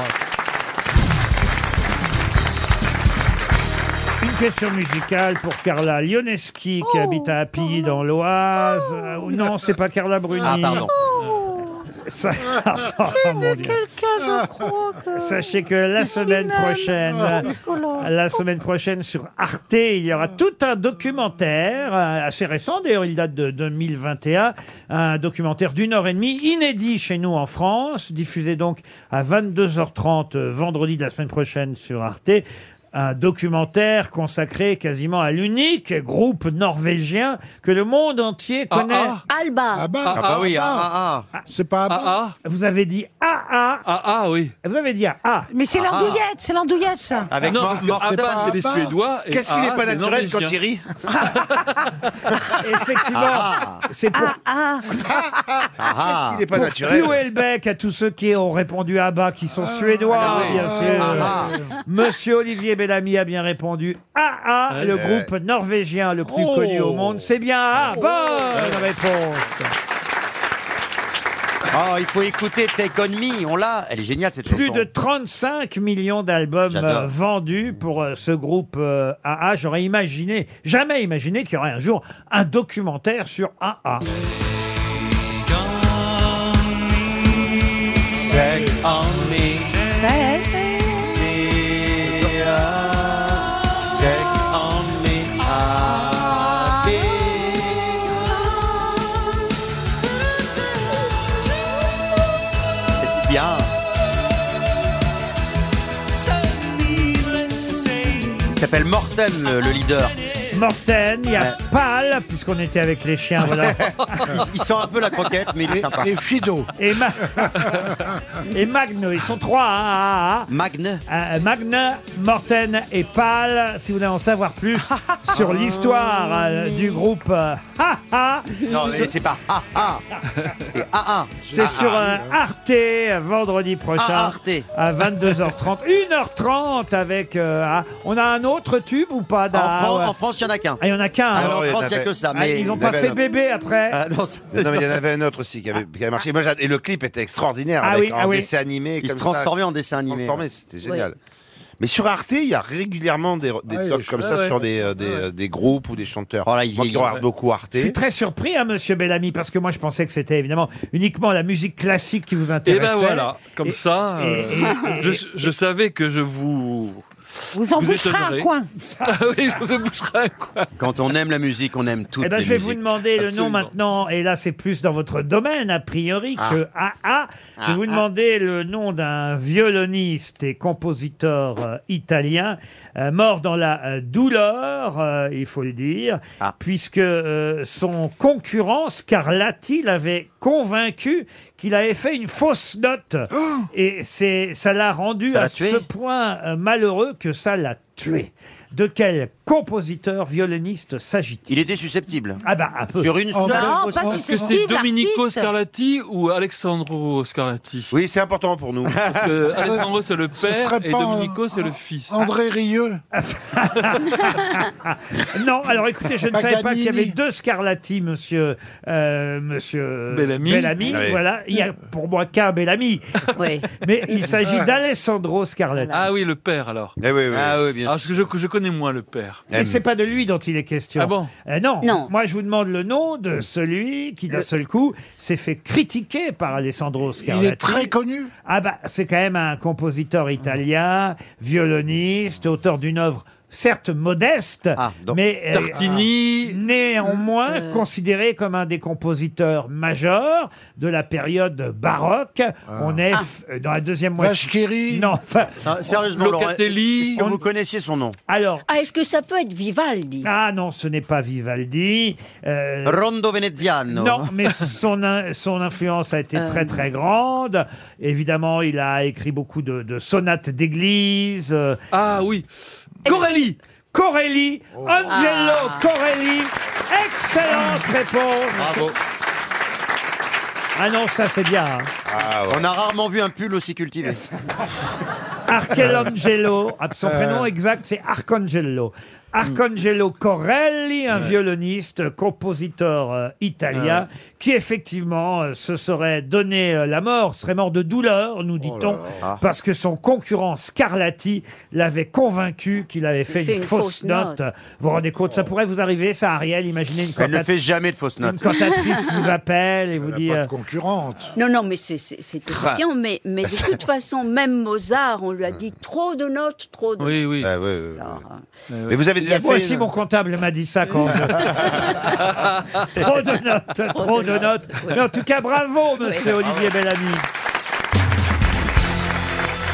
[SPEAKER 2] Une question musicale pour Carla Lioneschi
[SPEAKER 5] Oh,
[SPEAKER 2] qui habite à Appilly dans l'Oise. Euh, Non, c'est pas Carla Bruni.
[SPEAKER 5] Ah, pardon.
[SPEAKER 12] Oh.
[SPEAKER 2] Ça- <laughs> Oh, Ah, mon Dieu. Sachez que la semaine prochaine,
[SPEAKER 12] Oh,
[SPEAKER 7] Oh,
[SPEAKER 2] la semaine prochaine sur Arte, il y aura tout un documentaire euh, assez récent. D'ailleurs, il date de 2021, un documentaire d'une heure et demie inédit chez nous en France, diffusé donc à 22h30 euh, vendredi de la semaine prochaine sur Arte. Un documentaire consacré quasiment à l'unique groupe norvégien que le monde entier
[SPEAKER 6] Ah,
[SPEAKER 2] connaît.
[SPEAKER 6] ah.
[SPEAKER 9] Alba.
[SPEAKER 2] bah.
[SPEAKER 7] bah,
[SPEAKER 6] Ah, ah, ah, ah,
[SPEAKER 4] C'est pas
[SPEAKER 6] ah, ah.
[SPEAKER 2] Vous avez dit ah ah.
[SPEAKER 6] Ah, ah, oui.
[SPEAKER 2] Vous avez dit ah ah.
[SPEAKER 3] Mais c'est
[SPEAKER 6] Ah,
[SPEAKER 3] l'andouillette, c'est l'andouillette, ça.
[SPEAKER 6] Avec non, parce que
[SPEAKER 7] Morten,
[SPEAKER 6] Abba, c'est des
[SPEAKER 7] Abba.
[SPEAKER 6] Suédois. et
[SPEAKER 7] Qu'est-ce qu'il n'est
[SPEAKER 6] Aa,
[SPEAKER 7] pas
[SPEAKER 6] c'est des
[SPEAKER 7] naturel quand il
[SPEAKER 6] Norvégiens.
[SPEAKER 7] <laughs> rit
[SPEAKER 3] <laughs>
[SPEAKER 2] Effectivement, c'est pour
[SPEAKER 3] Ah,
[SPEAKER 7] Ah, Qu'est-ce qu'il n'est pas
[SPEAKER 2] pour
[SPEAKER 7] naturel
[SPEAKER 2] clouer le bec à tous ceux qui ont répondu à bas, qui sont suédois,
[SPEAKER 7] ah oui.
[SPEAKER 2] bien sûr.
[SPEAKER 7] Ah,
[SPEAKER 2] Monsieur Olivier Bellamy a bien répondu. Ah ah,
[SPEAKER 6] Ouais.
[SPEAKER 2] le
[SPEAKER 7] Ouais.
[SPEAKER 2] groupe norvégien le plus
[SPEAKER 7] Oh.
[SPEAKER 2] connu au monde. C'est bien ah, bonne réponse.
[SPEAKER 5] Oh, il faut écouter Take On Me, on l'a. Elle est géniale cette
[SPEAKER 2] Plus
[SPEAKER 5] chanson.
[SPEAKER 2] de 35 millions d'albums
[SPEAKER 5] J'adore. Mmh.
[SPEAKER 2] euh, vendus pour euh, ce groupe euh, AA. J'aurais imaginé, jamais imaginé qu'il y aurait un jour un documentaire sur AA.
[SPEAKER 5] Take On Me. Take On Me. Ah, C'est bien. Il s'appelle Morten, le, le leader.
[SPEAKER 2] Morten, il y a
[SPEAKER 5] Ouais.
[SPEAKER 2] Pal, puisqu'on était avec les chiens, Ah,
[SPEAKER 5] <laughs>
[SPEAKER 2] voilà.
[SPEAKER 5] Il, il sent un peu la croquette, mais il est sympa.
[SPEAKER 4] Et Fido.
[SPEAKER 2] Et, Ma- <laughs> et Magne, ils sont trois. hein, ah, ah, ah.
[SPEAKER 5] Magne.
[SPEAKER 2] Euh, Magne, Morten et Pal, si vous voulez en savoir
[SPEAKER 5] <laughs>
[SPEAKER 2] plus sur l'histoire euh, du groupe euh, Ha Ha,
[SPEAKER 5] Non, mais c'est pas ah ah. C'est ah ah.
[SPEAKER 2] c'est sur euh, Arte euh, vendredi prochain
[SPEAKER 5] Ah, Arte.
[SPEAKER 2] à 22h30,
[SPEAKER 5] <laughs>
[SPEAKER 2] 1h30 avec. euh, ah, on a un autre tube ou pas
[SPEAKER 5] En,
[SPEAKER 2] d'A-
[SPEAKER 5] Fran-
[SPEAKER 2] Ah, ouais.
[SPEAKER 5] en France, il n'y en a qu'un.
[SPEAKER 2] Ah, il y en a qu'un. hein.
[SPEAKER 5] Ah,
[SPEAKER 7] non,
[SPEAKER 5] en
[SPEAKER 7] il y en
[SPEAKER 5] France, il n'y a
[SPEAKER 7] avait-
[SPEAKER 5] que ça.
[SPEAKER 2] Ah,
[SPEAKER 5] mais
[SPEAKER 2] ils n'ont
[SPEAKER 7] il
[SPEAKER 2] pas
[SPEAKER 7] avait
[SPEAKER 2] fait
[SPEAKER 7] un-
[SPEAKER 2] bébé après.
[SPEAKER 5] Ah, non, ça-
[SPEAKER 7] Non, mais il y en avait un autre aussi qui avait, qui avait marché. Moi, j'ad- et le clip était extraordinaire.
[SPEAKER 2] Ah
[SPEAKER 7] avec
[SPEAKER 2] oui,
[SPEAKER 7] un
[SPEAKER 2] ah oui.
[SPEAKER 7] dessin animé.
[SPEAKER 5] Il se
[SPEAKER 7] comme ça.
[SPEAKER 5] transformait en dessin
[SPEAKER 7] Il se
[SPEAKER 5] animé.
[SPEAKER 7] transformait, c'était génial. Mais sur Arte, il y a régulièrement des, des
[SPEAKER 2] Ouais,
[SPEAKER 7] docs
[SPEAKER 2] Ah je-
[SPEAKER 7] comme
[SPEAKER 2] ouais,
[SPEAKER 7] ça
[SPEAKER 2] ouais.
[SPEAKER 7] sur des, euh, des, euh, des groupes ou des chanteurs.
[SPEAKER 5] Oh
[SPEAKER 7] Moi qui
[SPEAKER 2] vieillit,
[SPEAKER 7] regarde
[SPEAKER 2] ouais.
[SPEAKER 7] beaucoup Arte.
[SPEAKER 2] <laughs> Je suis très surpris, hein, monsieur Bellamy, parce que moi, je pensais que c'était évidemment uniquement la musique classique qui vous
[SPEAKER 6] Et
[SPEAKER 2] intéressait.
[SPEAKER 6] ben voilà, comme
[SPEAKER 2] Et-
[SPEAKER 6] ça,
[SPEAKER 2] et-
[SPEAKER 6] euh,
[SPEAKER 2] et- et-
[SPEAKER 6] je, je savais que je vous.
[SPEAKER 3] Vous en boucherez un
[SPEAKER 6] étonnerai.
[SPEAKER 3] coin.
[SPEAKER 6] <laughs> Ah oui, je vous emboucherai un coin.
[SPEAKER 5] Quand on aime la musique, on aime toutes
[SPEAKER 2] Eh ben,
[SPEAKER 5] les
[SPEAKER 2] je vais
[SPEAKER 5] musiques.
[SPEAKER 2] vous demander le nom
[SPEAKER 5] Absolument.
[SPEAKER 2] maintenant, et là c'est plus dans votre domaine a priori
[SPEAKER 5] Ah.
[SPEAKER 2] que AA. Je vais
[SPEAKER 5] Ah,
[SPEAKER 2] vous
[SPEAKER 5] ah.
[SPEAKER 2] demander le nom d'un violoniste et compositeur euh, italien euh, mort dans la euh, douleur, euh, il faut le dire,
[SPEAKER 5] Ah.
[SPEAKER 2] puisque euh, son concurrent Scarlatti l'avait convaincu qu'il avait fait une fausse
[SPEAKER 5] <gasps>
[SPEAKER 2] note, et c'est ça l'a rendu
[SPEAKER 5] Ça l'a
[SPEAKER 2] à
[SPEAKER 5] tué
[SPEAKER 2] ce point euh, malheureux que ça l'a tué. De quel compositeur violoniste s'agit-il
[SPEAKER 5] Il était susceptible.
[SPEAKER 2] ah bah un peu.
[SPEAKER 5] Sur une
[SPEAKER 2] En
[SPEAKER 5] seule-
[SPEAKER 2] même-
[SPEAKER 5] Oh, Non, pas
[SPEAKER 6] Est-ce que
[SPEAKER 5] susceptible,
[SPEAKER 6] c'était Domenico
[SPEAKER 5] l'artiste. <laughs>
[SPEAKER 6] Scarlatti ou Alexandro Scarlatti
[SPEAKER 7] Oui, c'est important pour nous.
[SPEAKER 6] Parce que
[SPEAKER 2] Ah
[SPEAKER 6] Alexandro, Euh, c'est le
[SPEAKER 4] Ce
[SPEAKER 6] père
[SPEAKER 4] serait
[SPEAKER 6] et
[SPEAKER 4] pas, euh,
[SPEAKER 6] Domenico, c'est le fils.
[SPEAKER 4] André Rieu.
[SPEAKER 2] Non, alors écoutez, je ne savais pas qu'il y avait
[SPEAKER 4] Paganini.
[SPEAKER 2] deux Scarlatti, monsieur, euh, monsieur
[SPEAKER 6] Bellamy. Ah oui.
[SPEAKER 2] Voilà, il y a pour moi qu'un Bellamy. Mais il s'agit d'Alessandro Scarlatti.
[SPEAKER 6] Ah oui, le père alors.
[SPEAKER 7] Ah oui, Eh,
[SPEAKER 6] Alors, parce que je, je connais moins le père.
[SPEAKER 2] Mais c'est pas de lui dont il est question.
[SPEAKER 6] Ah bon
[SPEAKER 2] Euh, non. Moi, je vous demande le nom de celui qui, d'un seul coup, s'est fait critiquer par Alessandro Scarlatti.
[SPEAKER 4] très
[SPEAKER 2] connu. Ah bah, c'est quand même un compositeur italien, violoniste, auteur d'une œuvre certes modeste,
[SPEAKER 5] Ah,
[SPEAKER 2] mais euh,
[SPEAKER 6] Tartini.
[SPEAKER 2] néanmoins considéré comme un des compositeurs majeurs de la période baroque. On est
[SPEAKER 3] Ah.
[SPEAKER 2] f- dans la deuxième moitié. Non, enfin,
[SPEAKER 5] Ah, sérieusement, Laurent, est-ce que
[SPEAKER 2] on-
[SPEAKER 5] vous connaissiez son nom
[SPEAKER 2] alors.
[SPEAKER 9] Ah, est-ce que ça peut être Vivaldi
[SPEAKER 2] Ah non, ce n'est pas Vivaldi. Euh,
[SPEAKER 5] Rondo Veneziano.
[SPEAKER 2] Non, mais son, in- son influence a été
[SPEAKER 5] Euh.
[SPEAKER 2] très très grande. Évidemment, il a écrit beaucoup de, de sonates d'église. euh,
[SPEAKER 6] Ah oui. Corelli
[SPEAKER 2] Corelli Angelo
[SPEAKER 6] Ah.
[SPEAKER 2] Corelli Excellente réponse
[SPEAKER 5] Bravo.
[SPEAKER 2] Ah non, ça c'est bien. hein.
[SPEAKER 5] Ah, On a rarement vu un pull aussi cultivé.
[SPEAKER 2] <laughs> Archelangelo, Ah, son
[SPEAKER 5] Euh.
[SPEAKER 2] prénom exact c'est Arcangelo. Arcangelo Corelli, un violoniste, compositeur euh, italien, qui effectivement euh, se serait donné euh, la mort, serait mort de douleur, nous dit-on,
[SPEAKER 5] Oh là. Ah.
[SPEAKER 2] parce que son concurrent Scarlatti l'avait convaincu qu'il avait fait, une, fausse note. Vous vous rendez compte, ça pourrait vous arriver, ça, Ariel, imaginez une
[SPEAKER 5] Elle ne
[SPEAKER 2] cantate-
[SPEAKER 5] fait jamais de fausses notes.
[SPEAKER 2] une cantatrice vous appelle et vous dit... euh,
[SPEAKER 4] concurrente.
[SPEAKER 9] Non, non, mais c'est- c'est c'est terrifiant. Mais, mais de toute façon, même Mozart, on lui a dit trop de notes, trop de
[SPEAKER 6] Oui, oui.
[SPEAKER 7] Mais vous avez
[SPEAKER 2] Ah, Euh, Il y
[SPEAKER 7] déjà
[SPEAKER 2] a- Moi
[SPEAKER 7] fait euh,
[SPEAKER 2] aussi,
[SPEAKER 7] une-
[SPEAKER 2] mon comptable m'a dit ça quand. <laughs> trop de notes, trop de notes. Mais en tout cas, bravo, monsieur Olivier Bellamy.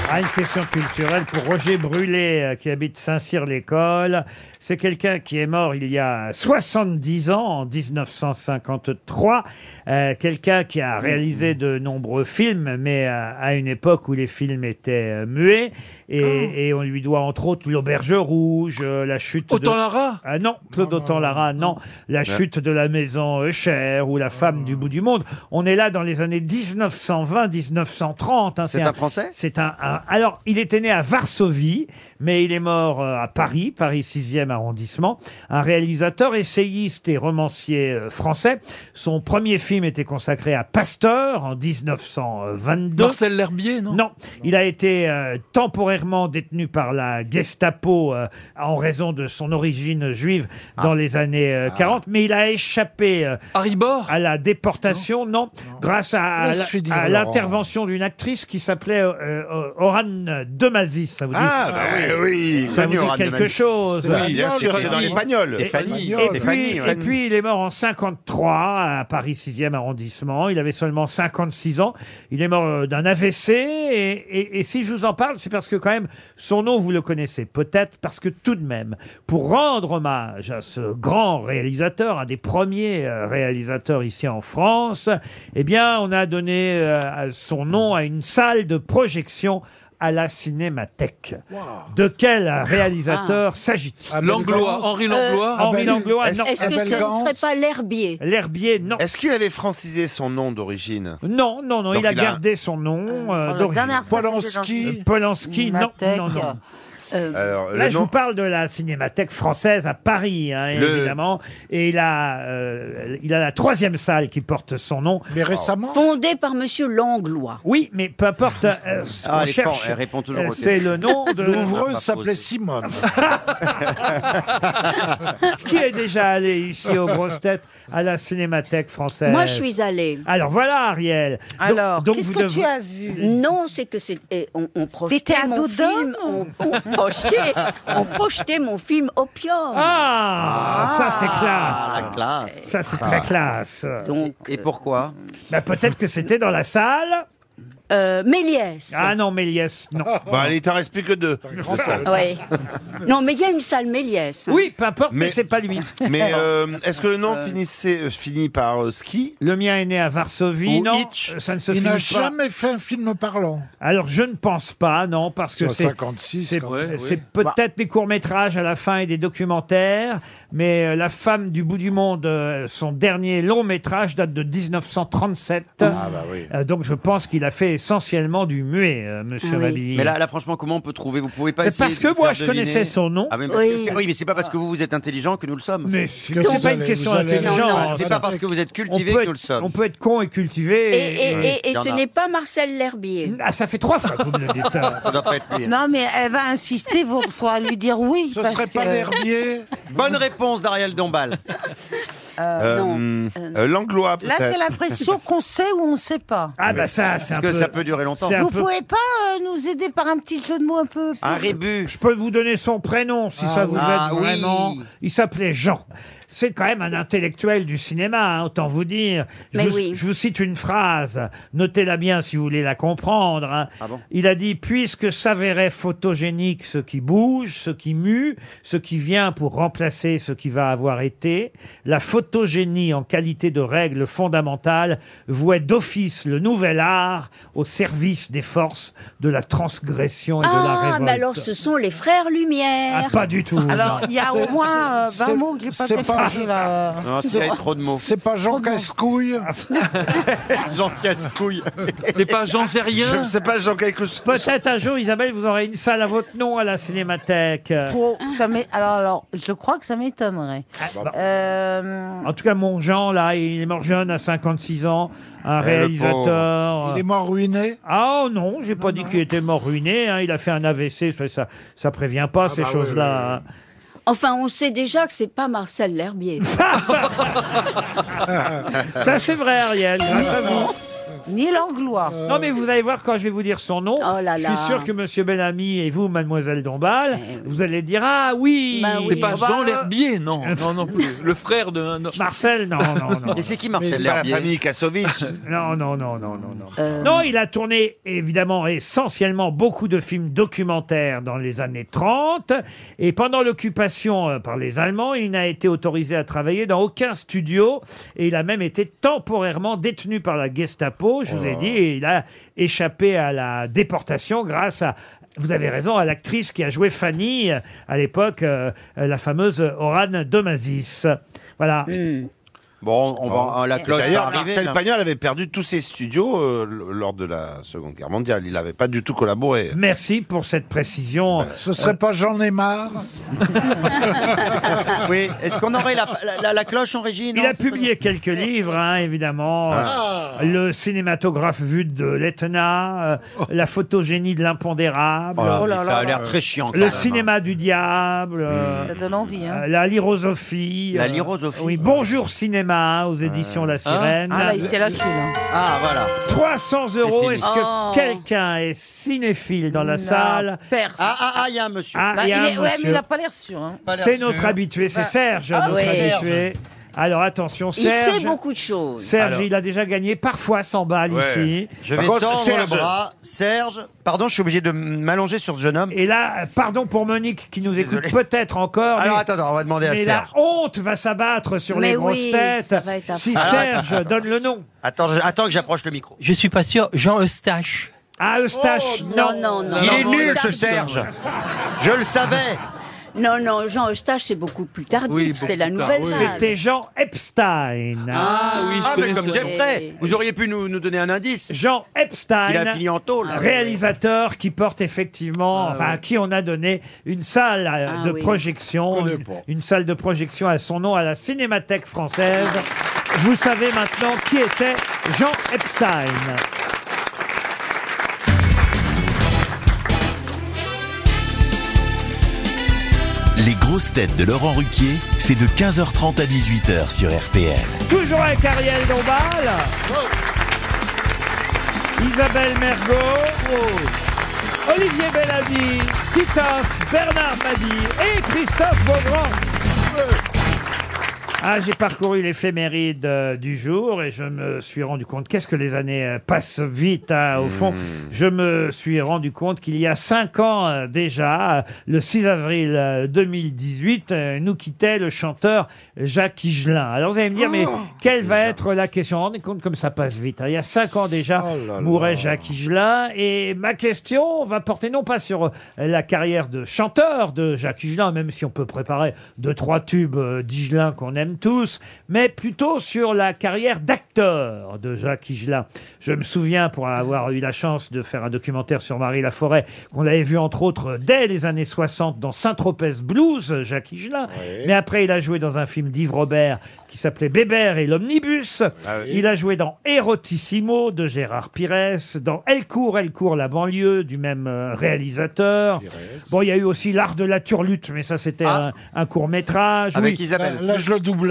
[SPEAKER 2] Ah, une question culturelle pour Roger Brûlé, euh, qui habite Saint-Cyr-l'École. C'est quelqu'un qui est mort il y a 70 ans, en 1953. Euh, quelqu'un qui a réalisé de nombreux films, mais euh, à une époque où les films étaient euh, muets. Et, et on lui doit, entre autres, L'Auberge Rouge, euh, La Chute de...
[SPEAKER 6] Autant-Lara
[SPEAKER 2] Ah non, Claude Autant-Lara, non. La Chute de la Maison euh, Chère ou La Femme du bout du monde. On est là dans les années 1920-1930.
[SPEAKER 5] C'est un Français
[SPEAKER 2] hein, c'est un, un- Alors, il était né à Varsovie, mais il est mort euh, à Paris, Paris 6e arrondissement. Un réalisateur, essayiste et romancier euh, français. Son premier film était consacré à Pasteur en 1922.
[SPEAKER 6] Marcel L'Herbier, non
[SPEAKER 2] Non, il a été euh, temporairement détenu par la Gestapo euh, en raison de son origine juive dans les années euh, 40, mais il a échappé euh, à la déportation, non, grâce à, à
[SPEAKER 4] Laisse
[SPEAKER 2] la-
[SPEAKER 4] finir,
[SPEAKER 2] à
[SPEAKER 4] Laurent.
[SPEAKER 2] l'intervention d'une actrice qui s'appelait euh, euh, Oran Demazis. Ça vous dit
[SPEAKER 7] Ah, bah oui, oui,
[SPEAKER 2] ça vous
[SPEAKER 7] connu,
[SPEAKER 2] dit
[SPEAKER 7] Oran
[SPEAKER 2] quelque
[SPEAKER 7] Demazis.
[SPEAKER 2] chose.
[SPEAKER 7] Oui, bien sûr, c'est dans les Pagnols.
[SPEAKER 2] Et-
[SPEAKER 7] C'est Fanny,
[SPEAKER 2] Et,
[SPEAKER 7] c'est
[SPEAKER 2] puis,
[SPEAKER 7] Fanny, ouais.
[SPEAKER 2] et puis, il est mort en 53 à Paris 6e arrondissement. Il avait seulement 56 ans. Il est mort euh, d'un AVC. Et, et- et si je vous en parle, c'est parce que quand même, son nom, vous le connaissez peut-être, parce que tout de même, pour rendre hommage à ce grand réalisateur, un des premiers euh, réalisateurs ici en France, eh bien, on a donné euh, son nom à une salle de projection à la Cinémathèque. De quel
[SPEAKER 9] Ah.
[SPEAKER 2] réalisateur s'agit-il Euh,
[SPEAKER 6] Langlois, Henri Langlois.
[SPEAKER 2] Henri Langlois,
[SPEAKER 9] Euh,
[SPEAKER 2] non.
[SPEAKER 9] Ah ben, Est-ce que ce ne serait pas l'herbier
[SPEAKER 2] L'herbier, non.
[SPEAKER 7] Est-ce qu'il avait francisé son nom d'origine
[SPEAKER 2] Non, non, non,
[SPEAKER 7] Donc
[SPEAKER 2] il a
[SPEAKER 7] il a-
[SPEAKER 2] gardé son nom euh,
[SPEAKER 3] Ah, la
[SPEAKER 2] d'origine.
[SPEAKER 3] dernière fois, c'était dans-
[SPEAKER 2] Euh, Polanski, non,
[SPEAKER 3] Cinémathèque.
[SPEAKER 2] non, non.
[SPEAKER 7] Alors,
[SPEAKER 5] Euh,
[SPEAKER 2] Là,
[SPEAKER 7] le
[SPEAKER 2] je
[SPEAKER 7] nom-
[SPEAKER 2] vous parle de la Cinémathèque française à Paris, hein,
[SPEAKER 7] Le-
[SPEAKER 2] évidemment. Et il a, euh, il a la troisième salle qui porte son nom. Mais
[SPEAKER 3] Oh.
[SPEAKER 2] récemment
[SPEAKER 9] Fondé par Monsieur Langlois.
[SPEAKER 2] Oui, mais peu importe euh, ce
[SPEAKER 5] Ah,
[SPEAKER 2] qu'on
[SPEAKER 5] elle est
[SPEAKER 2] cherche.
[SPEAKER 5] forte, elle répond toujours
[SPEAKER 2] euh,
[SPEAKER 5] aux
[SPEAKER 2] C'est
[SPEAKER 5] questions.
[SPEAKER 2] le
[SPEAKER 5] Ah,
[SPEAKER 2] nom
[SPEAKER 5] <laughs>
[SPEAKER 2] de... Ah,
[SPEAKER 4] L'ouvreuse s'appelait Simone.
[SPEAKER 2] Qui est déjà allé ici aux grosses têtes à la Cinémathèque française
[SPEAKER 9] Moi, je suis allée.
[SPEAKER 2] Alors voilà, Ariel. Donc- donc vous devez-
[SPEAKER 9] Non, c'est que c'est eh, on, on
[SPEAKER 3] T'étais
[SPEAKER 9] projetait
[SPEAKER 3] à
[SPEAKER 9] mon
[SPEAKER 3] dos
[SPEAKER 9] film, on,
[SPEAKER 3] d'homme <laughs>
[SPEAKER 9] on projetait, on projetait mon film Opium.
[SPEAKER 2] Ah, ça c'est
[SPEAKER 5] Ah,
[SPEAKER 2] classe.
[SPEAKER 5] classe. Ah.
[SPEAKER 2] Ça c'est
[SPEAKER 7] Ah.
[SPEAKER 2] très classe.
[SPEAKER 9] Donc,
[SPEAKER 5] Et pourquoi
[SPEAKER 2] Bah, peut-être que c'était dans la salle.
[SPEAKER 9] Euh, Méliès.
[SPEAKER 2] Ah non, Méliès, non.
[SPEAKER 7] Bah, il t'en reste plus que deux.
[SPEAKER 9] <laughs> Ouais. Non, mais il y a une salle Méliès.
[SPEAKER 2] <laughs>
[SPEAKER 9] hein.
[SPEAKER 2] Oui, peu importe, mais, c'est pas lui.
[SPEAKER 7] Mais euh, est-ce que le nom finissait, euh, finit par euh, ski
[SPEAKER 2] Le mien est né à Varsovie,
[SPEAKER 7] Ou
[SPEAKER 2] non
[SPEAKER 7] Hitch.
[SPEAKER 2] Ça ne se
[SPEAKER 4] Il
[SPEAKER 2] finit
[SPEAKER 4] n'a
[SPEAKER 2] pas.
[SPEAKER 4] jamais fait un film parlant.
[SPEAKER 2] Alors je ne pense pas, non, parce que
[SPEAKER 4] Soit
[SPEAKER 2] c'est
[SPEAKER 4] 56,
[SPEAKER 2] c'est
[SPEAKER 4] quand même.
[SPEAKER 2] c'est
[SPEAKER 4] Ouais,
[SPEAKER 2] peut-être
[SPEAKER 5] Bah.
[SPEAKER 2] des courts métrages à la fin et des documentaires, mais euh, la femme du bout du monde, euh, son dernier long métrage date de 1937.
[SPEAKER 5] Ah, bah oui.
[SPEAKER 2] Euh, donc je pense qu'il a fait essentiellement du muet, euh, Monsieur Mabille.
[SPEAKER 5] Mais là, là, franchement, comment on peut trouver Vous pouvez pas
[SPEAKER 2] Mais
[SPEAKER 5] essayer
[SPEAKER 2] parce
[SPEAKER 5] de
[SPEAKER 2] que
[SPEAKER 5] nous
[SPEAKER 2] moi,
[SPEAKER 5] faire
[SPEAKER 2] je
[SPEAKER 5] deviner
[SPEAKER 2] connaissais son nom.
[SPEAKER 5] Ah, mais parce
[SPEAKER 2] Oui.
[SPEAKER 5] que c'est- oui, mais c'est pas parce que vous, vous êtes intelligent que nous le sommes.
[SPEAKER 2] Mais si, Mais c'est vous pas allez- une question vous allez- d'intelligence.
[SPEAKER 5] Non, non, C'est pas parce que vous êtes cultivé
[SPEAKER 2] peut
[SPEAKER 5] que
[SPEAKER 2] être-
[SPEAKER 5] nous le sommes.
[SPEAKER 2] On peut être con et cultivé.
[SPEAKER 9] Et, et- et- et
[SPEAKER 5] Il y en
[SPEAKER 9] ce
[SPEAKER 5] a.
[SPEAKER 9] n'est pas Marcel L'Herbier.
[SPEAKER 2] Ah, ça fait trois fois que vous me le dites.
[SPEAKER 5] Ça doit pas être lui.
[SPEAKER 3] Non, mais elle va insister, il faudra lui dire oui.
[SPEAKER 5] Ce
[SPEAKER 3] parce
[SPEAKER 5] serait pas
[SPEAKER 3] que-
[SPEAKER 5] l'herbier Bonne réponse
[SPEAKER 2] <laughs>
[SPEAKER 5] d'Ariel Dombal.
[SPEAKER 3] Euh, non.
[SPEAKER 7] euh, euh, Langlois,
[SPEAKER 3] Là,
[SPEAKER 7] peut-être.
[SPEAKER 3] j'ai l'impression qu'on sait ou on ne sait pas.
[SPEAKER 2] Ah bah ça,
[SPEAKER 7] Parce
[SPEAKER 2] c'est un
[SPEAKER 7] que
[SPEAKER 2] peu-
[SPEAKER 7] ça peut durer longtemps.
[SPEAKER 2] c'est un
[SPEAKER 3] Vous
[SPEAKER 2] peu-
[SPEAKER 3] pouvez pas euh, nous aider par un petit jeu de mots un peu.
[SPEAKER 5] rébut.
[SPEAKER 2] Je peux vous donner son prénom si
[SPEAKER 3] Ah
[SPEAKER 2] ça vous
[SPEAKER 3] oui.
[SPEAKER 2] aide
[SPEAKER 3] Ah oui.
[SPEAKER 2] vraiment. Il s'appelait Jean. C'est quand même un intellectuel du cinéma, hein, autant vous dire. Je,
[SPEAKER 9] Mais
[SPEAKER 2] vous,
[SPEAKER 9] oui.
[SPEAKER 2] je vous cite une phrase, notez-la bien si vous voulez la comprendre. hein.
[SPEAKER 3] Ah
[SPEAKER 2] Il a dit « Puisque s'avérait photogénique ce qui bouge, ce qui mue, ce qui vient pour remplacer ce qui va avoir été, la photogénie en qualité de règle fondamentale vouait d'office le nouvel art au service des forces de la transgression et de la
[SPEAKER 9] Ah,
[SPEAKER 2] révolte.
[SPEAKER 9] mais alors ce sont les frères Lumière.
[SPEAKER 2] Ah, pas du tout.
[SPEAKER 3] Alors, il y a au
[SPEAKER 9] C'est-
[SPEAKER 3] moins euh,
[SPEAKER 9] c'est-
[SPEAKER 3] 20 mots que j'ai pas
[SPEAKER 9] c'est pas-
[SPEAKER 3] compris là.
[SPEAKER 5] Non, c'est pas trop de mots.
[SPEAKER 4] C'est pas Jean Cascouille
[SPEAKER 2] <laughs>
[SPEAKER 5] Jean Cascouille.
[SPEAKER 6] C'est pas Jean sais
[SPEAKER 7] Je
[SPEAKER 6] rien.
[SPEAKER 7] sais pas, Jean quelque chose.
[SPEAKER 2] Peut-être un jour, Isabelle, vous aurez une salle à votre nom à la cinémathèque.
[SPEAKER 3] Pour- ça m'é- alors, alors, je crois que ça m'étonnerait.
[SPEAKER 5] Ah,
[SPEAKER 3] Euh,
[SPEAKER 2] En tout cas, mon Jean, là, il est mort jeune à 56 ans, un
[SPEAKER 7] Eh, le
[SPEAKER 2] réalisateur.
[SPEAKER 7] pauvre.
[SPEAKER 4] Il est mort ruiné
[SPEAKER 2] Ah non, j'ai pas dit qu'il était mort ruiné. hein, Il a fait un AVC, ça, ça, ça prévient pas ces
[SPEAKER 4] bah oui,
[SPEAKER 2] choses-là. hein.
[SPEAKER 9] Enfin, on sait déjà que c'est pas Marcel
[SPEAKER 2] <laughs>
[SPEAKER 9] L'Herbier.
[SPEAKER 2] Ça, Ah, c'est vrai, Ariel, grâce à vous.
[SPEAKER 3] Ni l'anglois.
[SPEAKER 2] Non, mais vous allez voir quand je vais vous dire son nom.
[SPEAKER 9] Oh là
[SPEAKER 2] Je
[SPEAKER 9] là.
[SPEAKER 2] suis sûr que Monsieur Bellamy et vous, Mademoiselle Dombal, vous allez dire ah oui.
[SPEAKER 9] Bah oui.
[SPEAKER 6] C'est pas
[SPEAKER 9] Bah,
[SPEAKER 6] Jean
[SPEAKER 9] euh,
[SPEAKER 6] l'herbier, non. Non, non plus. Le frère de. un-
[SPEAKER 2] Marcel, non, non, non.
[SPEAKER 5] Et c'est qui
[SPEAKER 7] C'est
[SPEAKER 5] Marcel
[SPEAKER 7] pas la
[SPEAKER 5] L'Herbier
[SPEAKER 7] famille
[SPEAKER 6] <laughs>
[SPEAKER 7] Kassovitch.
[SPEAKER 2] Non, non, non, non, non, non.
[SPEAKER 9] Euh,
[SPEAKER 2] Non, il a tourné évidemment essentiellement beaucoup de films documentaires dans les années 30 et pendant l'occupation euh, par les Allemands, il n'a été autorisé à travailler dans aucun studio et il a même été temporairement détenu par la Gestapo, je vous ai dit, et il a échappé à la déportation grâce à vous avez raison, à l'actrice qui a joué Fanny euh, à l'époque, euh, euh, la fameuse Orane Domazis. Voilà.
[SPEAKER 5] Bon, on va. La
[SPEAKER 7] Et
[SPEAKER 5] cloche va
[SPEAKER 7] D'ailleurs,
[SPEAKER 5] arriver,
[SPEAKER 7] Marcel
[SPEAKER 5] là.
[SPEAKER 7] Pagnol avait perdu tous ses studios euh, l- lors de la Seconde Guerre mondiale. Il n'avait pas du tout collaboré.
[SPEAKER 2] Merci pour cette
[SPEAKER 5] Euh,
[SPEAKER 2] précision.
[SPEAKER 4] Ce serait pas Jean Neymar
[SPEAKER 5] Oui, est-ce qu'on aurait la, la- la- la cloche en régie Non,
[SPEAKER 2] Il a
[SPEAKER 5] c'est pas ça.
[SPEAKER 2] publié quelques livres, hein, évidemment.
[SPEAKER 5] Ah.
[SPEAKER 2] Euh, Le cinématographe vu de l'Etna, euh, La photogénie de l'impondérable, Euh,
[SPEAKER 5] Oh là,
[SPEAKER 3] Oh là
[SPEAKER 5] mais
[SPEAKER 3] là
[SPEAKER 5] ça a l'air
[SPEAKER 3] là.
[SPEAKER 5] très chiant. quand
[SPEAKER 2] Le
[SPEAKER 5] même.
[SPEAKER 2] cinéma du diable, euh,
[SPEAKER 3] Ça donne envie. Hein.
[SPEAKER 2] euh, La lyrosophilie.
[SPEAKER 5] La
[SPEAKER 2] euh,
[SPEAKER 5] lyrosophilie.
[SPEAKER 2] oui, Bonjour cinéma hein, aux éditions La Sirène.
[SPEAKER 3] Ah, là, il s'est lâché. là.
[SPEAKER 5] Ah, voilà.
[SPEAKER 2] 300 euros,
[SPEAKER 5] fini.
[SPEAKER 2] est-ce que
[SPEAKER 3] Oh.
[SPEAKER 2] quelqu'un est cinéphile dans la
[SPEAKER 3] Non,
[SPEAKER 2] salle
[SPEAKER 3] Personne.
[SPEAKER 5] Ah, ah, ah, il y a un monsieur.
[SPEAKER 2] Ah,
[SPEAKER 3] Bah,
[SPEAKER 2] il
[SPEAKER 3] il
[SPEAKER 2] y a un
[SPEAKER 3] est- ouais, mais
[SPEAKER 2] monsieur.
[SPEAKER 3] il a pas l'air sûr. hein.
[SPEAKER 5] Pas l'air
[SPEAKER 2] C'est
[SPEAKER 5] sûr.
[SPEAKER 2] notre habitué, c'est
[SPEAKER 5] Bah,
[SPEAKER 2] Serge,
[SPEAKER 5] ah,
[SPEAKER 2] notre
[SPEAKER 5] c'est Serge.
[SPEAKER 2] habitué. Alors attention,
[SPEAKER 9] Il
[SPEAKER 2] Serge.
[SPEAKER 9] sait beaucoup de choses.
[SPEAKER 2] Serge,
[SPEAKER 5] Alors.
[SPEAKER 2] il a déjà gagné parfois 100 balles
[SPEAKER 7] Ouais.
[SPEAKER 2] ici.
[SPEAKER 5] Je
[SPEAKER 7] Par
[SPEAKER 5] vais
[SPEAKER 7] contre,
[SPEAKER 5] tendre
[SPEAKER 7] Serge.
[SPEAKER 5] le bras. Serge, pardon, je suis obligé de m'allonger sur ce jeune homme.
[SPEAKER 2] Et là, euh, pardon pour Monique qui nous écoute peut-être encore.
[SPEAKER 5] Alors
[SPEAKER 2] mais-
[SPEAKER 5] attends, attends, on va demander
[SPEAKER 2] mais,
[SPEAKER 5] à
[SPEAKER 2] la
[SPEAKER 5] Serge.
[SPEAKER 2] honte va s'abattre sur
[SPEAKER 9] Mais
[SPEAKER 2] les grosses
[SPEAKER 9] oui,
[SPEAKER 2] têtes.
[SPEAKER 9] ça va être affreux.
[SPEAKER 2] Si
[SPEAKER 5] Alors,
[SPEAKER 2] Serge
[SPEAKER 5] Ah, attends, attends.
[SPEAKER 2] donne le nom.
[SPEAKER 5] Attends, je- attends que j'approche le micro.
[SPEAKER 15] Je suis pas sûr. Jean Eustache.
[SPEAKER 2] Ah, Eustache, non.
[SPEAKER 9] Oh, Non, non, non.
[SPEAKER 5] Il est
[SPEAKER 9] non,
[SPEAKER 5] nul
[SPEAKER 9] non,
[SPEAKER 5] ce
[SPEAKER 9] non.
[SPEAKER 5] Serge. Je le savais.
[SPEAKER 9] Non, non, Jean Eustache, c'est beaucoup plus tardif.
[SPEAKER 2] Oui,
[SPEAKER 9] c'est la
[SPEAKER 2] beaucoup plus
[SPEAKER 9] nouvelle
[SPEAKER 2] tard, oui.
[SPEAKER 9] vague.
[SPEAKER 2] C'était Jean Epstein.
[SPEAKER 5] Ah oui, je mais comme
[SPEAKER 2] Jeffrey.
[SPEAKER 5] Jeffrey, vous auriez pu nous, nous donner un indice.
[SPEAKER 2] Jean Epstein,
[SPEAKER 5] Il a fini en tôle. Ah,
[SPEAKER 2] réalisateur qui porte effectivement, enfin à qui on a donné une salle euh,
[SPEAKER 5] Ah
[SPEAKER 2] de
[SPEAKER 5] oui.
[SPEAKER 2] projection, une, une salle de projection à son nom à la Cinémathèque française. Vous savez maintenant qui était Jean Epstein.
[SPEAKER 1] Les grosses têtes de Laurent Ruquier, c'est de 15h30 à 18h sur RTL.
[SPEAKER 2] Toujours avec Ariel Dombal. Isabelle Mergot.
[SPEAKER 5] Oh.
[SPEAKER 2] Olivier Bellamy, Titoff, Bernard Madi et Christophe Beaugrand. Ah, j'ai parcouru l'éphéméride euh, du jour et je me suis rendu compte, qu'est-ce que les années euh, passent vite, hein, au fond. Je me suis rendu compte qu'il y a cinq ans euh, déjà, euh, le 6 avril euh, 2018, euh, nous quittait le chanteur Jacques Higelin. Alors vous allez me dire, mais quelle va être la question Vous vous rendez compte comme ça passe vite. hein. Il y a cinq ans déjà, mourait Jacques Higelin. Et ma question va porter non pas sur euh, la carrière de chanteur de Jacques Higelin, même si on peut préparer deux, trois tubes euh, d'Higelin qu'on aime tous, mais plutôt sur la carrière d'acteur de Jacques Higelin. Je me souviens, pour avoir eu la chance de faire un documentaire sur Marie Laforêt, qu'on avait vu entre autres euh, dès les années 60 dans Saint-Tropez Blues, euh, Jacques Higelin. Mais après, il a joué dans un film d'Yves Robert qui s'appelait Bébert et l'Omnibus. Il a joué dans Erotissimo de Gérard Pires, dans Elle court, elle court la banlieue du même euh, réalisateur. Bon, il y a eu aussi L'art de la turlute, mais ça c'était un, court métrage.
[SPEAKER 5] Avec Isabelle. Là, là, je
[SPEAKER 2] le doublais.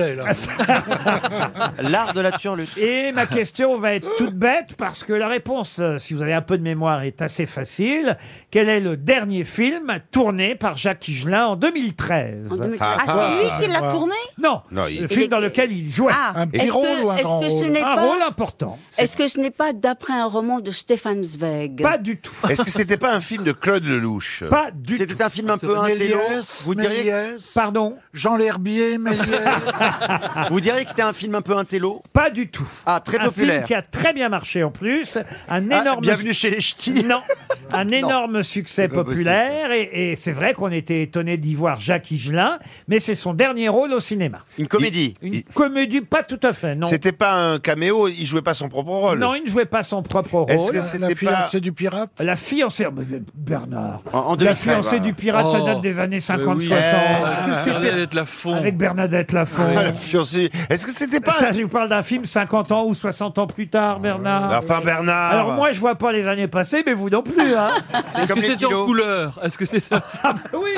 [SPEAKER 5] <laughs> L'art de la turlute.
[SPEAKER 2] Et ma question va être toute bête parce que la réponse, euh, si vous avez un peu de mémoire, est assez facile. Quel est le dernier film tourné par Jacques Higelin en 2013
[SPEAKER 9] En 2013. Ah, Ah, c'est lui qui l'a ah. tourné
[SPEAKER 2] Non,
[SPEAKER 9] Non, il-
[SPEAKER 2] le film dans lequel il jouait.
[SPEAKER 9] Ah, Un petit est-ce que- rôle ou un est-ce grand que ce rôle n'est
[SPEAKER 2] Un
[SPEAKER 9] pas-
[SPEAKER 2] rôle important.
[SPEAKER 9] Est-ce que ce n'est pas d'après un roman de Stéphane Zweig
[SPEAKER 2] Pas du tout.
[SPEAKER 7] Est-ce que c'était pas un film de Claude Lelouch
[SPEAKER 2] Pas du
[SPEAKER 5] C'était un film un peu intello.
[SPEAKER 7] Méliès,
[SPEAKER 5] Vous diriez,
[SPEAKER 2] Pardon
[SPEAKER 4] Jean L'Herbier, Méliès.
[SPEAKER 5] <laughs> vous diriez que c'était un film un peu intello
[SPEAKER 2] Pas du tout.
[SPEAKER 5] Ah, très
[SPEAKER 2] un film
[SPEAKER 5] populaire.
[SPEAKER 2] qui a très bien marché en plus, un
[SPEAKER 7] Ah,
[SPEAKER 2] énorme.
[SPEAKER 5] bienvenue chez les ch'tis.
[SPEAKER 2] <laughs> Non,
[SPEAKER 7] <laughs>
[SPEAKER 2] un énorme succès
[SPEAKER 5] C'est pas
[SPEAKER 2] populaire et, et c'est vrai qu'on était étonné d'y voir Jacques Higelin, mais c'est son dernier rôle au cinéma.
[SPEAKER 7] Une comédie.
[SPEAKER 2] Une comédie, pas tout à fait, non.
[SPEAKER 7] C'était pas un caméo, il jouait pas son propre rôle.
[SPEAKER 2] Non, il ne jouait pas son propre rôle.
[SPEAKER 7] Est-ce que c'était pas-
[SPEAKER 2] du pirate La fiancée, oh, mais Bernard.
[SPEAKER 7] En- en
[SPEAKER 2] la
[SPEAKER 7] 2013,
[SPEAKER 2] fiancée
[SPEAKER 7] voilà.
[SPEAKER 2] du pirate, ça
[SPEAKER 7] Oh.
[SPEAKER 2] date des années
[SPEAKER 7] Mais
[SPEAKER 2] 50-60.
[SPEAKER 7] oui. Est-ce que c'était- Bernadette
[SPEAKER 2] Avec Bernadette Lafont.
[SPEAKER 7] Ah, la fiancée. Est-ce que c'était pas
[SPEAKER 2] Ça, je vous parle d'un film 50 ans ou 60 ans plus tard, Bernard.
[SPEAKER 7] Mais enfin, Bernard.
[SPEAKER 2] Alors moi, je vois pas les années passées, mais vous non plus.
[SPEAKER 6] <laughs>
[SPEAKER 2] Hein.
[SPEAKER 6] Est-ce que c'était en couleur Est-ce que c'était.
[SPEAKER 2] Ah, bah oui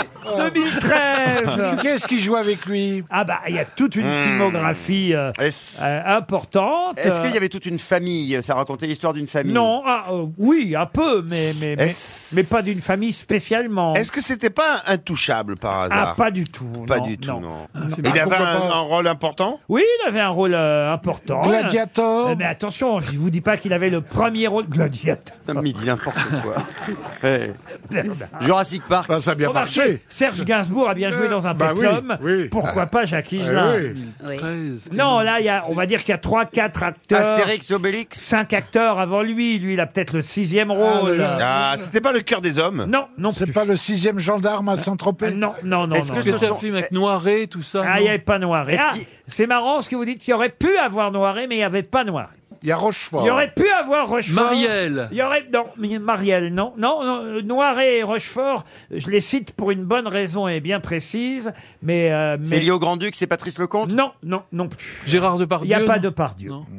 [SPEAKER 4] <laughs>
[SPEAKER 2] 2013
[SPEAKER 4] Qu'est-ce qui joue avec lui
[SPEAKER 2] Ah bah, il y a toute une
[SPEAKER 5] Hmm.
[SPEAKER 2] filmographie euh, euh, importante.
[SPEAKER 5] Est-ce qu'il y
[SPEAKER 2] Euh,
[SPEAKER 5] avait toute une famille Ça racontait l'histoire d'une famille.
[SPEAKER 2] Non, ah, euh, oui, un peu, mais, mais, mais,
[SPEAKER 5] Est-ce-
[SPEAKER 2] mais pas d'une famille spécialement.
[SPEAKER 7] Est-ce que c'était pas intouchable par hasard
[SPEAKER 2] Ah, pas du tout.
[SPEAKER 7] Pas
[SPEAKER 2] non,
[SPEAKER 7] du tout,
[SPEAKER 2] non.
[SPEAKER 7] non.
[SPEAKER 2] Non.
[SPEAKER 7] Il avait un, un rôle important
[SPEAKER 2] Oui, il avait un rôle euh, important.
[SPEAKER 7] Gladiator.
[SPEAKER 2] Euh, Mais attention, je vous dis pas qu'il avait le premier rôle gladiateur.
[SPEAKER 5] Non, mais il dit n'importe
[SPEAKER 2] <laughs>
[SPEAKER 5] quoi. Eh.
[SPEAKER 2] Bernard.
[SPEAKER 5] Jurassic Park.
[SPEAKER 4] ça a bien
[SPEAKER 2] Remarquez, Serge Gainsbourg a bien joué dans un
[SPEAKER 5] Bah oui,
[SPEAKER 2] péplum.
[SPEAKER 5] oui.
[SPEAKER 2] Pourquoi pas Jacques
[SPEAKER 4] Ah
[SPEAKER 2] Higelin
[SPEAKER 5] Eh oui.
[SPEAKER 2] Non, là, il y a, on va dire qu'il y a 3-4 acteurs.
[SPEAKER 5] Astérix, Obélix.
[SPEAKER 2] 5 acteurs avant lui. Lui, il a peut-être le sixième rôle.
[SPEAKER 7] Ah, c'était pas le cœur des hommes
[SPEAKER 2] Non, non.
[SPEAKER 4] C'est pas le sixième gendarme à Saint-Tropez
[SPEAKER 2] Non, non, non.
[SPEAKER 6] Est-ce que c'est un film
[SPEAKER 7] Eh.
[SPEAKER 6] avec Noiré, tout ça
[SPEAKER 2] Ah, il n'y avait pas Noiré.
[SPEAKER 6] Est-ce
[SPEAKER 2] Ah,
[SPEAKER 6] qu'il-
[SPEAKER 2] c'est marrant ce que vous dites, qu'il y aurait pu avoir Noiré, mais il n'y avait pas Noiré.
[SPEAKER 4] Il y a Rochefort.
[SPEAKER 2] Il y aurait pu avoir Rochefort.
[SPEAKER 6] Marielle.
[SPEAKER 2] Il y aurait non, mais Marielle, non, non, non, euh, Noiret et Rochefort, je les cite pour une bonne raison et bien précise, mais euh,
[SPEAKER 5] C'est
[SPEAKER 2] mais-
[SPEAKER 5] lié au Grand-Duc, c'est Patrice Lecomte
[SPEAKER 2] Non, non, non plus.
[SPEAKER 6] Gérard
[SPEAKER 2] Il
[SPEAKER 6] Depardieu
[SPEAKER 2] n'y a pas de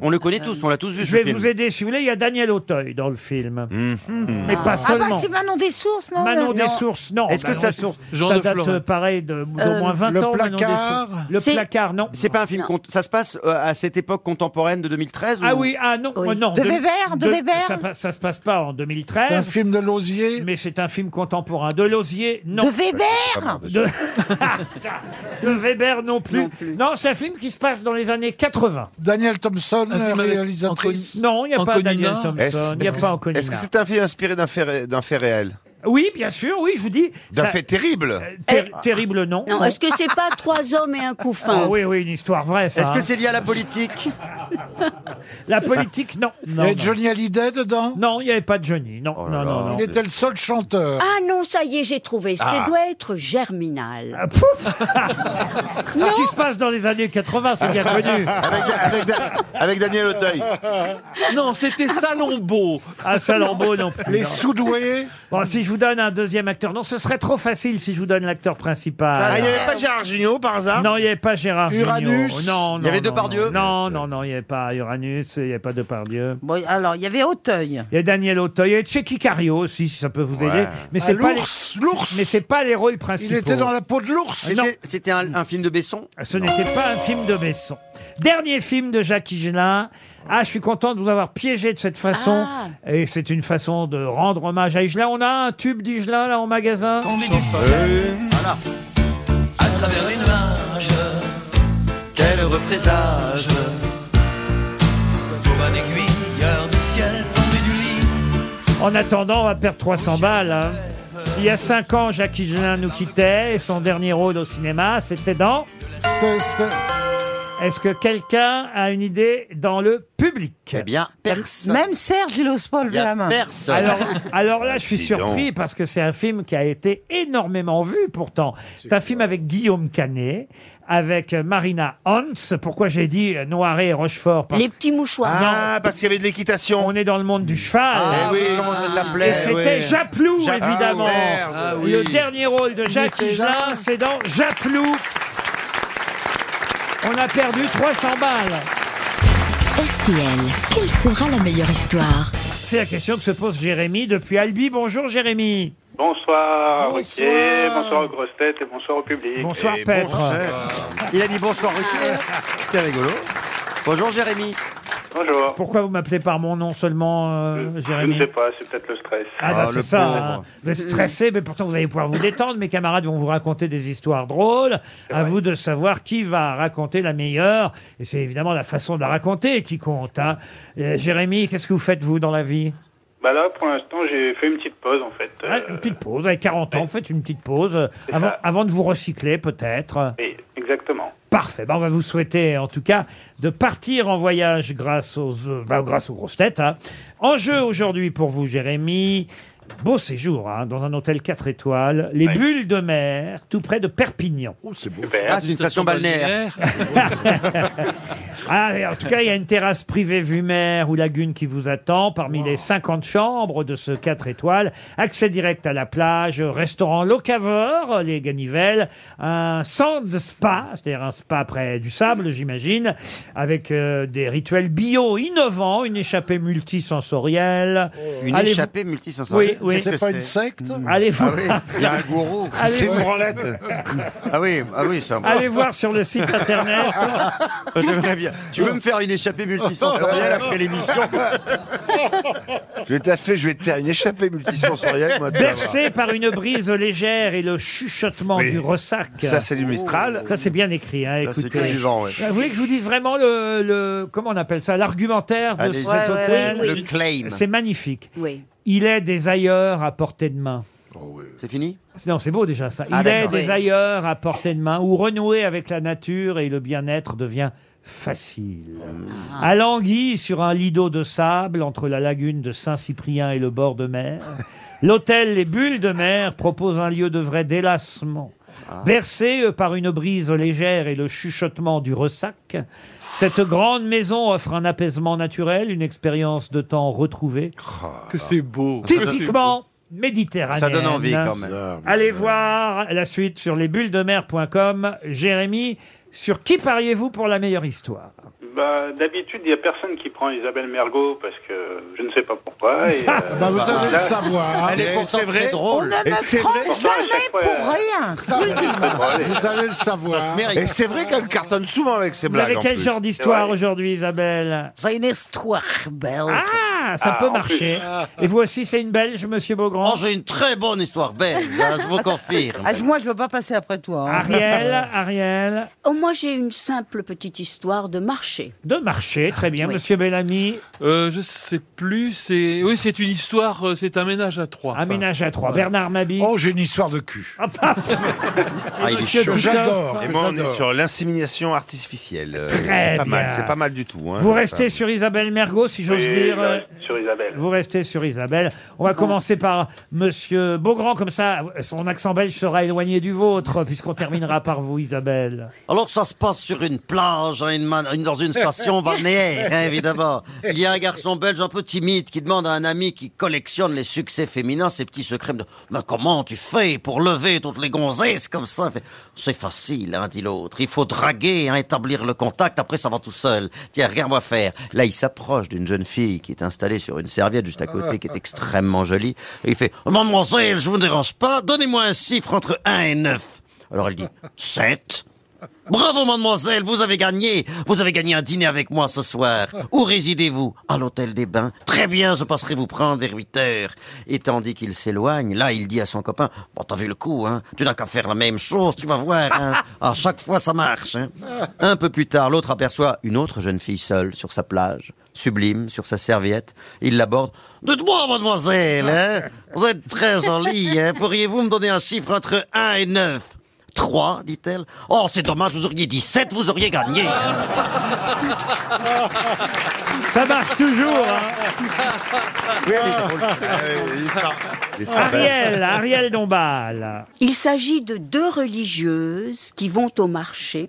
[SPEAKER 5] On le connaît tous, on l'a tous vu.
[SPEAKER 2] Je vais vous aider si vous voulez. Il y a Daniel Auteuil dans le film,
[SPEAKER 5] Mhm.
[SPEAKER 2] mais pas seulement.
[SPEAKER 3] Ah bah c'est Manon des sources, non
[SPEAKER 2] Manon
[SPEAKER 3] Non.
[SPEAKER 2] des sources, non.
[SPEAKER 5] Est-ce que
[SPEAKER 2] Manon
[SPEAKER 5] ça-
[SPEAKER 2] des sources,
[SPEAKER 5] Jean
[SPEAKER 2] ça
[SPEAKER 5] de
[SPEAKER 2] date
[SPEAKER 5] Florent.
[SPEAKER 2] euh, pareil de- d'au
[SPEAKER 5] Euh,
[SPEAKER 2] moins 20
[SPEAKER 5] Le
[SPEAKER 2] ans. Manon des
[SPEAKER 5] Placard.
[SPEAKER 2] Sources. Le
[SPEAKER 5] C'est-
[SPEAKER 2] placard, non.
[SPEAKER 5] C'est pas un film. cont- Ça se passe euh, à cette époque contemporaine de 2013
[SPEAKER 2] Ah
[SPEAKER 5] ou-
[SPEAKER 2] oui, ah non, euh, non. Ça, pa- ça se passe pas en 2013.
[SPEAKER 5] C'est un
[SPEAKER 2] film de Lausier. Mais c'est un film contemporain. De Lausier, non.
[SPEAKER 3] De Weber
[SPEAKER 2] De, <laughs> de Weber non plus. non c'est un film qui se passe dans les années 80.
[SPEAKER 4] Daniel Thompson,
[SPEAKER 2] Un film avec
[SPEAKER 4] réalisatrice.
[SPEAKER 2] Anconi- Non, il n'y a pas Daniel Thompson,
[SPEAKER 7] Est-ce
[SPEAKER 2] il n'y a
[SPEAKER 7] est-ce que-
[SPEAKER 2] pas Anconina.
[SPEAKER 7] Est-ce que c'est un film inspiré d'un fait, ré- d'un fait réel
[SPEAKER 2] Oui, bien sûr, oui, je vous dis.
[SPEAKER 7] D'un
[SPEAKER 2] ça-
[SPEAKER 7] fait terrible.
[SPEAKER 2] Euh, ter- Terrible, non.
[SPEAKER 9] Eh, Non, est-ce que c'est pas trois hommes et un couffin
[SPEAKER 2] Ah oui, oui, une histoire vraie, ça.
[SPEAKER 9] Est-ce que
[SPEAKER 2] hein.
[SPEAKER 9] c'est
[SPEAKER 5] lié à la politique
[SPEAKER 2] La politique, non.
[SPEAKER 4] Il y avait Johnny
[SPEAKER 2] Hallyday dedans Non, il n'y avait pas de Johnny. Non,
[SPEAKER 7] Oh
[SPEAKER 2] non, non, non.
[SPEAKER 4] Il était le seul chanteur.
[SPEAKER 9] Ah non, ça y est, j'ai trouvé.
[SPEAKER 2] Ah.
[SPEAKER 9] Ça doit être germinal.
[SPEAKER 2] Ah, qui se passe dans les années 80, c'est bien connu.
[SPEAKER 7] <laughs> Avec, avec Da- avec Daniel Auteuil.
[SPEAKER 6] Non, c'était Salambo.
[SPEAKER 2] Ah, Salambo, non.
[SPEAKER 6] Les
[SPEAKER 2] soudoués. Bon, si je vous donne un deuxième acteur. Non, ce serait trop facile si je vous donne l'acteur principal.
[SPEAKER 7] Ah, il n'y avait pas Gérard Jugnot par hasard
[SPEAKER 2] Non, il n'y avait pas Gérard
[SPEAKER 7] Uranus.
[SPEAKER 2] Jugnot. Non, non.
[SPEAKER 7] Il y avait
[SPEAKER 2] non,
[SPEAKER 7] Depardieu.
[SPEAKER 2] Non, non, non, il n'y avait pas Uranus, il n'y avait pas Depardieu.
[SPEAKER 3] Bon, alors, il y avait Auteuil.
[SPEAKER 2] Il y a Daniel Auteuil, il y a Checky Cario aussi, si ça peut vous aider. Mais
[SPEAKER 5] Ah,
[SPEAKER 2] c'est pas
[SPEAKER 5] l'ours,
[SPEAKER 2] les... Mais c'est pas les rôles principaux. Ah,
[SPEAKER 5] peau de l'ours.
[SPEAKER 2] Non.
[SPEAKER 5] C'était un, un film de Besson.
[SPEAKER 2] Ce n'était pas un film de Besson. Dernier film de Jacques Higelin. Ah, je suis content de vous avoir piégé de cette façon. Et c'est une façon de rendre hommage à Higelin. On a un tube d'Higelin, là, en magasin
[SPEAKER 16] Euh.
[SPEAKER 17] Voilà. À travers les nuages, quel représage pour un aiguilleur du ciel tombé du lit.
[SPEAKER 2] En attendant, on va perdre 300 balles. hein. Il y a 5 ans, Jacques Higelin nous quittait. Et son dernier rôle au cinéma, c'était dans... Est-ce que quelqu'un a une idée dans le public Eh
[SPEAKER 5] bien,
[SPEAKER 2] personne.
[SPEAKER 3] Même Serge, il ose pas lever la main.
[SPEAKER 2] Alors, alors là, je suis
[SPEAKER 3] Dis
[SPEAKER 2] surpris parce que c'est un film qui a été énormément vu pourtant. C'est un film avec Guillaume Canet, avec euh, Marina Hans. Pourquoi j'ai dit euh, Noiret et Rochefort parce...
[SPEAKER 9] Les petits mouchoirs.
[SPEAKER 7] Ah, parce qu'il y avait de l'équitation.
[SPEAKER 2] On est dans le monde du cheval.
[SPEAKER 7] Ah, oui, comment ça s'appelait
[SPEAKER 2] Et c'était
[SPEAKER 7] oui.
[SPEAKER 2] Japlou,
[SPEAKER 7] Ja- Ah,
[SPEAKER 2] évidemment.
[SPEAKER 7] merde.
[SPEAKER 2] Le dernier rôle de Jacques
[SPEAKER 7] était
[SPEAKER 2] Higelin, c'est dans Japlou. On a perdu 300 balles.
[SPEAKER 10] RTL, quelle sera la meilleure histoire
[SPEAKER 2] C'est la question que se pose Jérémy depuis Albi. Bonjour Jérémy.
[SPEAKER 18] Bonsoir, Ruquier, bonsoir aux grosses têtes et bonsoir au public.
[SPEAKER 2] Bonsoir, Et Pêtre. bonsoir.
[SPEAKER 5] Il a dit bonsoir
[SPEAKER 9] Ah,
[SPEAKER 5] Ruquier. C'est rigolo. Bonjour Jérémy.
[SPEAKER 18] Bonjour.
[SPEAKER 2] Pourquoi vous m'appelez par mon nom seulement, euh,
[SPEAKER 18] Je
[SPEAKER 2] Jérémy
[SPEAKER 18] ne sais pas, c'est peut-être le stress.
[SPEAKER 2] Ah, bah c'est ça. hein. Vous êtes stressé, mais pourtant vous allez pouvoir vous détendre. Mes camarades vont vous raconter des histoires drôles. À vous de savoir qui va raconter la meilleure. Et c'est évidemment la façon de la raconter qui compte. hein. Euh, Jérémy, qu'est-ce que vous faites vous dans la vie
[SPEAKER 18] Bah là, pour l'instant, j'ai fait une petite pause en fait.
[SPEAKER 2] Ah, Une petite pause. Avec 40 ans, vous faites une petite pause euh, avant, avant de vous recycler peut-être.
[SPEAKER 18] Oui, exactement.
[SPEAKER 2] Parfait. Ben, on va vous souhaiter, en tout cas, de partir en voyage grâce aux, euh, ben, grâce aux grosses têtes. hein. En jeu aujourd'hui pour vous, Jérémy. Beau séjour hein, dans un hôtel 4 étoiles, les bulles de mer, tout près de Perpignan.
[SPEAKER 7] Oh, c'est beau.
[SPEAKER 5] Ah, c'est une station balnéaire.
[SPEAKER 2] <laughs> Ah, et en tout cas, il y a une terrasse privée vue mer ou lagune qui vous attend parmi les 50 chambres de ce 4 étoiles. Accès direct à la plage, restaurant Locavor, les Ganivelles, un sand spa, c'est-à-dire un spa près du sable, j'imagine, avec euh, des rituels bio innovants, une échappée multisensorielle.
[SPEAKER 5] Une
[SPEAKER 2] Allez-vous-
[SPEAKER 5] échappée multisensorielle.
[SPEAKER 2] Oui, oui.
[SPEAKER 5] Qu'est-ce que C'est pas une secte
[SPEAKER 2] Allez vous
[SPEAKER 5] Ah oui, il y a un gourou.
[SPEAKER 2] Allez
[SPEAKER 5] C'est
[SPEAKER 2] vous-
[SPEAKER 5] une branlette. Ah oui, ah oui, c'est un
[SPEAKER 2] Allez voir sur le site internet.
[SPEAKER 5] <laughs> J'aimerais bien. Tu veux me faire une échappée multisensorielle après l'émission
[SPEAKER 7] Je vais taffer, je vais te faire une échappée multisensorielle. moi, tu vas voir.
[SPEAKER 2] Bercé par une brise légère et le chuchotement
[SPEAKER 7] Oui.
[SPEAKER 2] du ressac.
[SPEAKER 7] Ça, c'est du Mistral.
[SPEAKER 2] Ça, c'est bien écrit. Hein,
[SPEAKER 7] Ça, c'est
[SPEAKER 2] écoutez.
[SPEAKER 7] que du vent, ouais.
[SPEAKER 2] Vous voulez que je vous dise vraiment le, le- comment on appelle ça, l'argumentaire de
[SPEAKER 5] Allez-y.
[SPEAKER 2] cet
[SPEAKER 5] Ouais, ouais,
[SPEAKER 2] hôtel
[SPEAKER 5] oui, oui. Le claim.
[SPEAKER 2] C'est magnifique.
[SPEAKER 9] Oui.
[SPEAKER 2] Il est des ailleurs à portée de main.
[SPEAKER 5] Oh, C'est fini
[SPEAKER 2] Non, c'est beau déjà ça. Il
[SPEAKER 5] Ah,
[SPEAKER 2] est
[SPEAKER 5] d'accord.
[SPEAKER 2] des
[SPEAKER 5] Oui.
[SPEAKER 2] ailleurs à portée de main où renouer avec la nature et le bien-être devient facile.
[SPEAKER 5] Ah.
[SPEAKER 2] À Languille, sur un lido de sable entre la lagune de Saint-Cyprien et le bord de
[SPEAKER 5] <laughs>
[SPEAKER 2] mer, l'hôtel Les Bulles de Mer propose un lieu de vrai délassement.
[SPEAKER 5] Ah.
[SPEAKER 2] Bercé euh, par une brise légère et le chuchotement du ressac, cette grande maison offre un apaisement naturel, une expérience de temps retrouvée.
[SPEAKER 6] Que c'est beau.
[SPEAKER 2] Typiquement méditerranéenne.
[SPEAKER 5] Ça donne envie quand <laughs>
[SPEAKER 7] Ah,
[SPEAKER 5] même.
[SPEAKER 2] Allez voir la suite sur lesbullesdemer.com. Jérémy, sur qui pariez-vous pour la meilleure histoire
[SPEAKER 18] Bah, d'habitude, il n'y a personne qui prend Isabelle Mergot parce que je ne sais pas pourquoi. Et, euh,
[SPEAKER 4] Bah, vous allez le
[SPEAKER 18] là-
[SPEAKER 4] savoir. hein.
[SPEAKER 5] Elle est pourtant très drôle.
[SPEAKER 3] On ne me prend jamais Ah, pour rien.
[SPEAKER 7] <laughs>
[SPEAKER 3] Je le dis.
[SPEAKER 4] Vous allez le savoir. hein.
[SPEAKER 7] Et c'est vrai qu'elle cartonne souvent avec ses
[SPEAKER 2] Vous
[SPEAKER 7] blagues.
[SPEAKER 2] avez
[SPEAKER 7] en
[SPEAKER 2] quel
[SPEAKER 7] plus.
[SPEAKER 2] genre d'histoire aujourd'hui, Isabelle
[SPEAKER 3] Ben, J'ai une histoire belle.
[SPEAKER 2] Ah Ah, ça
[SPEAKER 5] Ah,
[SPEAKER 2] peut
[SPEAKER 5] en
[SPEAKER 2] marcher.
[SPEAKER 5] plus.
[SPEAKER 2] Et vous aussi, c'est une belge, monsieur Beaugrand
[SPEAKER 5] Oh, J'ai une très bonne histoire belge, hein, je vous confirme.
[SPEAKER 9] Ah, moi, je veux pas passer après toi. hein. <laughs>
[SPEAKER 2] Ariel, Ariel.
[SPEAKER 9] Oh, moi, j'ai une simple petite histoire de marché.
[SPEAKER 2] De marché, très bien,
[SPEAKER 9] Oui.
[SPEAKER 2] monsieur Bellamy.
[SPEAKER 6] Euh, je sais plus, c'est. Oui, c'est une histoire, euh, c'est un ménage à trois.
[SPEAKER 2] Un ménage à trois. Bernard Mabille.
[SPEAKER 6] Oh,
[SPEAKER 4] j'ai une histoire de cul.
[SPEAKER 7] <laughs> Ah, il est
[SPEAKER 2] Monsieur
[SPEAKER 7] chaud.
[SPEAKER 2] Titoff.
[SPEAKER 7] Et moi, on est sur l'insémination artificielle. Euh,
[SPEAKER 2] Très
[SPEAKER 7] C'est pas mal,
[SPEAKER 2] bien.
[SPEAKER 7] c'est pas mal du tout. hein.
[SPEAKER 2] Vous restez sur Isabelle Mergot, si j'ose
[SPEAKER 7] Oui,
[SPEAKER 2] dire.
[SPEAKER 7] là,
[SPEAKER 2] euh,
[SPEAKER 18] Sur Isabelle.
[SPEAKER 2] Vous restez sur Isabelle. On va commencer par Monsieur Beaugrand, comme ça, son accent belge sera éloigné du vôtre, puisqu'on terminera par vous,
[SPEAKER 7] <laughs>
[SPEAKER 2] Isabelle.
[SPEAKER 5] Alors ça se passe sur une plage, hein, une man- une- dans une station balnéaire, hein, évidemment. Il y a un garçon belge un peu timide qui demande à un ami qui collectionne les succès féminins ses petits secrets. de- Mais comment tu fais pour lever toutes les gonzesses comme ça Il fait, C'est facile, hein, dit l'autre. Il faut draguer, hein, établir le contact, après ça va tout seul. Tiens, regarde-moi faire. Là, il s'approche d'une jeune fille qui est installée sur une serviette juste à côté, qui est extrêmement jolie. Et il fait, Mademoiselle, je vous dérange pas, donnez-moi un chiffre entre 1 et 9. Alors elle dit 7. Bravo mademoiselle, vous avez gagné. Vous avez gagné un dîner avec moi ce soir. Où résidez-vous À l'hôtel des bains. Très bien, je passerai vous prendre vers 8 heures. Et tandis qu'il s'éloigne, là il dit à son copain, bon t'as vu le coup, hein Tu n'as qu'à faire la même chose, tu vas voir. Hein à chaque fois ça marche. hein. Un peu plus tard, l'autre aperçoit une autre jeune fille seule sur sa plage, sublime, sur sa serviette. Il l'aborde. Dites-moi mademoiselle, hein vous êtes très jolie, hein pourriez-vous me donner un chiffre entre 1 et 9 3, dit-elle. Oh, c'est dommage, vous auriez dit 7, vous auriez gagné.
[SPEAKER 2] Ça marche toujours. hein.
[SPEAKER 7] Ah,
[SPEAKER 2] Ariel, Ariel Dombal.
[SPEAKER 9] Il s'agit de deux religieuses qui vont au marché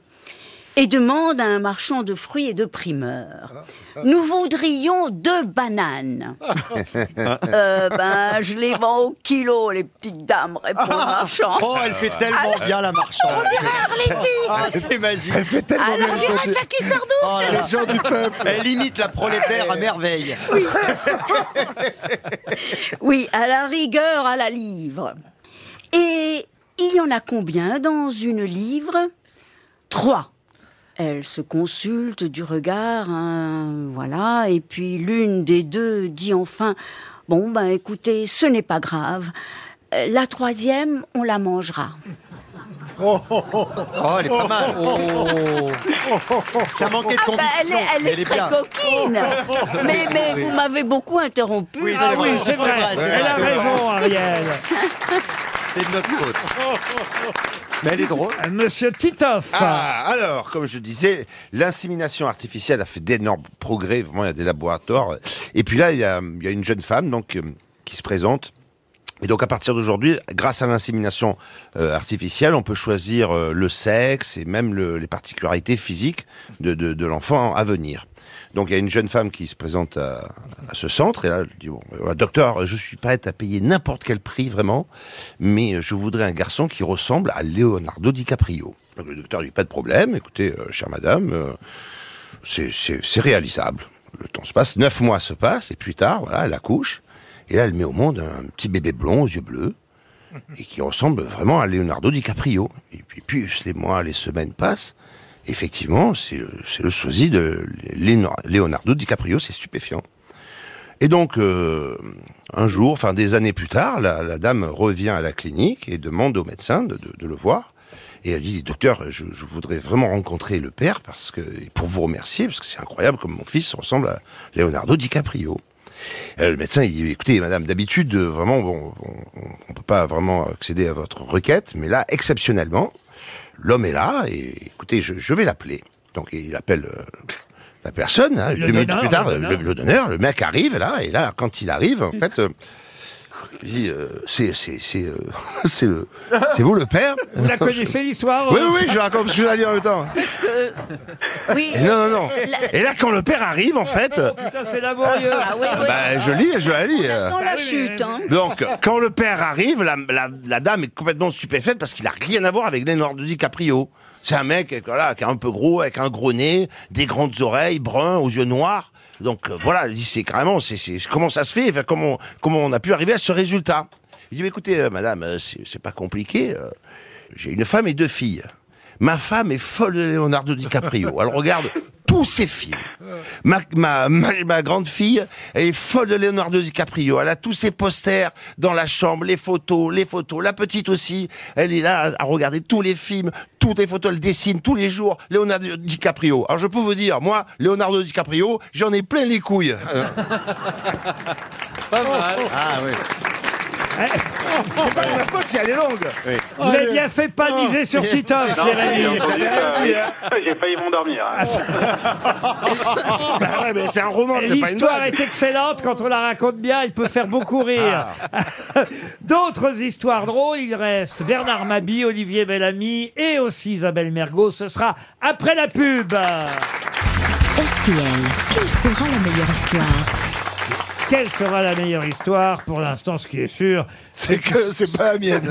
[SPEAKER 9] et demandent à un marchand de fruits et de
[SPEAKER 5] Ah,
[SPEAKER 9] primeurs. Nous voudrions deux bananes.
[SPEAKER 5] Ah.
[SPEAKER 9] Euh, ben, je les vends au kilo, les petites dames, répond le marchand. Ah,
[SPEAKER 5] Oh, elle fait tellement bien la marchande.
[SPEAKER 3] Ah. On dirait Arletty.
[SPEAKER 5] Ah, c'est magique. Elle fait
[SPEAKER 3] tellement bien On dirait les gens du- Jackie Sardou.
[SPEAKER 5] les gens du peuple. Elle imite la prolétaire à merveille.
[SPEAKER 9] Oui, à la rigueur, à la livre. Et il y en a combien dans une livre Trois. Elles se consultent du regard, hein, voilà, et puis l'une des deux dit enfin Bon, ben écoutez, ce n'est pas grave. Euh, La troisième, on la mangera.
[SPEAKER 5] <laughs> Oh, elle est pas mal. <laughs> Ça manquait de
[SPEAKER 9] Ah, bah,
[SPEAKER 5] conviction.
[SPEAKER 9] elle est, elle
[SPEAKER 5] mais
[SPEAKER 9] est
[SPEAKER 5] elle est
[SPEAKER 9] très
[SPEAKER 5] bien.
[SPEAKER 9] coquine.
[SPEAKER 5] <laughs>
[SPEAKER 9] Mais, mais vous m'avez beaucoup interrompu.
[SPEAKER 5] Oui,
[SPEAKER 9] hein.
[SPEAKER 5] c'est
[SPEAKER 2] Ah
[SPEAKER 5] vrai, c'est vrai, c'est vrai,
[SPEAKER 2] Elle a
[SPEAKER 5] c'est vrai.
[SPEAKER 2] raison, Ariel.
[SPEAKER 5] C'est de notre faute. Mais elle est drôle.
[SPEAKER 2] Euh, Monsieur Titoff.
[SPEAKER 7] Ah, alors, comme je disais, l'insémination artificielle a fait d'énormes progrès. Vraiment, il y a des laboratoires. Et puis là, il y a, il y a une jeune femme donc, euh, qui se présente. Et donc, à partir d'aujourd'hui, grâce à l'insémination euh, artificielle, on peut choisir euh, le sexe et même le- les particularités physiques de, de- de l'enfant à venir. Donc, il y a une jeune femme qui se présente à, à ce centre. Et là, elle dit, bon, voilà, docteur, je suis prête à payer n'importe quel prix, vraiment, mais euh, je voudrais un garçon qui ressemble à Leonardo DiCaprio. Donc, le docteur dit, pas de problème, écoutez, euh, chère madame, euh, c'est- c'est c'est réalisable. Le temps se passe, neuf mois se passent, et plus tard, voilà, elle accouche, et là, elle met au monde un petit bébé blond aux yeux bleus, et qui ressemble vraiment à Leonardo DiCaprio. Et puis, plus les mois, les semaines passent, effectivement, c'est le- c'est le sosie de Léno- Leonardo DiCaprio, c'est stupéfiant. Et donc, euh, un jour, enfin des années plus tard, la, la dame revient à la clinique et demande au médecin de, de- de le voir. Et elle dit, docteur, je, je voudrais vraiment rencontrer le père parce que, et pour vous remercier, parce que c'est incroyable comme mon fils ressemble à Leonardo DiCaprio. Et le médecin, il dit, écoutez, madame, d'habitude, euh, vraiment, bon, on ne peut pas vraiment accéder à votre requête, mais là, exceptionnellement, l'homme est là, et écoutez, je, je vais l'appeler. Donc, il appelle euh, la personne, hein,
[SPEAKER 2] Le
[SPEAKER 7] deux minutes
[SPEAKER 2] donneur,
[SPEAKER 7] plus tard,
[SPEAKER 2] le
[SPEAKER 7] le,
[SPEAKER 2] donneur.
[SPEAKER 7] le donneur, le mec arrive, là, et là, quand il arrive, en fait, euh, il dit, euh, c'est, c'est, c'est, euh, <laughs> c'est le, c'est vous le père
[SPEAKER 2] <laughs> Vous la connaissez l'histoire
[SPEAKER 7] Oui,
[SPEAKER 2] euh
[SPEAKER 7] oui, oui, je raconte ce que j'allais dire en même temps.
[SPEAKER 9] Parce que. Oui.
[SPEAKER 7] Et non, non, non.
[SPEAKER 9] La-
[SPEAKER 7] Et là, quand le père arrive, en fait, euh,
[SPEAKER 2] Putain, c'est laborieux.
[SPEAKER 9] Ah oui, oui.
[SPEAKER 7] bah, je lis, je la lis. euh.
[SPEAKER 9] Dans la chute, hein. <laughs>
[SPEAKER 7] Donc, quand le père arrive, la, la- la dame est complètement stupéfaite parce qu'il a rien à voir avec Leonardo DiCaprio. C'est un mec euh, voilà, qui est un peu gros, avec un gros nez, des grandes oreilles, brun, aux yeux noirs. Donc euh, voilà, il dit c'est carrément, c'est, c'est- comment ça se fait, Enfin, comment, comment on a pu arriver à ce résultat Il dit Mais écoutez, euh, madame, euh, c'est, c'est pas compliqué. euh, j'ai une femme et deux filles. Ma femme est folle de Leonardo DiCaprio. Elle regarde tous ses films. Ma, ma, ma, ma grande fille, elle est folle de Leonardo DiCaprio. Elle a tous ses posters dans la chambre, les photos, les photos. La petite aussi, elle est là à, à regarder tous les films, toutes les photos. Elle dessine tous les jours Leonardo DiCaprio. Alors je peux vous dire, moi, Leonardo DiCaprio, j'en ai plein les couilles. Euh,
[SPEAKER 6] Pas mal.
[SPEAKER 7] Ah oui. C'est pas de ma faute si elle est longue.
[SPEAKER 2] Vous avez bien fait de pas miser sur Titoff,
[SPEAKER 18] Non, j'ai
[SPEAKER 2] Jérémy.
[SPEAKER 18] entendu euh,
[SPEAKER 12] <laughs>
[SPEAKER 18] ça. <laughs> J'ai failli m'endormir. hein.
[SPEAKER 7] <laughs>
[SPEAKER 2] Ah,
[SPEAKER 7] Bah ouais, mais c'est un roman,
[SPEAKER 2] Et
[SPEAKER 7] c'est pas une
[SPEAKER 2] L'histoire
[SPEAKER 7] blague.
[SPEAKER 2] est excellente quand on la raconte bien, il peut faire beaucoup rire.
[SPEAKER 7] Ah.
[SPEAKER 2] <laughs> D'autres histoires drôles, il reste Bernard Mabi, Olivier Bellamy et aussi Isabelle Mergot. Ce sera après la pub.
[SPEAKER 10] RTL, quelle sera la meilleure histoire
[SPEAKER 2] Quelle sera la meilleure histoire Pour l'instant, ce qui est sûr, c'est que c'est pas la mienne. <laughs>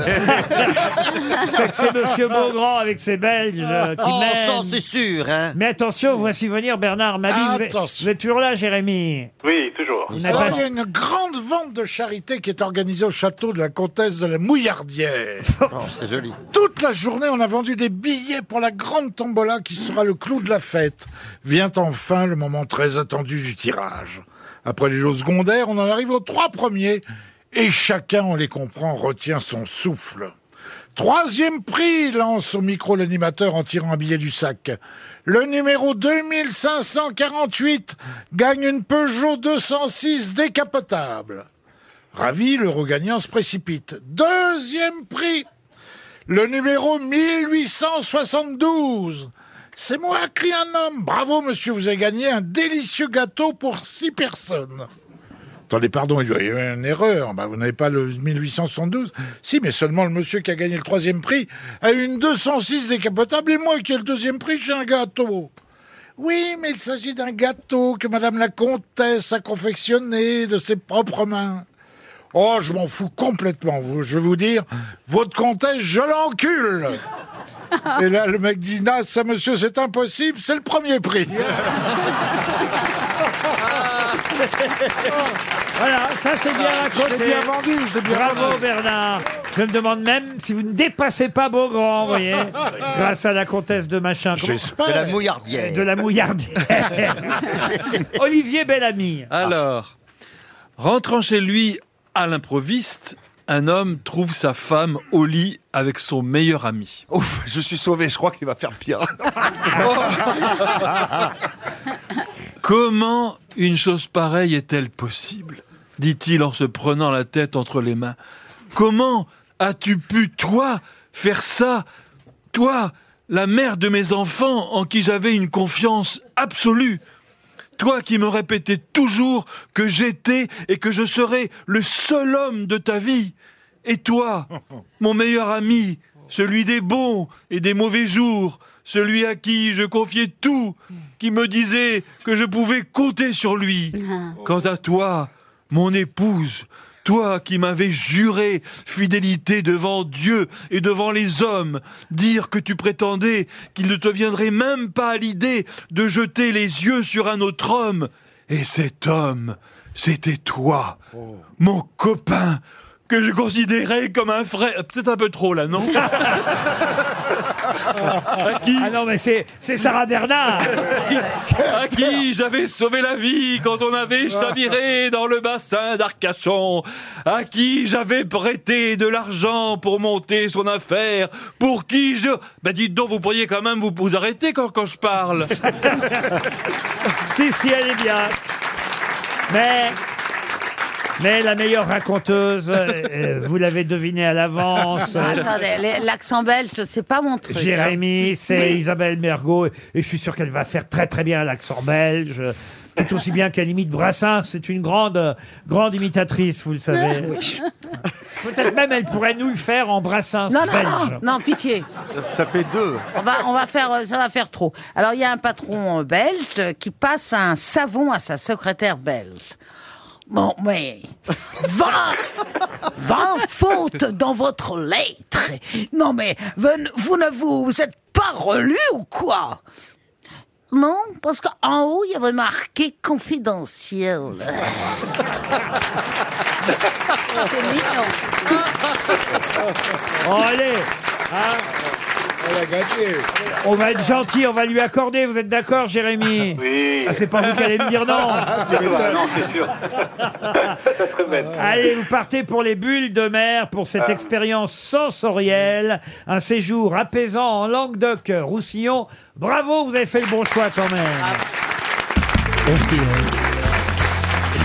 [SPEAKER 2] c'est que c'est Monsieur Beaugrand avec ses Belges euh, qui
[SPEAKER 5] Oh,
[SPEAKER 2] mènent.
[SPEAKER 5] ça, c'est sûr, hein.
[SPEAKER 2] Mais attention, voici venir Bernard Mabi. Ah Vous êtes- Vous, êtes toujours là, Jérémy
[SPEAKER 18] Oui, toujours.
[SPEAKER 2] Il n'a
[SPEAKER 4] Alors,
[SPEAKER 2] pas-
[SPEAKER 4] il y a une grande vente de charité qui est organisée au château de la comtesse de la Mouillardière.
[SPEAKER 5] Oh, C'est joli.
[SPEAKER 4] Toute la journée, on a vendu des billets pour la grande tombola qui sera le clou de la fête. Vient enfin le moment très attendu du tirage. Après les lots secondaires, on en arrive aux trois premiers et chacun, on les comprend, retient son souffle. Troisième prix, lance au micro l'animateur en tirant un billet du sac. Le numéro 2548 gagne une Peugeot 206 décapotable. Ravi, le gagnant se précipite. Deuxième prix, le numéro 1872. C'est moi, crie un homme. Bravo, monsieur, vous avez gagné un délicieux gâteau pour six personnes. Attendez, pardon, il y a eu une erreur. Bah, vous n'avez pas le 1872. Si, mais seulement le monsieur qui a gagné le troisième prix a eu une 206 décapotable et moi qui ai le deuxième prix, j'ai un gâteau. Oui, mais il s'agit d'un gâteau que madame la comtesse a confectionné de ses propres mains. Oh, je m'en fous complètement. vous- Je vais vous dire, votre comtesse, je l'encule.
[SPEAKER 12] Ah.
[SPEAKER 4] Et là, le mec dit, non, ça, monsieur, c'est impossible, c'est le premier prix.
[SPEAKER 2] Voilà, ça c'est bien raconté.
[SPEAKER 4] l'ai bien vendu, Ah, je l'ai bien
[SPEAKER 2] Bravo
[SPEAKER 4] vendu. <laughs>
[SPEAKER 2] Bernard. Je me demande même si vous ne dépassez pas Beaugrand, vous <laughs> voyez, grâce à la comtesse de machin. Comment-
[SPEAKER 4] J'espère.
[SPEAKER 5] De la mouillardière.
[SPEAKER 2] De la
[SPEAKER 5] <laughs>
[SPEAKER 2] mouillardière. Olivier Bellamy.
[SPEAKER 6] Alors, rentrant chez lui à l'improviste, un homme trouve sa femme au lit avec son meilleur ami.
[SPEAKER 7] Ouf, je suis sauvé, je crois qu'il va faire pire.
[SPEAKER 6] Comment une chose pareille est-elle possible dit-il en se prenant la tête entre les mains. Comment as-tu pu, toi, faire ça Toi, la mère de mes enfants en qui j'avais une confiance absolue toi qui me répétais toujours que j'étais et que je serais le seul homme de ta vie. Et toi, mon meilleur ami, celui des bons et des mauvais jours, celui à qui je confiais tout, qui me disait que je pouvais compter sur lui. Quant à toi, mon épouse, toi qui m'avais juré fidélité devant Dieu et devant les hommes, dire que tu prétendais qu'il ne te viendrait même pas à l'idée de jeter les yeux sur un autre homme. Et cet homme, c'était toi, mon copain, que je considérais comme un frère. Euh, Peut-être un peu trop là,
[SPEAKER 2] <laughs>
[SPEAKER 6] non
[SPEAKER 2] Ah non, mais c'est c'est Sarah Bernard.
[SPEAKER 6] à qui j'avais sauvé la vie quand on avait chaviré dans le bassin d'Arcachon, à qui j'avais prêté de l'argent pour monter son affaire, pour qui je... Bah dites donc, vous pourriez quand même vous, vous arrêter quand, quand je
[SPEAKER 2] <laughs>
[SPEAKER 6] parle.
[SPEAKER 2] si, si, elle est bien. Mais. Mais la meilleure raconteuse, euh, euh, vous l'avez deviné à l'avance.
[SPEAKER 3] Ah, Attendez, les- l'accent belge, c'est pas mon truc. hein.
[SPEAKER 2] Jérémy, c'est Isabelle Mergot, et je suis sûr qu'elle va faire très très bien l'accent belge, tout aussi bien qu'elle imite Brassens. C'est une grande euh, grande imitatrice, vous le
[SPEAKER 9] Ah,
[SPEAKER 3] Ah,
[SPEAKER 2] savez. Peut-être même elle pourrait nous le faire en Brassens
[SPEAKER 3] Non, non,
[SPEAKER 2] belge.
[SPEAKER 3] non, non, pitié.
[SPEAKER 7] Ça fait deux.
[SPEAKER 3] On va, on va faire, euh, ça va faire trop. Alors, il y a un patron euh, belge euh, qui passe un savon à sa secrétaire belge. Bon, mais vingt, vingt fautes dans votre lettre. Non, mais ven- vous ne vous, vous êtes pas relu ou quoi Non, parce qu'en haut, il y avait marqué confidentiel.
[SPEAKER 9] Ah,
[SPEAKER 2] Oh, allez hein
[SPEAKER 4] a
[SPEAKER 2] <laughs>
[SPEAKER 4] gagné.
[SPEAKER 2] On va être gentil, on va lui accorder, vous êtes d'accord, Jérémy
[SPEAKER 18] Oui. Ah,
[SPEAKER 2] Ah, c'est pas vous qui allez me dire non.
[SPEAKER 18] non, c'est sûr. Ça serait bête.
[SPEAKER 2] <laughs> Allez, vous partez pour les bulles de mer, pour cette
[SPEAKER 18] Ah.
[SPEAKER 2] expérience sensorielle, un séjour apaisant en Languedoc-Roussillon. Bravo, vous avez fait le bon choix quand même.
[SPEAKER 3] Ah,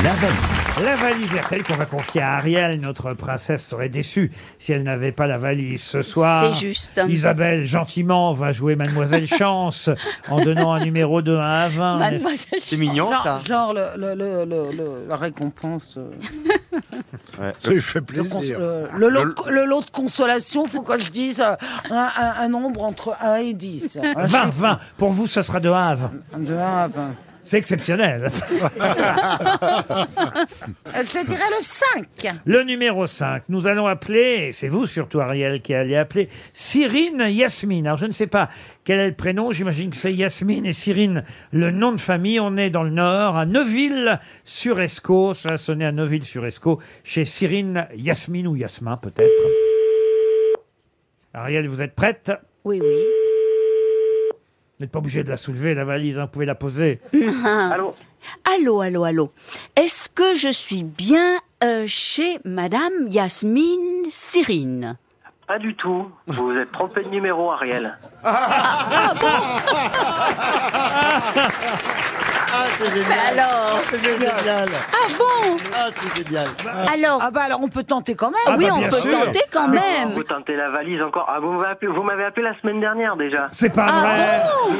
[SPEAKER 1] La valise.
[SPEAKER 2] La valise RTL qu'on va confier à Ariel, notre princesse serait déçue si elle n'avait pas la valise ce soir.
[SPEAKER 8] C'est juste.
[SPEAKER 2] Isabelle, gentiment, va
[SPEAKER 8] <laughs>
[SPEAKER 2] jouer Mademoiselle Chance en donnant un numéro de 1 à 20.
[SPEAKER 3] Mademoiselle
[SPEAKER 5] C'est mignon,
[SPEAKER 3] genre,
[SPEAKER 5] ça.
[SPEAKER 3] Genre le, le- le- le- le- la récompense. euh,
[SPEAKER 4] Ça lui fait
[SPEAKER 3] le cons-
[SPEAKER 4] plaisir.
[SPEAKER 3] euh, Le, lot, de co- le lot de consolation, faut que je dise euh, un, un- un nombre entre 1 et
[SPEAKER 5] <laughs>
[SPEAKER 3] 10. Un
[SPEAKER 2] 20,
[SPEAKER 3] chiffre
[SPEAKER 2] 20. Pour vous, ce sera de 1 à 20.
[SPEAKER 3] De 1 à 20.
[SPEAKER 2] C'est exceptionnel.
[SPEAKER 3] Euh, Je dirais le 5.
[SPEAKER 2] Le numéro 5, nous allons appeler, et c'est vous surtout Ariel qui allez appeler, Cyrine Yasmine. Alors je ne sais pas quel est le prénom, j'imagine que c'est Yasmine et Cyrine, le nom de famille. On est dans le nord, à Neuville-sur-Escaut. Ça a sonné à Neuville-sur-Escaut, chez Cyrine Yasmine ou Yasmin peut-être. Ariel, vous êtes prête
[SPEAKER 9] Oui, oui.
[SPEAKER 2] Vous n'êtes pas obligé de la soulever, la valise, hein, vous pouvez la poser.
[SPEAKER 9] allô Allô, allô, allô. Est-ce que je suis bien euh, chez Madame Yasmine Cyrine
[SPEAKER 16] Pas du tout. Vous vous êtes trompé de numéro, Ariel.
[SPEAKER 5] Ah, c'est
[SPEAKER 9] génial. alors
[SPEAKER 5] c'est génial.
[SPEAKER 9] Ah bon
[SPEAKER 5] Ah, c'est génial.
[SPEAKER 9] Alors
[SPEAKER 3] Ah bah alors on peut tenter quand même.
[SPEAKER 5] Ah Oui, bah, on bien peut sûr. tenter
[SPEAKER 9] quand
[SPEAKER 16] même. Vous tentez la valise encore. Ah, vous m'avez appelé, vous m'avez appelé la semaine dernière déjà.
[SPEAKER 2] C'est pas
[SPEAKER 9] Ah
[SPEAKER 2] vrai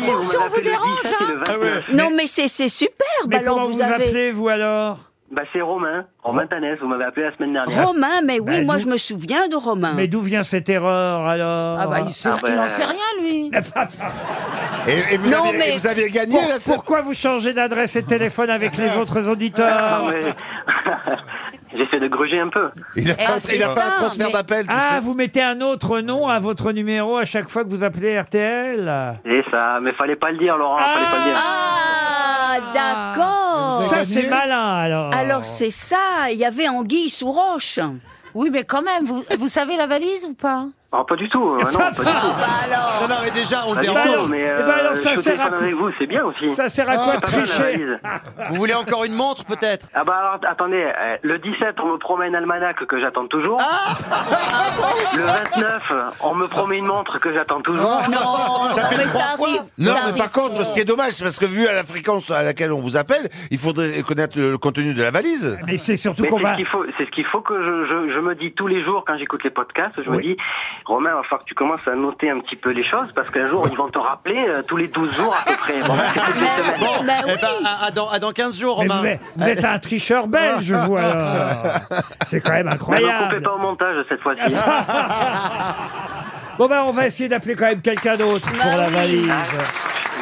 [SPEAKER 16] Mais je sais que si, vous m'avez appelé le 17 et le 29.
[SPEAKER 9] Non, mais c'est c'est superbe.
[SPEAKER 2] Mais
[SPEAKER 9] alors
[SPEAKER 2] comment
[SPEAKER 9] vous,
[SPEAKER 2] vous
[SPEAKER 9] avez
[SPEAKER 2] appelez, vous alors
[SPEAKER 16] Bah, c'est Romain. Romain Tanès, vous m'avez appelé la semaine dernière.
[SPEAKER 9] Romain, mais oui,
[SPEAKER 16] Bah,
[SPEAKER 9] moi
[SPEAKER 16] nous-
[SPEAKER 9] je me souviens de Romain.
[SPEAKER 2] Mais d'où vient cette erreur alors
[SPEAKER 3] Ah bah il, sait-
[SPEAKER 16] Ah bah,
[SPEAKER 3] il en sait rien lui.
[SPEAKER 7] Et, et vous,
[SPEAKER 2] Non,
[SPEAKER 7] avez, et
[SPEAKER 2] mais-
[SPEAKER 7] vous avez gagné
[SPEAKER 2] Pour-
[SPEAKER 7] là, Ah. ça-
[SPEAKER 2] pourquoi vous changez d'adresse et de téléphone avec les autres
[SPEAKER 7] Ah,
[SPEAKER 2] auditeurs
[SPEAKER 16] Non, mais- Ah <laughs> J'essaie de gruger un peu.
[SPEAKER 7] Il a
[SPEAKER 2] Eh,
[SPEAKER 7] pas,
[SPEAKER 2] c'est
[SPEAKER 7] il a pas
[SPEAKER 2] ça,
[SPEAKER 7] un transfert
[SPEAKER 2] mais-
[SPEAKER 7] d'appel. tu
[SPEAKER 2] Ah,
[SPEAKER 7] sais.
[SPEAKER 2] vous mettez un autre nom à votre numéro à chaque fois que vous appelez RTL
[SPEAKER 16] C'est ça, mais fallait pas le dire, Laurent, fallait pas le dire.
[SPEAKER 9] Ah, d'accord.
[SPEAKER 2] Ça, c'est malin, alors.
[SPEAKER 9] Alors c'est ça, il y avait Anguille sous roche.
[SPEAKER 3] Oui mais quand même, vous, vous savez la valise ou pas
[SPEAKER 16] Ah, pas du tout, euh, non, pas du tout.
[SPEAKER 3] Ah, bah
[SPEAKER 5] Non, non, mais déjà, on le
[SPEAKER 16] Pas du tout,
[SPEAKER 5] dérange.
[SPEAKER 16] mais
[SPEAKER 2] Eh ben alors,
[SPEAKER 16] euh,
[SPEAKER 2] ça
[SPEAKER 16] je suis
[SPEAKER 2] sert
[SPEAKER 16] au
[SPEAKER 2] à
[SPEAKER 16] téléphone
[SPEAKER 2] quoi-
[SPEAKER 16] avec vous, c'est bien aussi.
[SPEAKER 2] Ça sert à quoi
[SPEAKER 16] C'est
[SPEAKER 2] de
[SPEAKER 16] pas mal, la
[SPEAKER 2] tricher
[SPEAKER 16] valise.
[SPEAKER 2] <laughs>
[SPEAKER 5] Vous voulez encore une montre, peut-être
[SPEAKER 16] Ah bah alors, attendez, euh, le 17 on me promet un almanach que j'attends toujours.
[SPEAKER 5] Ah
[SPEAKER 16] <laughs> le 29 on me promet une montre que j'attends toujours.
[SPEAKER 9] <laughs>
[SPEAKER 5] Oh,
[SPEAKER 16] <laughs>
[SPEAKER 9] Non,
[SPEAKER 7] Ça
[SPEAKER 9] non,
[SPEAKER 7] fait
[SPEAKER 9] mais
[SPEAKER 7] trois
[SPEAKER 9] ça
[SPEAKER 7] fois.
[SPEAKER 9] arrive.
[SPEAKER 7] Non,
[SPEAKER 9] ça
[SPEAKER 7] mais par
[SPEAKER 9] arrive.
[SPEAKER 7] contre, ce qui est dommage, c'est parce que vu à la fréquence à laquelle on vous appelle, il faudrait connaître le contenu de la valise.
[SPEAKER 2] Mais c'est surtout
[SPEAKER 16] Mais
[SPEAKER 2] qu'on
[SPEAKER 16] c'est ce
[SPEAKER 2] va...
[SPEAKER 16] qu'il faut, c'est ce qu'il faut que je, je, je me dis tous les jours quand j'écoute les podcasts. Je me dis, Romain, va falloir que tu commences à noter un petit peu les choses parce qu'un jour ils vont te rappeler euh, tous les 12 jours à peu
[SPEAKER 2] <laughs>
[SPEAKER 16] près. Bon, c'est toutes les semaines.
[SPEAKER 5] Bon,
[SPEAKER 9] Bah
[SPEAKER 5] eh ben, à, à dans, à dans 15 jours,
[SPEAKER 2] Mais
[SPEAKER 5] Oh, Romain.
[SPEAKER 2] vous
[SPEAKER 5] Eh.
[SPEAKER 2] êtes, vous êtes
[SPEAKER 5] <laughs>
[SPEAKER 2] un tricheur belge,
[SPEAKER 7] <laughs>
[SPEAKER 2] vous, alors. C'est quand même
[SPEAKER 16] Ne me coupez
[SPEAKER 2] incroyable.
[SPEAKER 16] pas au montage cette fois-ci. hein.
[SPEAKER 2] <laughs> Bon, ben, on va essayer d'appeler quand même quelqu'un d'autre
[SPEAKER 9] Bah
[SPEAKER 2] pour la
[SPEAKER 9] oui.
[SPEAKER 2] valise.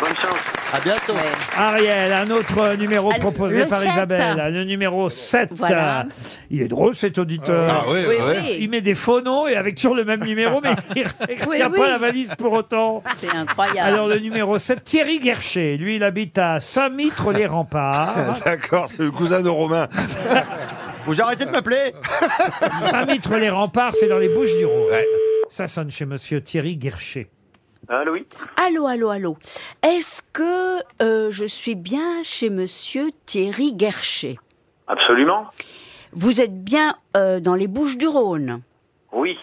[SPEAKER 16] Bonne chance.
[SPEAKER 5] À bientôt.
[SPEAKER 2] Ariel, un autre euh, numéro
[SPEAKER 9] Ah, le-
[SPEAKER 2] proposé
[SPEAKER 9] le
[SPEAKER 2] par
[SPEAKER 9] sept.
[SPEAKER 2] Isabelle, Ah, le numéro 7.
[SPEAKER 9] Voilà.
[SPEAKER 2] Il est drôle cet auditeur.
[SPEAKER 7] Ah oui,
[SPEAKER 9] Oui,
[SPEAKER 7] oui.
[SPEAKER 2] Il
[SPEAKER 9] oui.
[SPEAKER 2] met des faux noms et avec toujours le même numéro, mais <laughs> il ne
[SPEAKER 9] Oui,
[SPEAKER 2] tient
[SPEAKER 9] oui.
[SPEAKER 2] pas la valise pour autant.
[SPEAKER 9] C'est incroyable.
[SPEAKER 2] Alors le numéro 7, Thierry Guercher, lui il habite à Saint-Mitre-les-Remparts.
[SPEAKER 7] <laughs> D'accord, c'est le cousin de Romain.
[SPEAKER 5] <laughs> Vous arrêtez de m'appeler
[SPEAKER 2] Saint-Mitre-les-Remparts, c'est dans les Bouches du Rhône.
[SPEAKER 7] Ouais.
[SPEAKER 2] Ça sonne chez monsieur Thierry Guercher.
[SPEAKER 16] Ah, Louis.
[SPEAKER 9] Allô, allô, allô. Est-ce que euh, je suis bien chez Monsieur Thierry Guercher
[SPEAKER 18] Absolument.
[SPEAKER 9] Vous êtes bien euh, dans les Bouches du Rhône
[SPEAKER 16] Oui,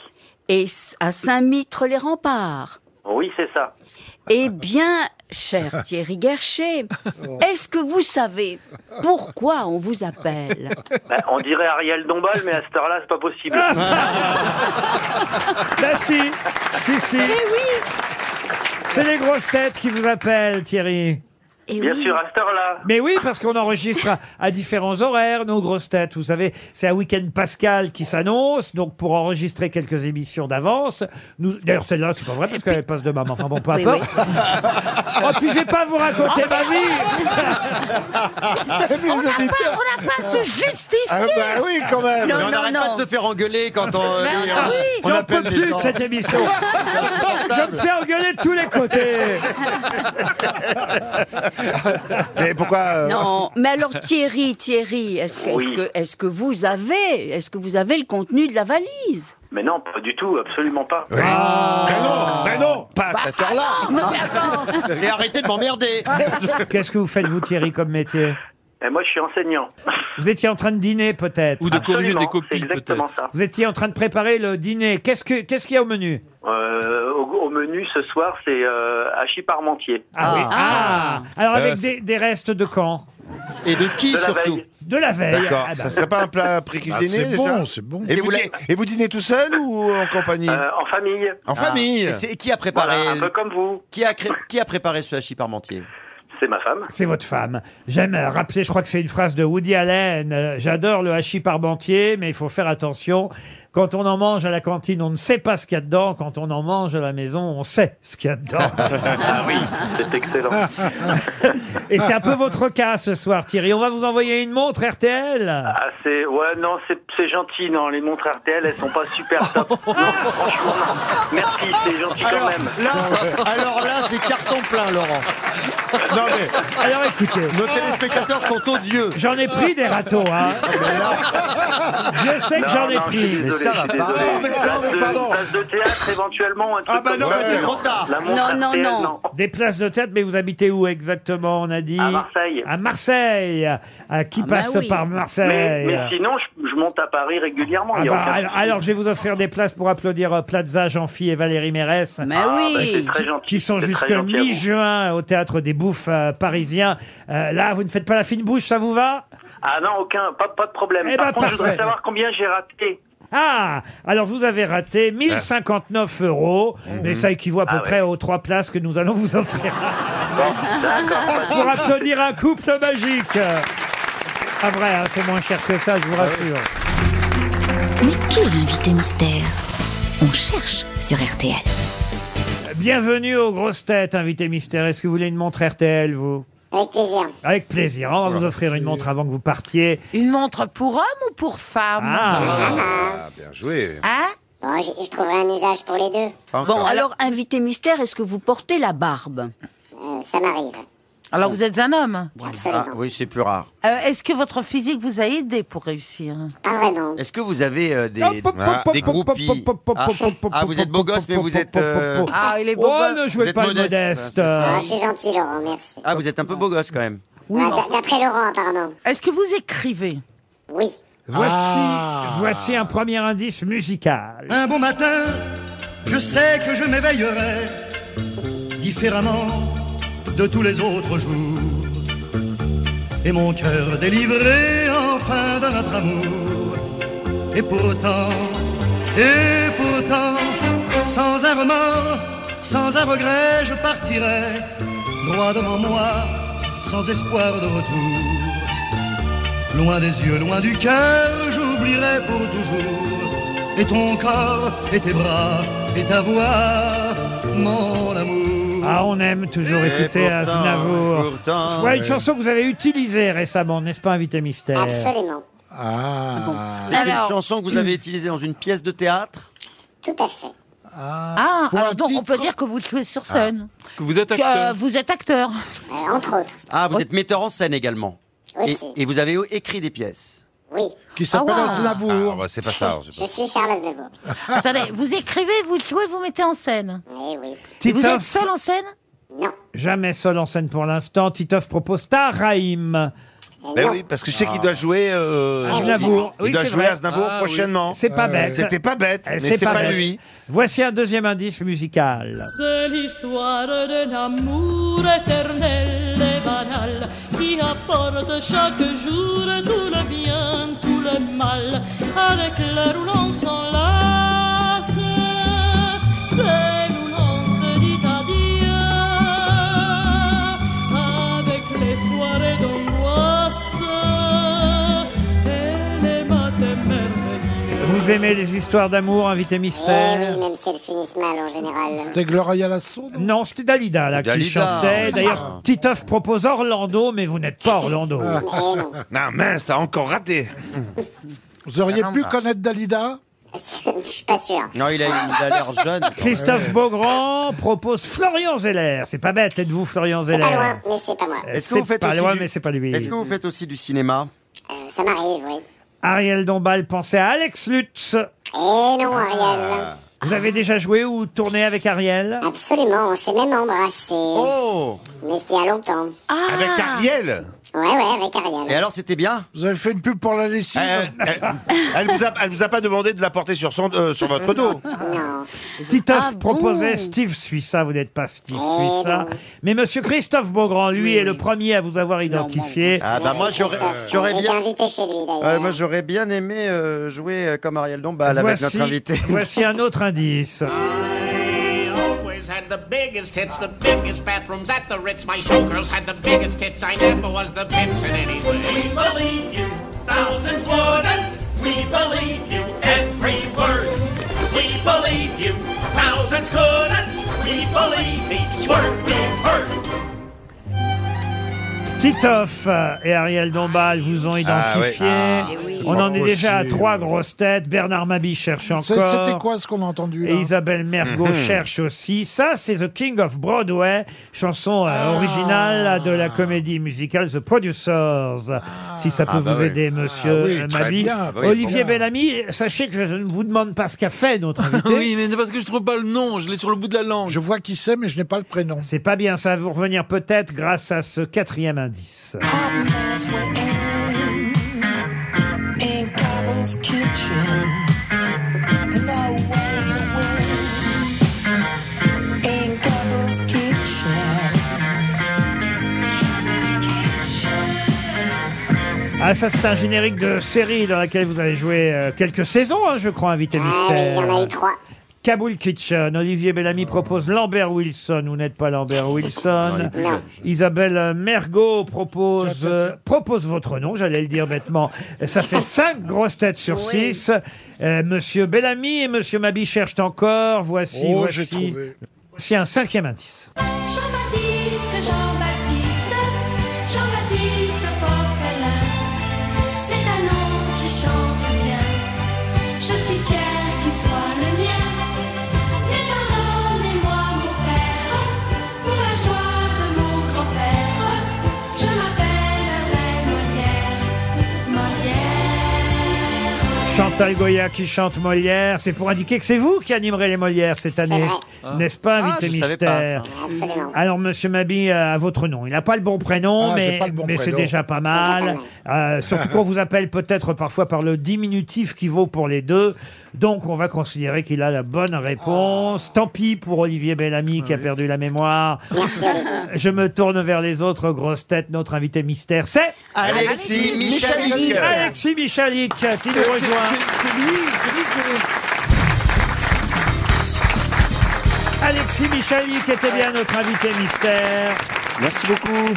[SPEAKER 9] et s- à Saint-Mitre-les-Remparts.
[SPEAKER 16] oui, c'est ça.
[SPEAKER 7] <laughs>
[SPEAKER 9] Eh bien, cher Thierry Guercher, est-ce que vous savez pourquoi on vous appelle
[SPEAKER 16] Ben, on dirait Ariel Dombal, mais à cette heure-là, c'est pas possible.
[SPEAKER 2] Là si, si, si.
[SPEAKER 9] Eh oui,
[SPEAKER 2] C'est les grosses têtes qui vous appellent Thierry.
[SPEAKER 9] eh
[SPEAKER 16] Bien
[SPEAKER 9] oui.
[SPEAKER 16] sûr, à cette heure-là.
[SPEAKER 2] Mais oui, parce qu'on enregistre à, à différents horaires nos grosses têtes. Vous savez, c'est un week-end pascal qui s'annonce, donc pour enregistrer quelques émissions d'avance. Nous... D'ailleurs, celle-là, c'est pas vrai parce qu'elle passe de maman. Enfin bon, peu
[SPEAKER 9] Oui,
[SPEAKER 2] importe. Oh, puis je vais pas vous raconter ma vie.
[SPEAKER 7] Ah, Mais les
[SPEAKER 3] Ah,
[SPEAKER 7] auditeurs-
[SPEAKER 3] on n'a pas à se justifier.
[SPEAKER 7] Ah bah oui, quand même.
[SPEAKER 9] Non,
[SPEAKER 5] Mais on
[SPEAKER 9] non,
[SPEAKER 5] n'arrête
[SPEAKER 9] non.
[SPEAKER 5] pas de se faire engueuler quand on, euh,
[SPEAKER 3] Mais
[SPEAKER 5] dit,
[SPEAKER 3] oui,
[SPEAKER 5] on, on
[SPEAKER 2] J'en peux
[SPEAKER 5] appelle les
[SPEAKER 2] plus de
[SPEAKER 5] gens.
[SPEAKER 2] cette
[SPEAKER 5] <laughs>
[SPEAKER 2] émission. Je me fais engueuler de tous les côtés.
[SPEAKER 7] Mais pourquoi euh,
[SPEAKER 9] Non, mais alors Thierry, Thierry, est-ce que, est-ce
[SPEAKER 16] Oui.
[SPEAKER 9] que, est-ce que vous avez, est-ce que vous avez le contenu de la valise
[SPEAKER 16] Mais non, pas Ah. du tout, absolument pas.
[SPEAKER 7] oui. Ben non, ben non.
[SPEAKER 2] Bah,
[SPEAKER 7] présentateur-là.
[SPEAKER 2] ah,
[SPEAKER 5] Et arrêtez de
[SPEAKER 16] <laughs>
[SPEAKER 5] m'emmerder.
[SPEAKER 2] Qu'est-ce que vous faites, vous, Thierry, comme métier
[SPEAKER 16] Et Eh, moi, je suis enseignant.
[SPEAKER 2] Vous étiez en train de dîner, peut-être.
[SPEAKER 16] Ou de corriger des copies, c'est exactement peut-être. ça.
[SPEAKER 2] Vous étiez en train de préparer le dîner. Qu'est-ce que- qu'est-ce qu'il y a au menu
[SPEAKER 16] Euh, au, au menu ce soir, c'est euh, hachis parmentier.
[SPEAKER 2] Ah, oui. Ah. Alors, avec
[SPEAKER 7] Euh,
[SPEAKER 2] des, des restes de quand
[SPEAKER 5] Et de qui
[SPEAKER 16] De la surtout veille.
[SPEAKER 2] De la veille.
[SPEAKER 7] D'accord.
[SPEAKER 2] Ah bah.
[SPEAKER 7] Ça serait pas
[SPEAKER 2] <laughs>
[SPEAKER 7] un plat pré-cuisiné
[SPEAKER 4] Ah, c'est
[SPEAKER 7] déjà
[SPEAKER 4] bon, c'est bon.
[SPEAKER 7] Et
[SPEAKER 4] Si
[SPEAKER 7] vous,
[SPEAKER 4] vous
[SPEAKER 7] dînez, et vous dînez tout seul ou en compagnie
[SPEAKER 16] Euh, En famille.
[SPEAKER 7] En famille.
[SPEAKER 5] Ah. Et c'est- et qui a préparé
[SPEAKER 16] Voilà, un peu comme vous.
[SPEAKER 5] Qui a, cré- qui a préparé ce hachis parmentier
[SPEAKER 16] C'est ma femme.
[SPEAKER 2] C'est votre femme. J'aime euh, rappeler, je crois que c'est une phrase de Woody Allen. euh, J'adore le hachis parmentier, mais il faut faire attention. Quand on en mange à la cantine, on ne sait pas ce qu'il y a dedans. Quand on en mange à la maison, on sait ce qu'il y a dedans.
[SPEAKER 16] Ah oui, c'est excellent.
[SPEAKER 2] Et c'est un
[SPEAKER 7] <laughs>
[SPEAKER 2] peu votre cas ce soir, Thierry. On va vous envoyer une montre RTL.
[SPEAKER 16] Ah, c'est ouais non c'est c'est gentil non les montres RTL elles sont pas super top non franchement non. merci c'est gentil quand même
[SPEAKER 5] alors là, c'est carton plein, Laurent.
[SPEAKER 7] Non mais
[SPEAKER 2] Alors écoutez,
[SPEAKER 5] nos téléspectateurs sont odieux.
[SPEAKER 2] J'en ai pris des râteaux, hein. Je sais que
[SPEAKER 16] Non,
[SPEAKER 2] j'en ai
[SPEAKER 16] non, je suis
[SPEAKER 2] pris.
[SPEAKER 16] désolé, je suis désolé. Place de- place de théâtre éventuellement un truc
[SPEAKER 2] bah
[SPEAKER 16] comme
[SPEAKER 2] non,
[SPEAKER 16] ça.
[SPEAKER 2] mais c'est trop
[SPEAKER 5] tard.
[SPEAKER 16] La montre
[SPEAKER 9] Non, non,
[SPEAKER 16] RTL,
[SPEAKER 9] non.
[SPEAKER 2] Des places de théâtre, mais vous habitez où exactement, on a dit
[SPEAKER 16] À Marseille.
[SPEAKER 2] À Marseille. À qui
[SPEAKER 16] Ah bah
[SPEAKER 2] passe
[SPEAKER 16] oui.
[SPEAKER 2] par
[SPEAKER 16] Mais,
[SPEAKER 2] Marseille
[SPEAKER 16] mais sinon, je, je monte à Paris régulièrement.
[SPEAKER 2] Ah
[SPEAKER 16] il y a
[SPEAKER 2] bah,
[SPEAKER 16] aucun
[SPEAKER 2] alors,
[SPEAKER 16] souci.
[SPEAKER 2] alors, je vais vous offrir des places pour applaudir euh, Plaza, Jean-Phi et Valérie Mérès.
[SPEAKER 16] Ah, oui. bah, c'est très
[SPEAKER 2] Qui-
[SPEAKER 16] gentil,
[SPEAKER 2] Qui sont
[SPEAKER 16] c'est très
[SPEAKER 2] jusque
[SPEAKER 16] gentil à vous.
[SPEAKER 2] mi-juin au Théâtre des Bouffes euh, parisiens. Euh, là, vous ne faites pas la fine bouche, ça vous va
[SPEAKER 16] Ah non, aucun, pas, pas de problème.
[SPEAKER 2] Eh
[SPEAKER 16] Par
[SPEAKER 2] ben,
[SPEAKER 16] contre, je voudrais
[SPEAKER 2] parfait.
[SPEAKER 16] savoir combien j'ai raté.
[SPEAKER 2] Ah Alors, vous avez raté 1059 euros, mais ça équivaut à peu
[SPEAKER 16] Ah ouais.
[SPEAKER 2] près aux trois places que nous allons vous offrir.
[SPEAKER 16] Bon, d'accord.
[SPEAKER 2] Ah. pour applaudir un couple magique. Ah vrai, hein, c'est moins cher que ça, je vous rassure.
[SPEAKER 19] Mais qui est l'invité mystère On cherche sur RTL.
[SPEAKER 2] Bienvenue aux grosses têtes, invité mystère. Est-ce que vous voulez une montre RTL, vous
[SPEAKER 3] Avec plaisir.
[SPEAKER 2] Avec plaisir. On va vous offrir une montre avant que vous partiez.
[SPEAKER 3] Une montre pour homme ou pour femme
[SPEAKER 2] Ah.
[SPEAKER 7] Bien joué.
[SPEAKER 3] Hein Bon, je, je trouverai un usage pour les deux.
[SPEAKER 9] Bon, alors, invité mystère, est-ce que vous portez la barbe
[SPEAKER 3] Euh, ça m'arrive. Alors vous êtes un homme Absolument.
[SPEAKER 5] Ah, oui, c'est plus rare.
[SPEAKER 3] Euh, Est-ce que votre physique vous a aidé pour réussir Pas vraiment.
[SPEAKER 5] Est-ce que vous avez euh, des,
[SPEAKER 3] Hop, hop,
[SPEAKER 5] ah,
[SPEAKER 3] hop,
[SPEAKER 5] des
[SPEAKER 3] hop, hop,
[SPEAKER 5] groupies
[SPEAKER 3] hop, hop,
[SPEAKER 5] ah,
[SPEAKER 3] hop, hop,
[SPEAKER 5] ah, vous êtes beau gosse, mais vous êtes... euh,
[SPEAKER 3] Ah, il est beau
[SPEAKER 2] Oh,
[SPEAKER 3] gosse.
[SPEAKER 2] ne
[SPEAKER 5] Vous
[SPEAKER 2] jouez
[SPEAKER 5] êtes
[SPEAKER 2] pas le
[SPEAKER 5] modeste,
[SPEAKER 2] modeste.
[SPEAKER 5] ça, c'est
[SPEAKER 3] Ah,
[SPEAKER 2] euh.
[SPEAKER 3] c'est gentil, Laurent, merci. Ah,
[SPEAKER 5] Ah, vous êtes un peu beau gosse, quand même.
[SPEAKER 3] Ouais, d'a- D'après Laurent, apparemment. Est-ce que vous écrivez Oui.
[SPEAKER 2] Voici, voici un premier indice musical.
[SPEAKER 20] Un bon matin, je sais que je m'éveillerai différemment de tous les autres jours. Et mon cœur délivré enfin de notre amour. Et pourtant, et pourtant, sans un remords, sans un regret, je partirai droit devant moi, sans espoir de retour. Loin des yeux, loin du cœur, j'oublierai pour toujours. Et ton corps, et tes bras, et ta voix, mon amour.
[SPEAKER 2] Ah, on aime toujours
[SPEAKER 20] Et
[SPEAKER 2] écouter
[SPEAKER 20] pourtant,
[SPEAKER 2] Aznavour.
[SPEAKER 20] pourtant,
[SPEAKER 2] Voilà une
[SPEAKER 20] ouais.
[SPEAKER 2] chanson que vous avez utilisée récemment, n'est-ce pas, invité mystère
[SPEAKER 3] Absolument.
[SPEAKER 4] Ah.
[SPEAKER 5] C'est une chanson que vous avez utilisée dans une pièce de théâtre
[SPEAKER 3] Tout à fait. Ah, alors donc on peut dire que vous jouez sur scène.
[SPEAKER 21] Que Ah. vous êtes
[SPEAKER 3] Que
[SPEAKER 21] acteur.
[SPEAKER 3] vous êtes acteur. Euh, entre autres.
[SPEAKER 5] Ah, vous êtes metteur en scène également. Et,
[SPEAKER 3] Oh. Aussi.
[SPEAKER 5] et vous avez écrit des pièces.
[SPEAKER 3] Oui.
[SPEAKER 4] Qui s'appelle
[SPEAKER 3] Ah ouais. Ah.
[SPEAKER 4] Aznavour.
[SPEAKER 22] bah,
[SPEAKER 7] c'est pas
[SPEAKER 22] hein,
[SPEAKER 7] ça.
[SPEAKER 3] Je suis Charles Aznavour. Attendez, vous écrivez, vous jouez, vous mettez en scène. Eh oui. Et vous
[SPEAKER 2] Titoff.
[SPEAKER 3] êtes seul en scène
[SPEAKER 2] Jamais seul en scène pour l'instant, Titoff propose Taraïm. Ah.
[SPEAKER 7] Mais oui, parce que je sais qu'il doit jouer euh,
[SPEAKER 2] Aznavour.
[SPEAKER 7] Il
[SPEAKER 2] Oui,
[SPEAKER 7] doit
[SPEAKER 2] c'est
[SPEAKER 7] jouer
[SPEAKER 2] vrai.
[SPEAKER 7] Aznavour
[SPEAKER 2] Ah, oui.
[SPEAKER 7] prochainement. Euh,
[SPEAKER 2] C'est pas bête.
[SPEAKER 7] C'était pas bête,
[SPEAKER 2] Eh,
[SPEAKER 7] mais c'est pas,
[SPEAKER 2] bête.
[SPEAKER 7] lui.
[SPEAKER 2] Voici un deuxième indice musical.
[SPEAKER 12] C'est l'histoire d'un amour éternel et banal qui apporte chaque jour tout le bien, tout le mal, avec l'air où l'on s'enlace. Celle où l'on se dit adieu avec les soirées d'angoisse et les matins merveilleux.
[SPEAKER 2] Vous aimez les histoires d'amour, invité
[SPEAKER 3] Eh
[SPEAKER 2] mystère
[SPEAKER 12] Oh,
[SPEAKER 3] oui, même si elles finissent mal en général.
[SPEAKER 4] C'était Gloria Lasso
[SPEAKER 2] Non, c'était Dalida là qui
[SPEAKER 4] Dalida.
[SPEAKER 2] chantait.
[SPEAKER 4] Ah.
[SPEAKER 2] D'ailleurs, Titoff propose Orlando, mais vous n'êtes pas Orlando.
[SPEAKER 4] Ah.
[SPEAKER 7] Non, mince, ça a encore raté.
[SPEAKER 4] Vous auriez
[SPEAKER 7] Ah,
[SPEAKER 4] pu
[SPEAKER 7] ah.
[SPEAKER 4] connaître Dalida
[SPEAKER 3] <laughs> Je suis pas sûr.
[SPEAKER 5] Non, il a, il a l'air jeune.
[SPEAKER 2] Christophe Beaugrand propose Florian Zeller. C'est pas bête, êtes-vous Florian
[SPEAKER 3] C'est
[SPEAKER 2] Zeller
[SPEAKER 3] pas loin, mais c'est pas moi.
[SPEAKER 5] Est-ce que vous
[SPEAKER 2] C'est
[SPEAKER 5] faites
[SPEAKER 2] pas
[SPEAKER 5] aussi
[SPEAKER 2] loin,
[SPEAKER 5] du-
[SPEAKER 2] mais c'est pas lui.
[SPEAKER 5] Est-ce que vous faites aussi du cinéma
[SPEAKER 3] Euh, ça m'arrive, oui.
[SPEAKER 2] Ariel Dombal pensait à Alex Lutz.
[SPEAKER 3] Eh non, Ariel.
[SPEAKER 2] Vous avez déjà joué ou tourné avec Ariel
[SPEAKER 23] Absolument, on s'est même embrassé.
[SPEAKER 5] Oh
[SPEAKER 23] hein, Mais c'était il y a longtemps.
[SPEAKER 5] Avec Ariel
[SPEAKER 23] Ouais, ouais, avec Ariel.
[SPEAKER 5] Et alors, c'était bien
[SPEAKER 4] Vous avez fait une pub pour la lessive
[SPEAKER 7] elle, Euh, elle vous a, elle vous a pas demandé de la porter sur, son, euh, sur
[SPEAKER 4] <laughs>
[SPEAKER 7] votre dos
[SPEAKER 2] Titoff
[SPEAKER 5] Ah
[SPEAKER 2] proposait Steve Suissa, vous n'êtes pas Steve
[SPEAKER 5] Oh.
[SPEAKER 2] Suissa. Mais monsieur Christophe Beaugrand, lui, est le premier à vous avoir identifié.
[SPEAKER 5] Ah bah moi j'aurais j'aurais
[SPEAKER 23] J'ai été
[SPEAKER 5] bien
[SPEAKER 23] invité chez lui d'ailleurs.
[SPEAKER 2] Euh,
[SPEAKER 5] Ouais, moi j'aurais bien aimé euh, jouer euh, comme Ariel Dombal avec notre invité.
[SPEAKER 2] voici un autre indice.
[SPEAKER 24] always had the biggest hits, the biggest bathrooms at the Ritz. My showgirls had the biggest hits. I never was the bits in any way.
[SPEAKER 12] We believe you, thousands wouldn't. We believe you every word. We believe you, thousands couldn't. We believe each word we've heard.
[SPEAKER 2] Titoff euh, et Ariel Dombal vous ont
[SPEAKER 4] Ah, ouais.
[SPEAKER 2] identifié.
[SPEAKER 4] Ah.
[SPEAKER 9] Eh oui.
[SPEAKER 2] On en
[SPEAKER 4] Pas
[SPEAKER 2] est déjà à
[SPEAKER 4] possible.
[SPEAKER 2] trois grosses têtes. Bernard Mabie cherche encore.
[SPEAKER 4] Ça, C'était quoi ce qu'on a entendu là
[SPEAKER 2] Et Isabelle Mergo
[SPEAKER 4] Mhm.
[SPEAKER 2] cherche aussi. Ça, c'est The King of Broadway, chanson euh,
[SPEAKER 4] Ah.
[SPEAKER 2] originale de la comédie musicale The Producers. Si ça peut
[SPEAKER 4] Ah, bah
[SPEAKER 2] vous
[SPEAKER 4] oui.
[SPEAKER 2] aider, monsieur
[SPEAKER 4] Ah oui,
[SPEAKER 2] euh,
[SPEAKER 4] très
[SPEAKER 2] Mabi.
[SPEAKER 4] bien. Ah, bah oui,
[SPEAKER 2] Olivier
[SPEAKER 4] bon.
[SPEAKER 2] Bellamy, sachez que je ne vous demande pas ce qu'a fait
[SPEAKER 4] <laughs>
[SPEAKER 2] notre invité.
[SPEAKER 6] oui, mais c'est parce que je trouve pas le nom, je l'ai sur le bout de la langue.
[SPEAKER 4] Je vois qui c'est, mais je n'ai pas le prénom.
[SPEAKER 2] C'est pas bien, ça va vous revenir peut-être grâce à ce quatrième indice.
[SPEAKER 12] Happiness will end in Gobble's kitchen. No way to win in Gobble's kitchen.
[SPEAKER 2] Ah, ça, c'est un générique de série dans laquelle vous avez joué euh, quelques saisons, hein, je crois, invité
[SPEAKER 23] Ah oui,
[SPEAKER 2] mystère.
[SPEAKER 23] il y en a eu trois.
[SPEAKER 2] Kaboul Kitchen, Olivier Bellamy propose Lambert Wilson, vous n'êtes pas Lambert Wilson.
[SPEAKER 23] Non.
[SPEAKER 2] Isabelle Mergot propose, euh, propose votre nom, j'allais le dire bêtement.
[SPEAKER 4] <laughs>
[SPEAKER 2] Ça fait cinq grosses têtes sur
[SPEAKER 9] Oui.
[SPEAKER 2] six. Euh, Monsieur Bellamy et Monsieur Mabi cherchent encore. Voici,
[SPEAKER 4] Oh, j'ai
[SPEAKER 2] voici.
[SPEAKER 4] trouvé.
[SPEAKER 2] Voici un cinquième indice.
[SPEAKER 12] Jean-Baptiste, Jean-Baptiste, Jean-Baptiste Poquelin. C'est un nom qui chante bien. Je suis fier qu'il soit le mien. Mais pardonnez-moi, mon père, pour la joie de mon grand-père. Je m'appellerai Molière, Molière.
[SPEAKER 2] Chantal Goya qui chante Molière, c'est pour indiquer que c'est vous qui animerez les Molières cette année,
[SPEAKER 5] vrai.
[SPEAKER 2] n'est-ce pas,
[SPEAKER 5] Ah,
[SPEAKER 2] invité
[SPEAKER 5] je savais pas
[SPEAKER 2] mystère
[SPEAKER 5] ça.
[SPEAKER 23] Absolument.
[SPEAKER 2] Alors, Monsieur Mabi, euh, à votre nom. Il n'a pas le bon prénom,
[SPEAKER 4] Ah, j'ai
[SPEAKER 2] mais,
[SPEAKER 4] pas le bon
[SPEAKER 2] mais c'est
[SPEAKER 4] prénom.
[SPEAKER 2] déjà pas mal. Euh, surtout qu'on vous appelle peut-être parfois par le diminutif qui vaut pour les deux. Donc, on va considérer qu'il a la bonne réponse. Tant pis pour Olivier Bellamy qui a perdu la mémoire.
[SPEAKER 23] Merci Olivier.
[SPEAKER 2] Je me tourne vers les autres grosses têtes. Notre invité mystère, c'est
[SPEAKER 12] Ah,
[SPEAKER 5] Alexis Michalik.
[SPEAKER 2] Alexis Michalik qui nous
[SPEAKER 5] <laughs>
[SPEAKER 2] rejoint. Alexis Michalik était bien notre invité mystère.
[SPEAKER 22] Merci beaucoup.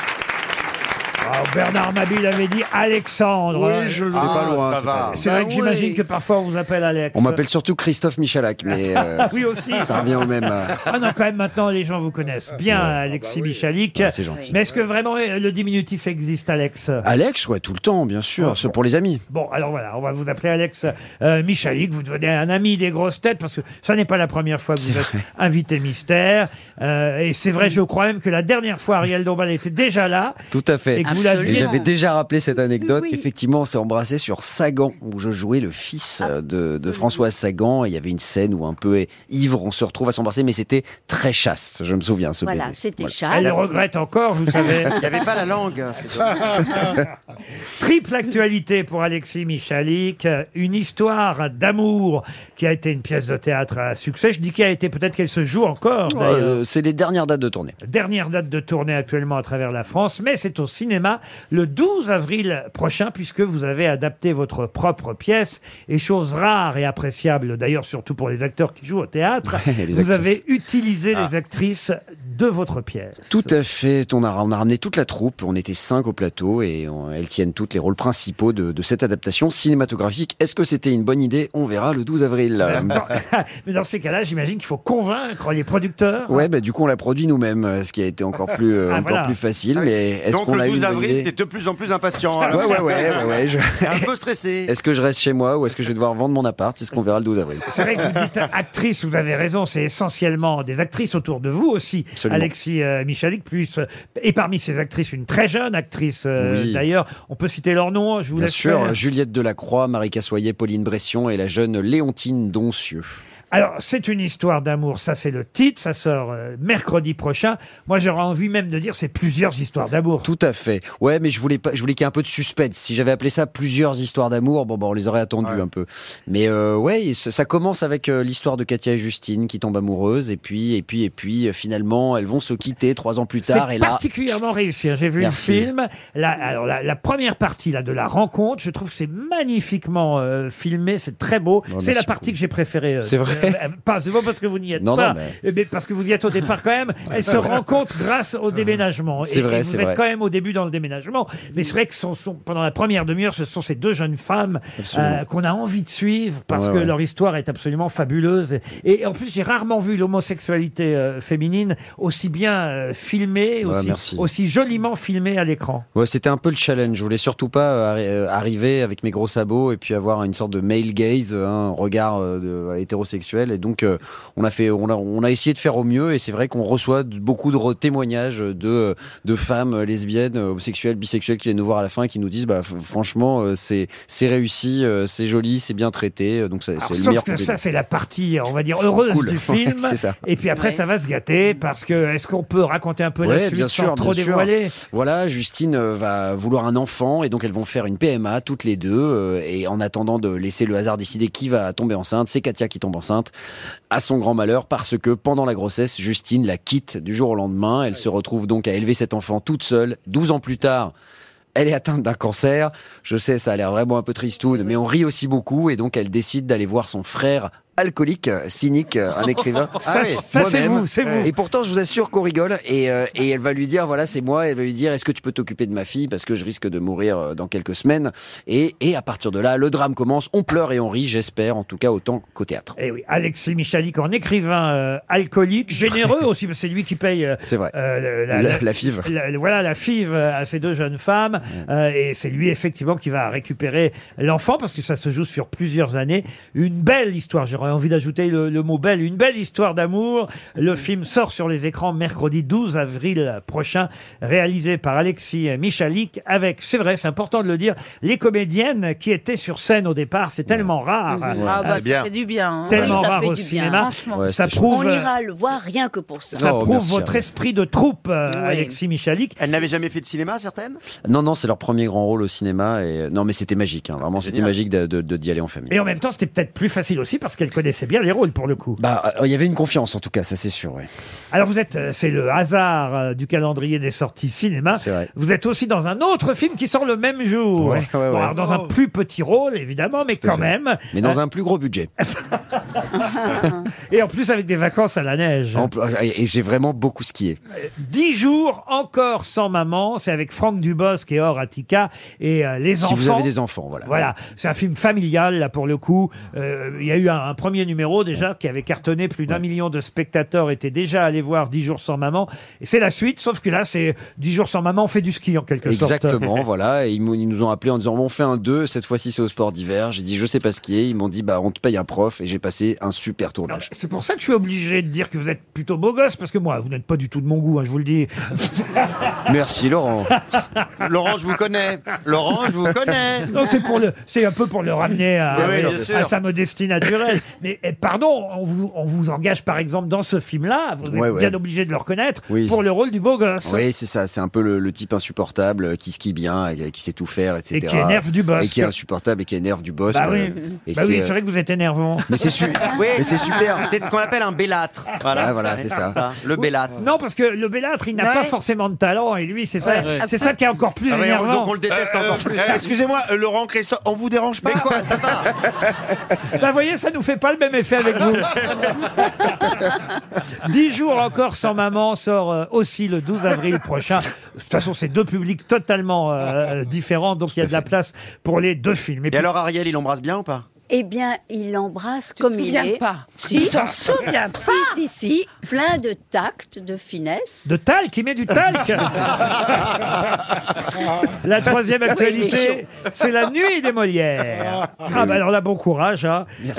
[SPEAKER 2] Oh, Bernard Mabille avait dit Alexandre.
[SPEAKER 22] Oui, je le- C'est pas loin,
[SPEAKER 5] ça
[SPEAKER 22] c'est
[SPEAKER 5] va.
[SPEAKER 22] pas loin.
[SPEAKER 2] C'est vrai
[SPEAKER 22] Bah
[SPEAKER 2] que
[SPEAKER 22] oui.
[SPEAKER 2] j'imagine que parfois on vous appelle Alex. <laughs>
[SPEAKER 22] On m'appelle surtout Christophe Michalak, mais euh,
[SPEAKER 2] Ah, Oui aussi.
[SPEAKER 22] ça revient au même. euh,
[SPEAKER 2] Ah non, quand même, maintenant, les gens vous connaissent bien, Alexis Michalik.
[SPEAKER 22] Ah, c'est gentil.
[SPEAKER 2] Mais est-ce que vraiment euh, le diminutif existe, Alex
[SPEAKER 22] Alex, ouais, tout le temps, bien sûr, c'est pour les amis.
[SPEAKER 2] Bon, alors voilà, on va vous appeler Alex euh, Michalik. Vous devenez un ami des grosses têtes parce que ça n'est pas la première fois que vous êtes invité mystère. Euh, et c'est vrai, je crois même que la dernière fois, Ariel Dombal était déjà là.
[SPEAKER 22] Tout à fait.
[SPEAKER 2] Et que vous l'aviez-
[SPEAKER 22] Et j'avais déjà rappelé cette anecdote.
[SPEAKER 9] Oui.
[SPEAKER 22] Effectivement, on s'est embrassé sur Sagan, où je jouais le fils
[SPEAKER 9] Ah,
[SPEAKER 22] euh, de, de François Sagan. Et il y avait une scène où un peu eh, ivre, on se retrouve à s'embrasser, mais c'était très chaste. Je me souviens ce
[SPEAKER 9] Voilà,
[SPEAKER 22] baiser.
[SPEAKER 9] c'était
[SPEAKER 22] Voilà.
[SPEAKER 9] Charles.
[SPEAKER 2] Elle le regrette encore, vous savez.
[SPEAKER 5] Il n'y avait pas la langue. hein, c'est
[SPEAKER 22] <laughs>
[SPEAKER 5] dommage.
[SPEAKER 2] <laughs> Triple actualité pour Alexis Michalik. Euh, Une histoire d'amour qui a été une pièce de théâtre à succès. Je dis qu'elle a été peut-être qu'elle se joue encore. d'ailleurs.
[SPEAKER 22] Euh, c'est les dernières dates de tournée.
[SPEAKER 2] Dernière date de tournée actuellement à travers la France, mais c'est au cinéma le 12 avril prochain, puisque vous avez adapté votre propre pièce. Et chose rare et appréciable, d'ailleurs, surtout pour les acteurs qui jouent au théâtre,
[SPEAKER 22] Ouais, les
[SPEAKER 2] vous
[SPEAKER 22] actrices.
[SPEAKER 2] avez utilisé
[SPEAKER 22] Ah.
[SPEAKER 2] les actrices de votre pièce.
[SPEAKER 22] Tout à fait. On a, on a ramené toute la troupe. On était cinq au plateau et on- elles tiennent toutes les rôles principaux de, de cette adaptation cinématographique. Est-ce que c'était une bonne idée On verra le 12
[SPEAKER 2] <laughs>
[SPEAKER 22] avril.
[SPEAKER 2] Dans- mais dans ces cas-là, j'imagine qu'il faut convaincre les producteurs.
[SPEAKER 22] Ouais, bah, du coup, on l'a produit nous-mêmes, euh, ce qui a été
[SPEAKER 2] <laughs>
[SPEAKER 22] encore plus, euh,
[SPEAKER 2] Ah,
[SPEAKER 22] encore
[SPEAKER 2] voilà.
[SPEAKER 22] plus facile. Mais est-ce
[SPEAKER 5] Donc
[SPEAKER 22] qu'on a
[SPEAKER 5] le
[SPEAKER 22] eu une
[SPEAKER 5] 12
[SPEAKER 22] bonne
[SPEAKER 5] avril,
[SPEAKER 22] idée
[SPEAKER 5] t'es de plus en plus impatient.
[SPEAKER 22] Ouais,
[SPEAKER 5] alors.
[SPEAKER 22] ouais, ouais, ouais, ouais, je-
[SPEAKER 5] T'es <laughs> un peu stressé.
[SPEAKER 22] Est-ce que je reste chez moi ou est-ce que je vais devoir vendre mon appart C'est ce qu'on verra le 12 avril.
[SPEAKER 2] C'est vrai que vous
[SPEAKER 22] <laughs>
[SPEAKER 2] dites actrice, vous avez raison, c'est essentiellement des actrices autour de vous aussi,
[SPEAKER 22] Absolument.
[SPEAKER 2] Alexis euh, Michalik, plus, euh, et parmi ces actrices, une très jeune actrice euh,
[SPEAKER 22] Oui.
[SPEAKER 2] d'ailleurs, on peut citer leur nom, je vous hein.
[SPEAKER 22] Bien
[SPEAKER 2] laisse
[SPEAKER 22] sûr,
[SPEAKER 2] faire.
[SPEAKER 22] Juliette Delacroix, Marie Cassoyer, Pauline Bression et la jeune Léontine Doncieux.
[SPEAKER 2] Alors, c'est une histoire d'amour, ça c'est le titre, ça sort euh, mercredi prochain. Moi, j'aurais envie même de dire c'est plusieurs histoires d'amour.
[SPEAKER 22] Tout à fait. Ouais, mais je voulais pas, je voulais qu'il y ait un peu de suspense. Si j'avais appelé ça plusieurs histoires d'amour, bon, bon, on les aurait attendues un peu. Mais euh, ouais, et ça ça commence avec euh, l'histoire de Katia et Justine qui tombent amoureuses, et puis, et puis, et puis, euh, finalement, elles vont se quitter trois ans plus tard,
[SPEAKER 2] C'est
[SPEAKER 22] et là.
[SPEAKER 2] particulièrement réussi. hein. J'ai vu le
[SPEAKER 22] Merci.
[SPEAKER 2] film. La, alors la, la première partie là de la rencontre, je trouve que c'est magnifiquement euh, filmé, c'est très beau.
[SPEAKER 22] Oh,
[SPEAKER 2] c'est la
[SPEAKER 22] merci
[SPEAKER 2] partie que j'ai préférée. euh,
[SPEAKER 22] C'est vrai
[SPEAKER 2] euh, euh, pas c'est pas parce que vous n'y êtes
[SPEAKER 22] Non, non,
[SPEAKER 2] pas,
[SPEAKER 22] mais-
[SPEAKER 2] euh, mais parce que vous y êtes au départ quand
[SPEAKER 22] <laughs>
[SPEAKER 2] même. Elles se rencontrent grâce au déménagement.
[SPEAKER 22] C'est
[SPEAKER 2] Et-
[SPEAKER 22] vrai,
[SPEAKER 2] et
[SPEAKER 22] c'est
[SPEAKER 2] vous êtes
[SPEAKER 22] vrai.
[SPEAKER 2] quand même au début dans le déménagement. Mais c'est vrai que sont- sont- pendant la première demi-heure, ce sont ces deux jeunes femmes
[SPEAKER 22] Absolument.
[SPEAKER 2] euh, qu'on a envie de suivre parce
[SPEAKER 22] Ouais,
[SPEAKER 2] que
[SPEAKER 22] ouais.
[SPEAKER 2] leur histoire est absolument fabuleuse. Et, et en plus, j'ai rarement vu l'homosexualité euh, féminine aussi bien euh, filmée,
[SPEAKER 22] Ouais,
[SPEAKER 2] aussi,
[SPEAKER 22] Bah, merci.
[SPEAKER 2] aussi joliment filmée à l'écran.
[SPEAKER 22] Ouais, c'était un peu le challenge. Je voulais surtout pas euh, arri- euh, arriver avec mes gros sabots et puis avoir une sorte de male gaze, euh, un regard euh, de- euh, hétérosexuel. Et donc, euh, on a fait, on a, on a essayé de faire au mieux. Et c'est vrai qu'on reçoit de- beaucoup de re- témoignages de euh, de femmes lesbiennes, euh, homosexuelles, bisexuelles qui viennent nous voir à la fin et qui nous disent, bah f- franchement, euh, c'est c'est réussi, euh, c'est joli, c'est bien traité. Euh, Donc, ça-
[SPEAKER 2] Alors,
[SPEAKER 22] c'est le
[SPEAKER 2] sauf
[SPEAKER 22] meilleur.
[SPEAKER 2] que
[SPEAKER 22] compliment.
[SPEAKER 2] ça, c'est la partie, euh, on va dire, heureuse
[SPEAKER 22] Cool. <laughs>
[SPEAKER 2] du film.
[SPEAKER 22] C'est ça.
[SPEAKER 2] Et puis après,
[SPEAKER 22] Ouais.
[SPEAKER 2] ça va se gâter parce que est-ce qu'on peut raconter un peu
[SPEAKER 22] Ouais,
[SPEAKER 2] la suite
[SPEAKER 22] bien sûr,
[SPEAKER 2] sans trop
[SPEAKER 22] bien sûr.
[SPEAKER 2] dévoiler
[SPEAKER 22] Voilà, Justine euh, va vouloir un enfant et donc elles vont faire une PMA toutes les deux euh, et en attendant de laisser le hasard décider qui va tomber enceinte, c'est Katia qui tombe enceinte à son grand malheur parce que pendant la grossesse, Justine la quitte du jour au lendemain, elle se retrouve donc à élever cet enfant toute seule 12 ans plus tard. Elle est atteinte d'un cancer. Je sais, ça a l'air vraiment un peu tristoun, mais on rit aussi beaucoup. Et donc, elle décide d'aller voir son frère alcoolique, euh, cynique, euh, un écrivain.
[SPEAKER 2] <laughs> Ça, ça, c'est
[SPEAKER 22] moi-même.
[SPEAKER 2] vous, c'est vous.
[SPEAKER 22] Et pourtant, je vous assure qu'on rigole. Et, euh, et elle va lui dire, voilà, c'est moi. Elle va lui dire, est-ce que tu peux t'occuper de ma fille parce que je risque de mourir euh, dans quelques semaines. Et, et à partir de là, le drame commence. On pleure et on rit, j'espère, en tout cas autant qu'au théâtre.
[SPEAKER 2] Eh oui, Alexis Michalik en écrivain euh, alcoolique,
[SPEAKER 22] <laughs>
[SPEAKER 2] généreux aussi, parce que c'est lui qui paye euh,
[SPEAKER 22] C'est vrai.
[SPEAKER 2] euh,
[SPEAKER 22] La- la FIV.
[SPEAKER 2] la- la- voilà, la FIV euh, à ces deux jeunes femmes. Euh, et c'est lui, effectivement, qui va récupérer l'enfant, parce que ça se joue sur plusieurs années. Une belle histoire, j'aurais envie d'ajouter le, le mot belle, une belle histoire d'amour. Le film sort sur les écrans mercredi 12 avril prochain, réalisé par Alexis Michalik, avec, c'est vrai, c'est important de le dire, les comédiennes qui étaient sur scène au départ. C'est tellement rare.
[SPEAKER 25] Ah bah,
[SPEAKER 2] Euh,
[SPEAKER 25] ça fait du bien. hein.
[SPEAKER 2] tellement
[SPEAKER 25] Oui, ça
[SPEAKER 2] rare
[SPEAKER 25] fait
[SPEAKER 2] au
[SPEAKER 25] du bien,
[SPEAKER 2] cinéma.
[SPEAKER 25] franchement.
[SPEAKER 2] Ouais, Ça c'est prouve,
[SPEAKER 9] On
[SPEAKER 2] euh,
[SPEAKER 9] ira le voir rien que pour ça.
[SPEAKER 2] Ça prouve
[SPEAKER 22] merci,
[SPEAKER 2] votre
[SPEAKER 22] Arnaud.
[SPEAKER 2] esprit de troupe, euh,
[SPEAKER 9] Ouais.
[SPEAKER 2] Alexis Michalik.
[SPEAKER 5] Elle n'avait jamais fait de cinéma, certaines
[SPEAKER 22] Non, non, c'est leur premier grand rôle au cinéma. Et... euh, Non, mais c'était magique.
[SPEAKER 2] Ah,
[SPEAKER 22] hein. Vraiment, c'était
[SPEAKER 5] génial.
[SPEAKER 22] magique de- de- de- d'y aller en famille.
[SPEAKER 2] Et en même temps, c'était peut-être plus facile aussi parce qu'elle connaissait bien les rôles pour le coup.
[SPEAKER 22] Bah, euh, il y avait une confiance en tout cas, ça c'est sûr. Ouais.
[SPEAKER 2] Alors vous êtes, euh, c'est le hasard euh, du calendrier des sorties cinéma. Vous êtes aussi dans un autre film qui sort le même jour.
[SPEAKER 22] Ouais, ouais,
[SPEAKER 2] Bon,
[SPEAKER 22] ouais.
[SPEAKER 2] alors, dans un plus petit rôle évidemment, mais quand même.
[SPEAKER 22] Mais dans
[SPEAKER 2] Euh,
[SPEAKER 22] un plus gros budget.
[SPEAKER 2] <laughs> Et en plus avec des vacances à la neige.
[SPEAKER 22] En plus- Et et j'ai vraiment beaucoup skié.
[SPEAKER 2] Euh, Dix jours encore sans maman. C'est avec Franck Dubosc et Or Attica et euh, les
[SPEAKER 22] si
[SPEAKER 2] enfants.
[SPEAKER 22] vous avez des enfants, voilà.
[SPEAKER 2] Voilà, c'est un film familial là pour le coup. Euh, Il y a eu un, un premier numéro déjà qui avait cartonné plus d'un million de spectateurs étaient déjà allés voir 10 jours sans maman. Et c'est la suite, sauf que là c'est 10 jours sans maman, on fait du ski en quelque sorte. <laughs>
[SPEAKER 22] Exactement, voilà. Et ils, m'ont- ils nous ont appelé en disant on fait un 2, cette fois-ci c'est au sport d'hiver. J'ai dit je sais pas skier. Ils m'ont dit bah on te paye un prof et j'ai passé un super tournage.
[SPEAKER 2] C'est pour ça que je suis obligé de dire que vous êtes plutôt beau gosse parce que moi vous n'êtes pas du tout de mon goût, hein, je vous le dis.
[SPEAKER 22] Merci Laurent.
[SPEAKER 5] Laurent, je vous connais. Laurent, je vous connais.
[SPEAKER 2] <laughs> Non, c'est pour le, c'est un peu pour le ramener à,
[SPEAKER 5] Oui, oui, bien
[SPEAKER 2] à
[SPEAKER 5] sûr.
[SPEAKER 2] sa modestie
[SPEAKER 22] <laughs>
[SPEAKER 2] naturelle. Mais eh, pardon, on vous, on vous engage par exemple dans ce film-là, vous êtes
[SPEAKER 22] Ouais, ouais.
[SPEAKER 2] bien obligé de le reconnaître
[SPEAKER 22] Oui.
[SPEAKER 2] pour le rôle du beau gosse.
[SPEAKER 22] Oui, c'est ça. C'est un peu le, le type insupportable euh, qui skie bien, et, et qui sait tout faire, etc.
[SPEAKER 2] Et qui énerve du boss.
[SPEAKER 22] Et qui est insupportable et qui énerve du boss.
[SPEAKER 2] Bah
[SPEAKER 22] euh,
[SPEAKER 2] oui,
[SPEAKER 22] et
[SPEAKER 2] bah oui,
[SPEAKER 22] euh,
[SPEAKER 2] c'est vrai que vous êtes énervant.
[SPEAKER 22] <laughs> Mais
[SPEAKER 2] <laughs>
[SPEAKER 22] c'est su-
[SPEAKER 5] Oui,
[SPEAKER 22] mais c'est super.
[SPEAKER 5] <laughs> C'est ce qu'on appelle un bellâtre. Voilà,
[SPEAKER 22] Ah, voilà, c'est ça.
[SPEAKER 5] Le bellâtre.
[SPEAKER 2] Non, parce que le Bellâtre, il n'a pas forcément de talent, et lui, c'est ça,
[SPEAKER 5] Ouais.
[SPEAKER 2] c'est ça qui est encore plus
[SPEAKER 5] Ah ouais,
[SPEAKER 2] énervant.
[SPEAKER 5] donc on le déteste encore plus.
[SPEAKER 7] Euh, Excusez-moi, euh, Laurent Christophe, on vous dérange pas
[SPEAKER 2] Bah, voyez, ça nous fait pas le même effet avec vous. Dix jours encore sans maman sort euh, aussi le 12 avril prochain. De toute façon, c'est deux publics totalement euh, différents, donc il y a de la place pour les deux films. Et
[SPEAKER 5] Et
[SPEAKER 2] puis-
[SPEAKER 5] alors, Ariel, il l'embrasse bien ou pas
[SPEAKER 9] Eh bien, il l'embrasse comme il
[SPEAKER 25] souviens
[SPEAKER 9] est.
[SPEAKER 25] pas.
[SPEAKER 9] Si.
[SPEAKER 25] Tu t'en souviens pas.
[SPEAKER 9] Si, si, si. Plein de tact, de finesse.
[SPEAKER 2] de talc, il met du
[SPEAKER 5] <laughs>
[SPEAKER 2] talc La
[SPEAKER 5] <laughs>
[SPEAKER 2] troisième actualité, c'est la nuit des Molières. Ah bah alors là, bon courage. hein. <laughs>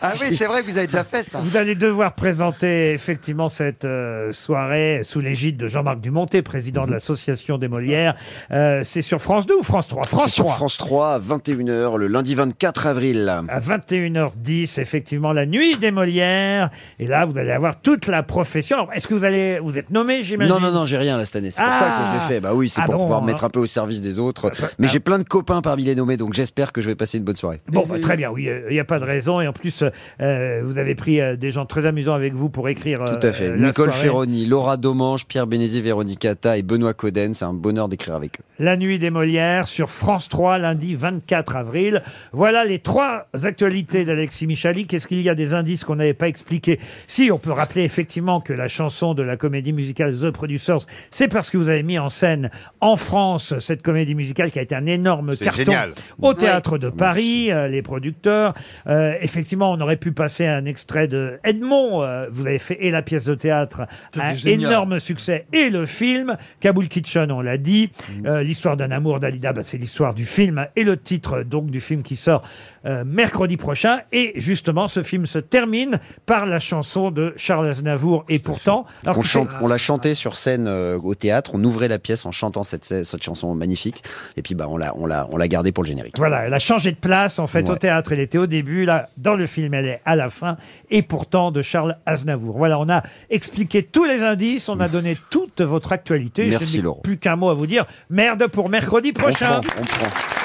[SPEAKER 5] Ah oui, c'est vrai que vous avez déjà fait ça.
[SPEAKER 2] Vous allez devoir présenter effectivement cette euh, soirée sous l'égide de Jean-Marc Dumonté,
[SPEAKER 5] Mhm.
[SPEAKER 2] président de l'association des Molières. Euh, c'est sur France 2 ou France 3
[SPEAKER 22] C'est
[SPEAKER 2] France
[SPEAKER 22] sur
[SPEAKER 2] 3.
[SPEAKER 22] France 3 à 21h le lundi 24 avril.
[SPEAKER 2] à 21h10, effectivement, la nuit des Molières. Et là, vous allez avoir toute la profession. Alors, Est-ce que vous allez, vous êtes nommé, j'imagine
[SPEAKER 22] Non, non, non, j'ai rien là cette année. C'est pour ça que je l'ai
[SPEAKER 2] Ah.
[SPEAKER 22] fait. Bah oui, c'est
[SPEAKER 2] Ah
[SPEAKER 22] pour
[SPEAKER 2] bon, Ah.
[SPEAKER 22] pouvoir me
[SPEAKER 2] hein.
[SPEAKER 22] mettre un peu au service des autres. Mais j'ai plein de copains parmi les nommés, donc j'espère que je vais passer une bonne soirée.
[SPEAKER 2] Bon, bah, très bien, oui, il n'y a pas de raison. Et en plus, euh, vous avez pris euh, des gens très amusants avec vous pour écrire. euh,
[SPEAKER 22] Tout à fait.
[SPEAKER 2] euh, la
[SPEAKER 22] Nicole
[SPEAKER 2] soirée.
[SPEAKER 22] Ferroni, Laura Domange, Pierre Bénézé, Véronique Atta et Benoît Coden. C'est un bonheur d'écrire avec eux.
[SPEAKER 2] La nuit des Molières sur France 3, lundi 24 avril. Voilà les trois actualités d'Alexis Michalik. Est-ce qu'il y a des indices qu'on n'avait pas expliqués Si, on peut rappeler effectivement que la chanson de la comédie musicale The Producers, c'est parce que vous avez mis en scène en France cette comédie musicale qui a été un énorme
[SPEAKER 7] C'est
[SPEAKER 2] carton
[SPEAKER 7] génial.
[SPEAKER 2] au Théâtre de Paris, euh, les producteurs. Euh, effectivement, on aurait pu passer un extrait de Edmond. euh, vous avez fait et la pièce de théâtre, un
[SPEAKER 6] génial.
[SPEAKER 2] énorme énorme succès et le film. Kaboul Kitchen, on l'a dit.
[SPEAKER 22] Mm.
[SPEAKER 2] Euh, l'histoire d'un amour d'Alida, bah, c'est l'histoire du film et le titre donc du film qui sort euh, mercredi prochain. Et justement, ce film se termine par la chanson de Charles Aznavour. Et pourtant, alors
[SPEAKER 22] on,
[SPEAKER 2] que
[SPEAKER 22] chante-
[SPEAKER 2] c'est-
[SPEAKER 22] on l'a chanté sur scène euh, au théâtre. On ouvrait la pièce en chantant cette, cette chanson magnifique. Et puis, bah, on l'a, on l'a, on l'a gardée pour le générique.
[SPEAKER 2] Voilà, elle a changé de place en fait au
[SPEAKER 22] Ouais.
[SPEAKER 2] théâtre. Elle était au début, là, dans le film, elle est à la fin, et pourtant de Charles Aznavour. Voilà, on a expliqué tous les indices, on a donné toute votre actualité.
[SPEAKER 22] Merci,
[SPEAKER 2] Je n'ai
[SPEAKER 22] Laurent.
[SPEAKER 2] plus qu'un mot à vous dire. Merde pour mercredi prochain.
[SPEAKER 22] On prend, on prend.